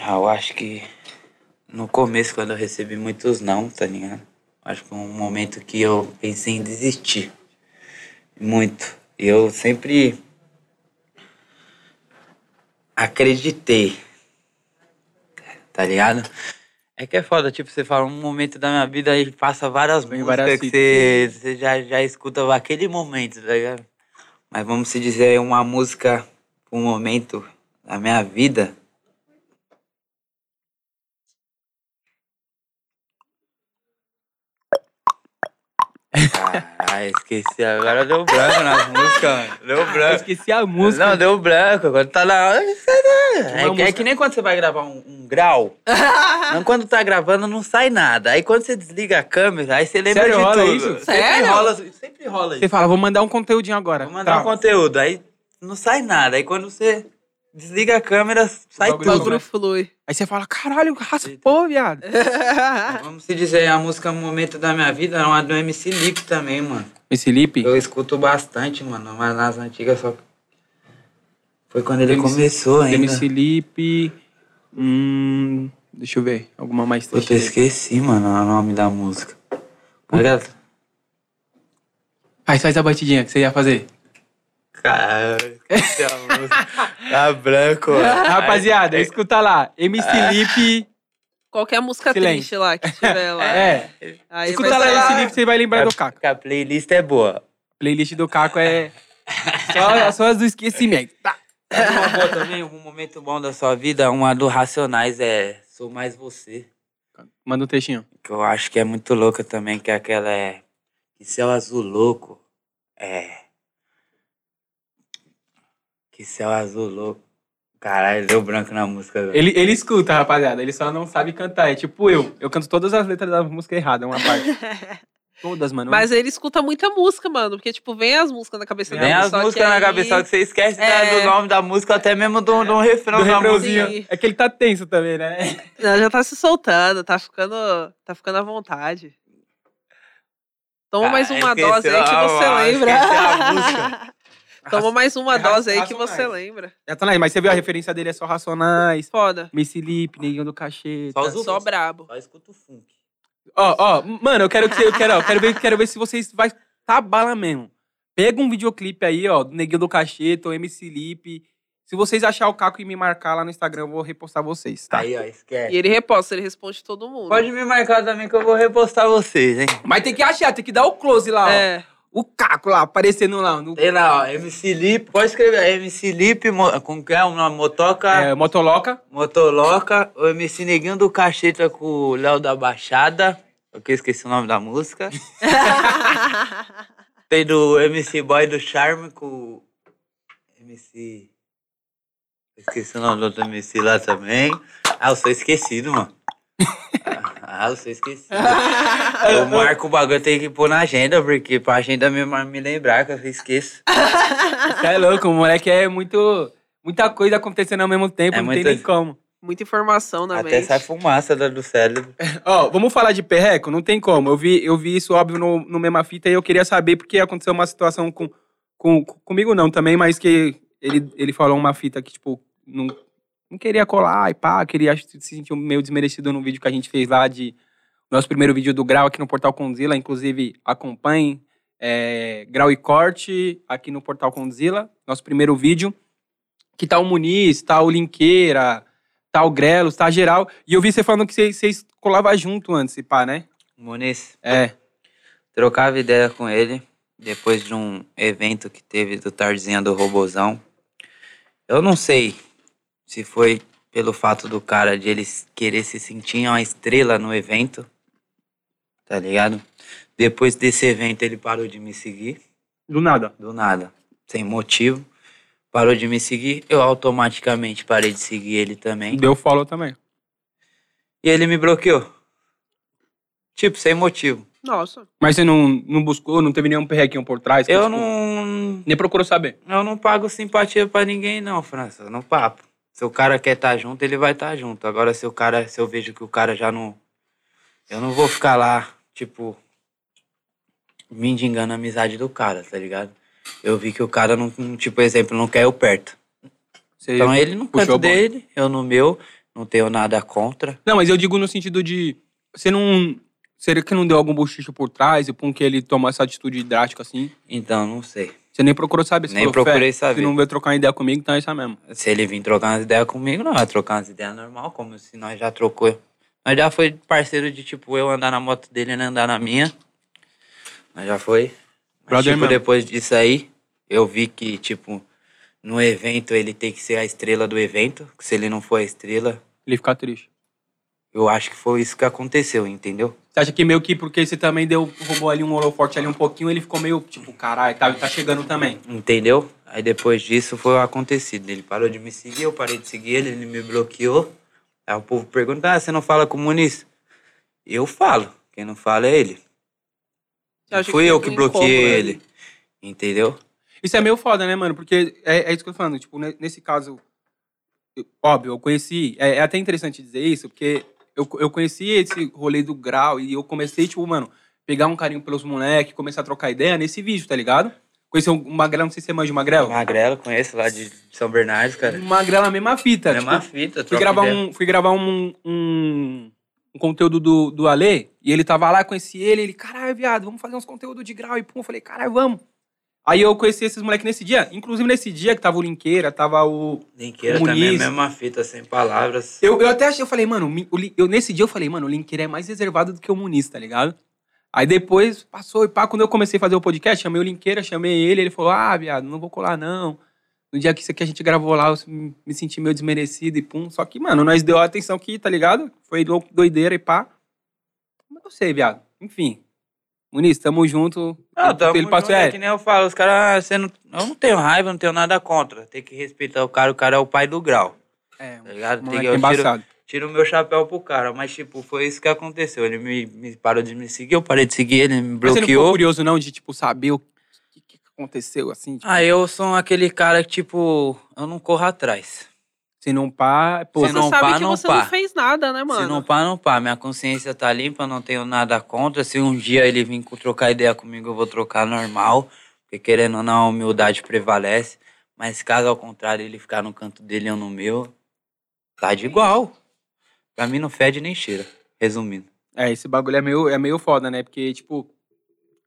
Ah, eu acho que no começo, quando eu recebi muitos não, tá ligado? Acho que foi um momento que eu pensei em desistir. Muito. Eu sempre acreditei. Tá ligado? É que é foda, tipo, você fala um momento da minha vida e passa várias
Vem
músicas
várias né?
que você, você já, já escuta aquele momento, tá ligado? Mas vamos se dizer uma música, um momento da minha vida. Caralho, esqueci. Agora deu branco nas músicas, mano. Deu
Eu
branco.
Ah, esqueci a música.
É. Não, deu branco. Agora tá na hora. É, que- é
música.
que nem quando você vai gravar um, um grau. não, quando tá gravando, não sai nada. Aí quando você desliga a câmera, aí você lembra
Sério,
de
rola
tudo.
isso?
Sempre
Sério?
rola, sempre rola
Você
isso.
fala, vou mandar um conteúdinho agora.
Vou mandar
Tá.
um conteúdo, aí não sai nada. Aí quando você desliga a câmera, sai
Bagulho
O
tudo.
bagulho flui.
Aí você fala, caralho, raspou, viado.
É.
Ah.
Vamos se dizer, a música é um Momento da Minha Vida é uma do MC Lip também, mano.
Esse Felipe,
Eu escuto bastante, mano, mas nas antigas só. Foi quando ele
MC
começou ainda.
MC Lipe. Hum, deixa eu ver. Alguma mais
Puta, eu
triste.
esqueci, mano, o nome da música. Tá Olha.
Faz, faz a batidinha que você ia fazer.
Caralho, esqueci a música. Tá branco, mano. É.
Rapaziada, escuta lá. MC Lipe.
Qualquer música
Silêncio.
triste lá que tiver lá.
É.
Aí
Escuta
vai
lá
sair
MC Lipe, você vai
É.
lembrar do Caco.
A playlist é boa.
Playlist do Caco é. Só, só as do esquecimento. Tá.
Sabe Uma boa também, um momento bom da sua vida, uma do Racionais é Sou Mais Você.
Manda um trechinho.
que eu acho que é muito louca também, que é aquela é. Que céu azul louco. É. Que céu azul louco. Caralho, deu branco na música. velho.
Ele, ele escuta, rapaziada. Ele só não sabe cantar. É tipo eu. Eu canto todas as letras da música errada, uma parte. Todas, mano.
Mas ele escuta muita música, mano. Porque, tipo, vem as músicas na cabeça dele.
Vem as
só que
músicas na
aí-
cabeça, né? só que você esquece da-
É.
do nome da música, até mesmo do, do refrão
do
da música.
refrãozinho.
Sim.
É que ele tá tenso também, né?
Ela já tá se soltando, tá ficando, tá ficando à vontade. Toma mais
Ah,
uma
esqueceu
dose aí que
a-
você
a- esqueceu a
lembra.
música.
Toma mais uma
Ra-
dose aí que
Racionais.
você lembra.
Já tá lá, mas você viu a referência dele é só Racionais,
Foda.
Missy Lip, Neguinho do Cacheta.
Só
Ó,
os-
Só brabo.
Só escuta o funk.
ó, mano, eu quero que você, eu quero, eu quero ver, quero ver se vocês vai tá bala mesmo. Pega um videoclipe aí, ó, do Neguinho do Cacheta, ou MC Lip. Se vocês achar o Caco e me marcar lá no Instagram, eu vou repostar vocês, tá?
Aí, ó,
E
esquece.
ele reposta, ele responde todo mundo.
Pode me marcar também que eu vou repostar vocês, hein?
Mas tem que achar, tem que dar o close lá,
É.
ó. O Caco lá, aparecendo lá. No,
Tem lá, ó, MC Lip, pode escrever, MC Lip, mo- como que é o nome? Motoca...
é, Motoloca.
Motoloca, o MC Neguinho do Cacheta com o Léo da Baixada, que eu esqueci o nome da música. Tem do MC Boy do Charme com o MC. eu Esqueci o nome do outro MC lá também. Ah, eu sou esquecido, mano. Ah, eu sou esquecido. Eu marco o bagulho, eu tenho que pôr na agenda, porque pra agenda me, me lembrar que eu esqueço.
Tá é louco, o moleque é muito. Muita coisa acontecendo ao mesmo tempo,
É
não
muita-
tem nem como.
Muita informação na
Até
mente.
sai fumaça do do cérebro.
Ó, vamos falar de perreco? Não tem como. Eu vi, eu vi isso, óbvio, no, no Mesma Fita e eu queria saber porque aconteceu uma situação com, com com, comigo não também, mas que ele, ele falou uma fita que, tipo, não, não queria colar e pá, queria acho que se sentiu meio desmerecido num vídeo que a gente fez lá de nosso primeiro vídeo do Grau aqui no Portal Condzilla, inclusive acompanhem é, Grau e Corte aqui no Portal Condzilla, nosso primeiro vídeo, que tá o Muniz, tá o Linqueira, tá o Grelos, tá geral, e eu vi você falando que vocês- vocês colavam junto antes, e pá, né?
Muniz,
É.
trocava ideia com ele depois de um evento que teve do Tarzinha do Robozão. Eu não sei se foi pelo fato do cara de ele s- querer se sentir uma estrela no evento, tá ligado? Depois desse evento ele parou de me seguir,
Do nada.
do nada, sem motivo. Parou de me seguir, eu automaticamente parei de seguir ele também.
Deu follow também.
E ele me bloqueou. Tipo, sem motivo.
Nossa.
Mas você não, não buscou, não teve nenhum perrequinho por trás? que,
Eu
tipo,
não
Nem procurou saber.
Eu não pago simpatia pra ninguém, não, França. No papo. Se o cara quer estar junto, ele vai estar junto. Agora, se o cara, se eu vejo que o cara já não. Eu não vou ficar lá, tipo, mendigando a amizade do cara, tá ligado? Eu vi que o cara não, não, tipo, exemplo, não quer eu perto.
Você-
Então ele no
puxou a
canto
bola.
dele, eu no meu, não tenho nada contra.
Não, mas eu digo no sentido de. Você não. Será que não deu algum bochicho por trás e por que ele tomou essa atitude drástica assim?
Então, não sei.
Você nem procurou saber. Você
Nem
falou,
procurei
"Fé,
saber."
Você não veio trocar uma ideia comigo, então é isso mesmo.
Se ele vir trocar umas ideias comigo, não, vai trocar umas ideias normal, como se nós já trocou. Nós já foi parceiro de, tipo, eu andar na moto dele, ele andar na minha. Nós já foi. Mas,
Brother
tipo,
mesmo.
depois disso aí, eu vi que, tipo, no evento ele tem que ser a estrela do evento. que se ele não for a estrela,
Ele fica triste.
eu acho que foi isso que aconteceu, entendeu?
Você acha que meio que porque você também deu, roubou ali um holoforte ali um pouquinho, ele ficou meio tipo, caralho, tá, tá chegando também.
Entendeu? Aí depois disso foi o acontecido. Ele parou de me seguir, eu parei de seguir ele, ele me bloqueou. Aí o povo pergunta: ah, você não fala com o Muniz? Eu falo. Quem não fala é ele.
Você acha
Não fui
que
eu
teve
que
um
bloqueei
incômodo
ele. Entendeu?
Isso é meio foda, né, mano? Porque é, é isso que eu tô falando. Tipo, ne- nesse caso, eu- óbvio, eu conheci. É, é até interessante dizer isso, porque eu, eu conheci esse rolê do grau e eu comecei, tipo, mano, pegar um carinho pelos moleques, começar a trocar ideia nesse vídeo, tá ligado? Conheci um um magrelo, não sei se você manja o magrelo.
Magrelo, conheço lá de São Bernardo, cara.
Um magrelo, a mesma fita.
é
tipo,
uma fita,
fui
troca
gravar
ideia.
um fui gravar um, um, um conteúdo do, do Ale e ele tava lá conheci ele ele caralho viado vamos fazer uns conteúdos de grau e pum eu falei caralho vamos aí eu conheci esses moleques nesse dia inclusive nesse dia que tava o Linqueira tava o
Linqueira também,
Muniz.
mesma fita, sem palavras.
eu, eu até achei, eu falei, mano, o Lin- eu, nesse dia eu falei, mano, o Linkeira é mais reservado do que o Muniz, tá ligado? Aí depois passou e pá, quando eu comecei a fazer o podcast, chamei o Linkeira, chamei ele, ele falou, ah, viado, não vou colar não. No dia que isso aqui a gente gravou lá, eu me- me senti meio desmerecido e pum. Só que, mano, nós deu a atenção que, tá ligado? Foi lou- doideira e pá. Mas eu sei, viado. Enfim. Muniz, tamo junto.
Ah,
Ele-
tamo
ele passou,
junto, é
é,
que nem eu falo, os caras, ah, você não, eu não tenho raiva, não tenho nada contra. Tem que respeitar o cara, o cara é o pai do grau,
é,
tá ligado? Tem que,
moleque
eu tiro,
embaçado.
tiro o meu chapéu pro cara, mas tipo, foi isso que aconteceu. Ele me, me parou de me seguir, eu parei de seguir, ele me
Mas você não ficou
bloqueou.
curioso não de, tipo, saber o que, que aconteceu, assim? Tipo,
Ah, eu sou aquele cara que tipo, eu não corro atrás.
se não pá, pô,
Você
Se não
sabe
pá,
que
não
você
pá.
não fez nada, né, mano?
Se não pá, não pá. Minha consciência tá limpa, não tenho nada contra. Se um dia ele vir co- trocar ideia comigo, eu vou trocar normal. Porque querendo ou não, a humildade prevalece. Mas caso ao contrário, ele ficar no canto dele ou no meu, tá de igual. Pra mim não fede nem cheira. Resumindo.
É, esse bagulho é meio, é meio foda, né? Porque, tipo,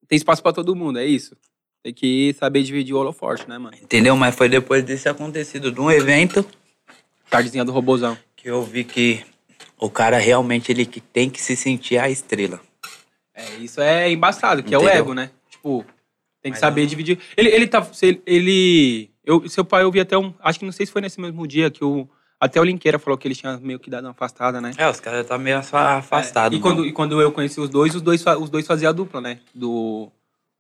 tem espaço pra todo mundo, é isso. Tem que saber dividir o holoforte, né, mano?
Entendeu? Mas foi depois desse acontecido de um evento
Tardezinha do robozão.
que eu vi que o cara realmente ele que tem que se sentir a estrela.
É, isso é embaçado, que é o
Entendeu?
ego, né? Tipo, tem que
Mas
saber
eu-
dividir. Ele, ele tá. se Ele. ele- eu, seu pai, eu vi até um. Acho que não sei se foi nesse mesmo dia que o. Até o Linqueira falou que ele tinha meio que dado uma afastada, né? É,
É, os caras tá meio afa- afastado.
E quando, e quando eu conheci os dois, os dois, fa- os dois faziam a dupla, né? Do,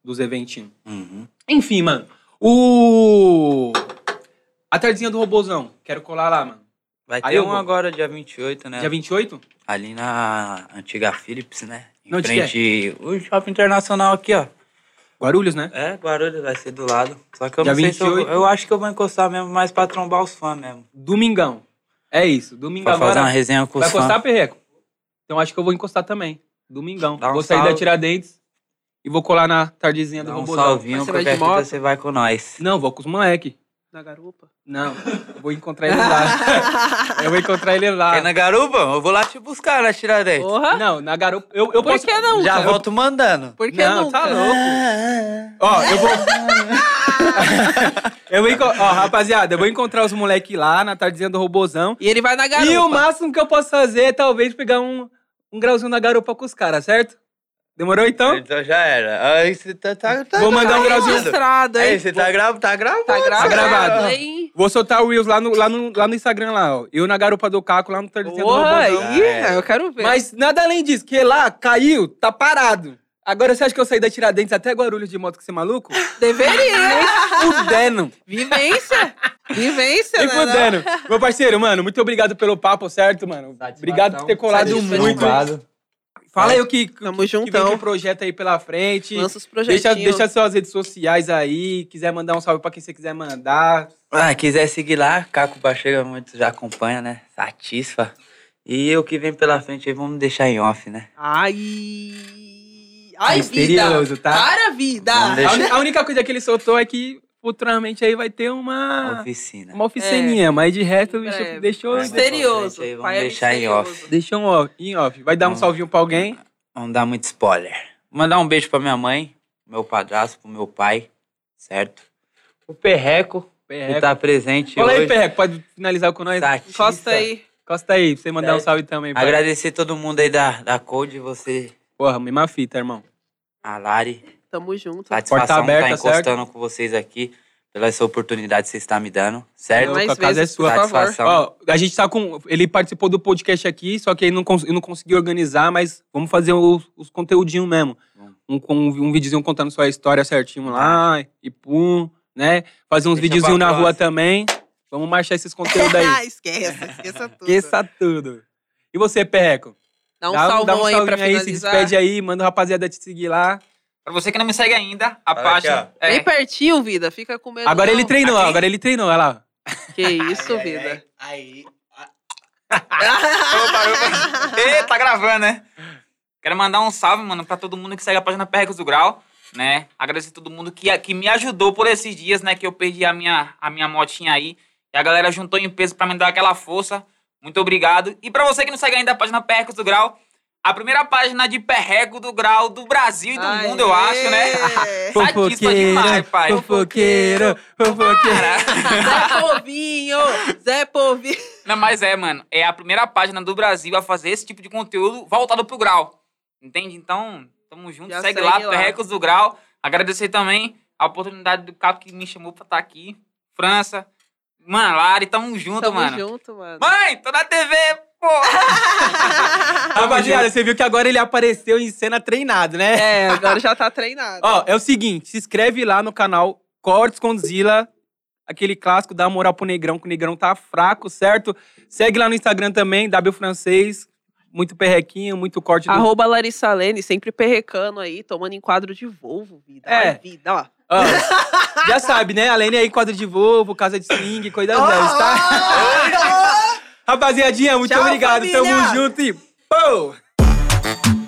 dos eventinhos.
mano. Uhum.
Enfim, mano. O. A tardezinha do robozão. Quero colar lá, mano.
Vai
Aí
ter
eu
um
vou.
agora, dia 28, né?
Dia 28?
Ali na antiga Philips, né? Em
Onde que é?
frente o shopping internacional aqui, ó.
Guarulhos, né?
É, Guarulhos vai ser do lado. Só que eu
Dia
não sei se eu, vou-
28.
eu acho que eu vou encostar mesmo mais pra trombar os fãs mesmo.
Domingão. É isso. Domingo
Pra fazer uma
agora.
resenha com
Vai
os fãs.
encostar, Perreco? Então acho que eu vou encostar também. Domingão.
Dá um
vou sair da
salve.
Tiradentes. e vou colar na tardezinha do
Dá um
robôzão.
salvinho,
Mas você vai de
qualquer
moto?
fita você vai com nós.
Não, vou com os moleque.
Na garupa.
Não, eu vou encontrar ele lá. eu vou encontrar ele lá.
Quer É na garupa? Eu vou lá te buscar na Tiradentes.
Porra!
Não, na garupa. Eu, eu
Por
posso...
que não?
Já
cara?
volto mandando.
Por que
não,
não?
tá louco. Ó, eu vou. eu vou enco- Ó, rapaziada, eu vou encontrar os moleque lá na tardezinha do robozão.
E ele vai na garupa.
E o máximo que eu posso fazer é talvez pegar um, um grauzinho na garupa com os caras, certo? Demorou
É.
então?
Então já era. Aí você tá, tá, tá
Vou mandar um
gravado.
grauzinho.
Registrado,
Aí
hein?
você tá gravando, tá gravando.
Tá gravado,
gravado.
hein?
Vou soltar o Reels lá no, lá no, lá no Instagram, lá, ó. Eu na garupa do Caco, lá no tardezinha do
Porra,
robozão.
aí,
É.
eu quero ver.
Mas nada além disso, que lá caiu, tá parado. Agora você acha que eu saí da Tiradentes até Guarulhos de moto com esse maluco?
deveria.
Fudendo.
Vivência. Vivência,
E
né? não?
fudendo. Meu parceiro, mano, muito obrigado pelo papo, certo, mano? Obrigado por ter colado
Satisfação. É.
muito. Fala aí o que, que,
Tamo
que vem de
juntão.
projeto aí pela frente.
Lança os
Deixa,
projetinhos.
deixa suas redes sociais aí. Quiser mandar um salve pra quem você quiser mandar.
Ah, quiser seguir lá, Caco Bachega, muito já acompanha, né? Satisfa. E o que vem pela frente aí, vamos deixar em off, né?
Ai. Ai, vida.
Misterioso, tá?
Para, vida.
Vamos
A,
deixar
uni- a única coisa que ele soltou é que futuramente aí vai ter
Ah.
uma,
oficina.
uma oficininha, mas de resto o bicho
É.
deixou,
Vamos
Misterioso.
Vamos
Pai é
deixar em
misterioso.
off.
deixou um off, em off. Vai dar um
Vamos.
salvinho pra alguém.
Não dá muito spoiler. Mandar um beijo pra minha mãe, meu padrasto, pro meu pai, certo? O Perreco, que
Perreco.
tá presente
Fala aí,
hoje.
Perreco, pode finalizar com nós.
Satisfa.
Encosta aí.
Costa aí, pra você mandar um
Certo.
salve também. pai.
Agradecer todo mundo aí da, da Code, você,
Porra, mesma fita, irmão.
a Lari.
Tamo junto. Ah,
Satisfação
Porta aberta,
estar encostando com vocês aqui, pela essa oportunidade que vocês estão me dando, certo?
Não,
Mais
a casa
vezes,
é sua.
por favor.
Satisfação.
Ó, a gente tá com. Ele participou do podcast aqui, só que aí não cons- eu não consegui organizar, mas vamos fazer os, os conteúdinhos mesmo.
Vamos.
Um, com- um videozinho contando sua história certinho lá, e pum, né? Fazer uns
Deixa
videozinhos
pra
na rua
próxima.
também. Vamos marchar esses conteúdos aí.
esqueça, esqueça tudo.
Esqueça tudo. E você, Perreco?
Dá um salvão aí pra
salvinho se
finalizar.
despede aí, manda o rapaziada te seguir lá.
Pra você que não me segue ainda, a
Olha
página.
aqui,
é,
Bem pertinho, vida. Fica com medo.
Agora
não.
ele treinou,
Aqui.
agora ele treinou, olha lá.
Que isso, vida.
Aí.
Opa, opa. Ê, tá gravando, né? Quero mandar um salve, mano, pra todo mundo que segue a página Perrecos do Grau, né? Agradecer todo mundo que, que me ajudou por esses dias, né? Que eu perdi a minha, a minha motinha aí. E a galera juntou em peso pra me dar aquela força. Muito obrigado. E pra você que não segue ainda a página Perrecos do Grau, a primeira página de Perreco do Grau do Brasil e do
Aê!
mundo, eu acho, né? Satisfa
Fofoqueiro,
demais, pai.
fofoqueiro, fofoqueiro.
Zé Povinho! Zé Povinho!
Não, mas é, mano. É a primeira página do Brasil a fazer esse tipo de conteúdo voltado pro grau. Entende? Então, tamo junto.
Já
Segue,
segue
lá,
lá.
Perrecos do Grau. Agradecer também a oportunidade do Capo que me chamou pra estar aqui. França. Mano, Lari, tamo junto,
Tamo
mano.
junto, mano.
Mãe, tô na TV, pô!
Rapaziada, você viu que agora ele apareceu em cena treinado, né?
É, agora já tá treinado.
Ó, é o seguinte, se inscreve lá no canal Cortes com Zila, aquele clássico da moral pro Negrão, que o Negrão tá fraco, certo? Segue lá no Instagram também, W Francês, muito perrequinho, muito corte. Do...
Arroba Larissa Lene, sempre perrecando aí, tomando enquadro de Volvo, vida.
É.
Ai, vida, ó.
Ó, já sabe, né? Além aí, quadro de voo, casa de swing, coisas dessas, tá? Rapaziadinha, muito
Tchau,
obrigado,
família.
tamo junto e... Pô!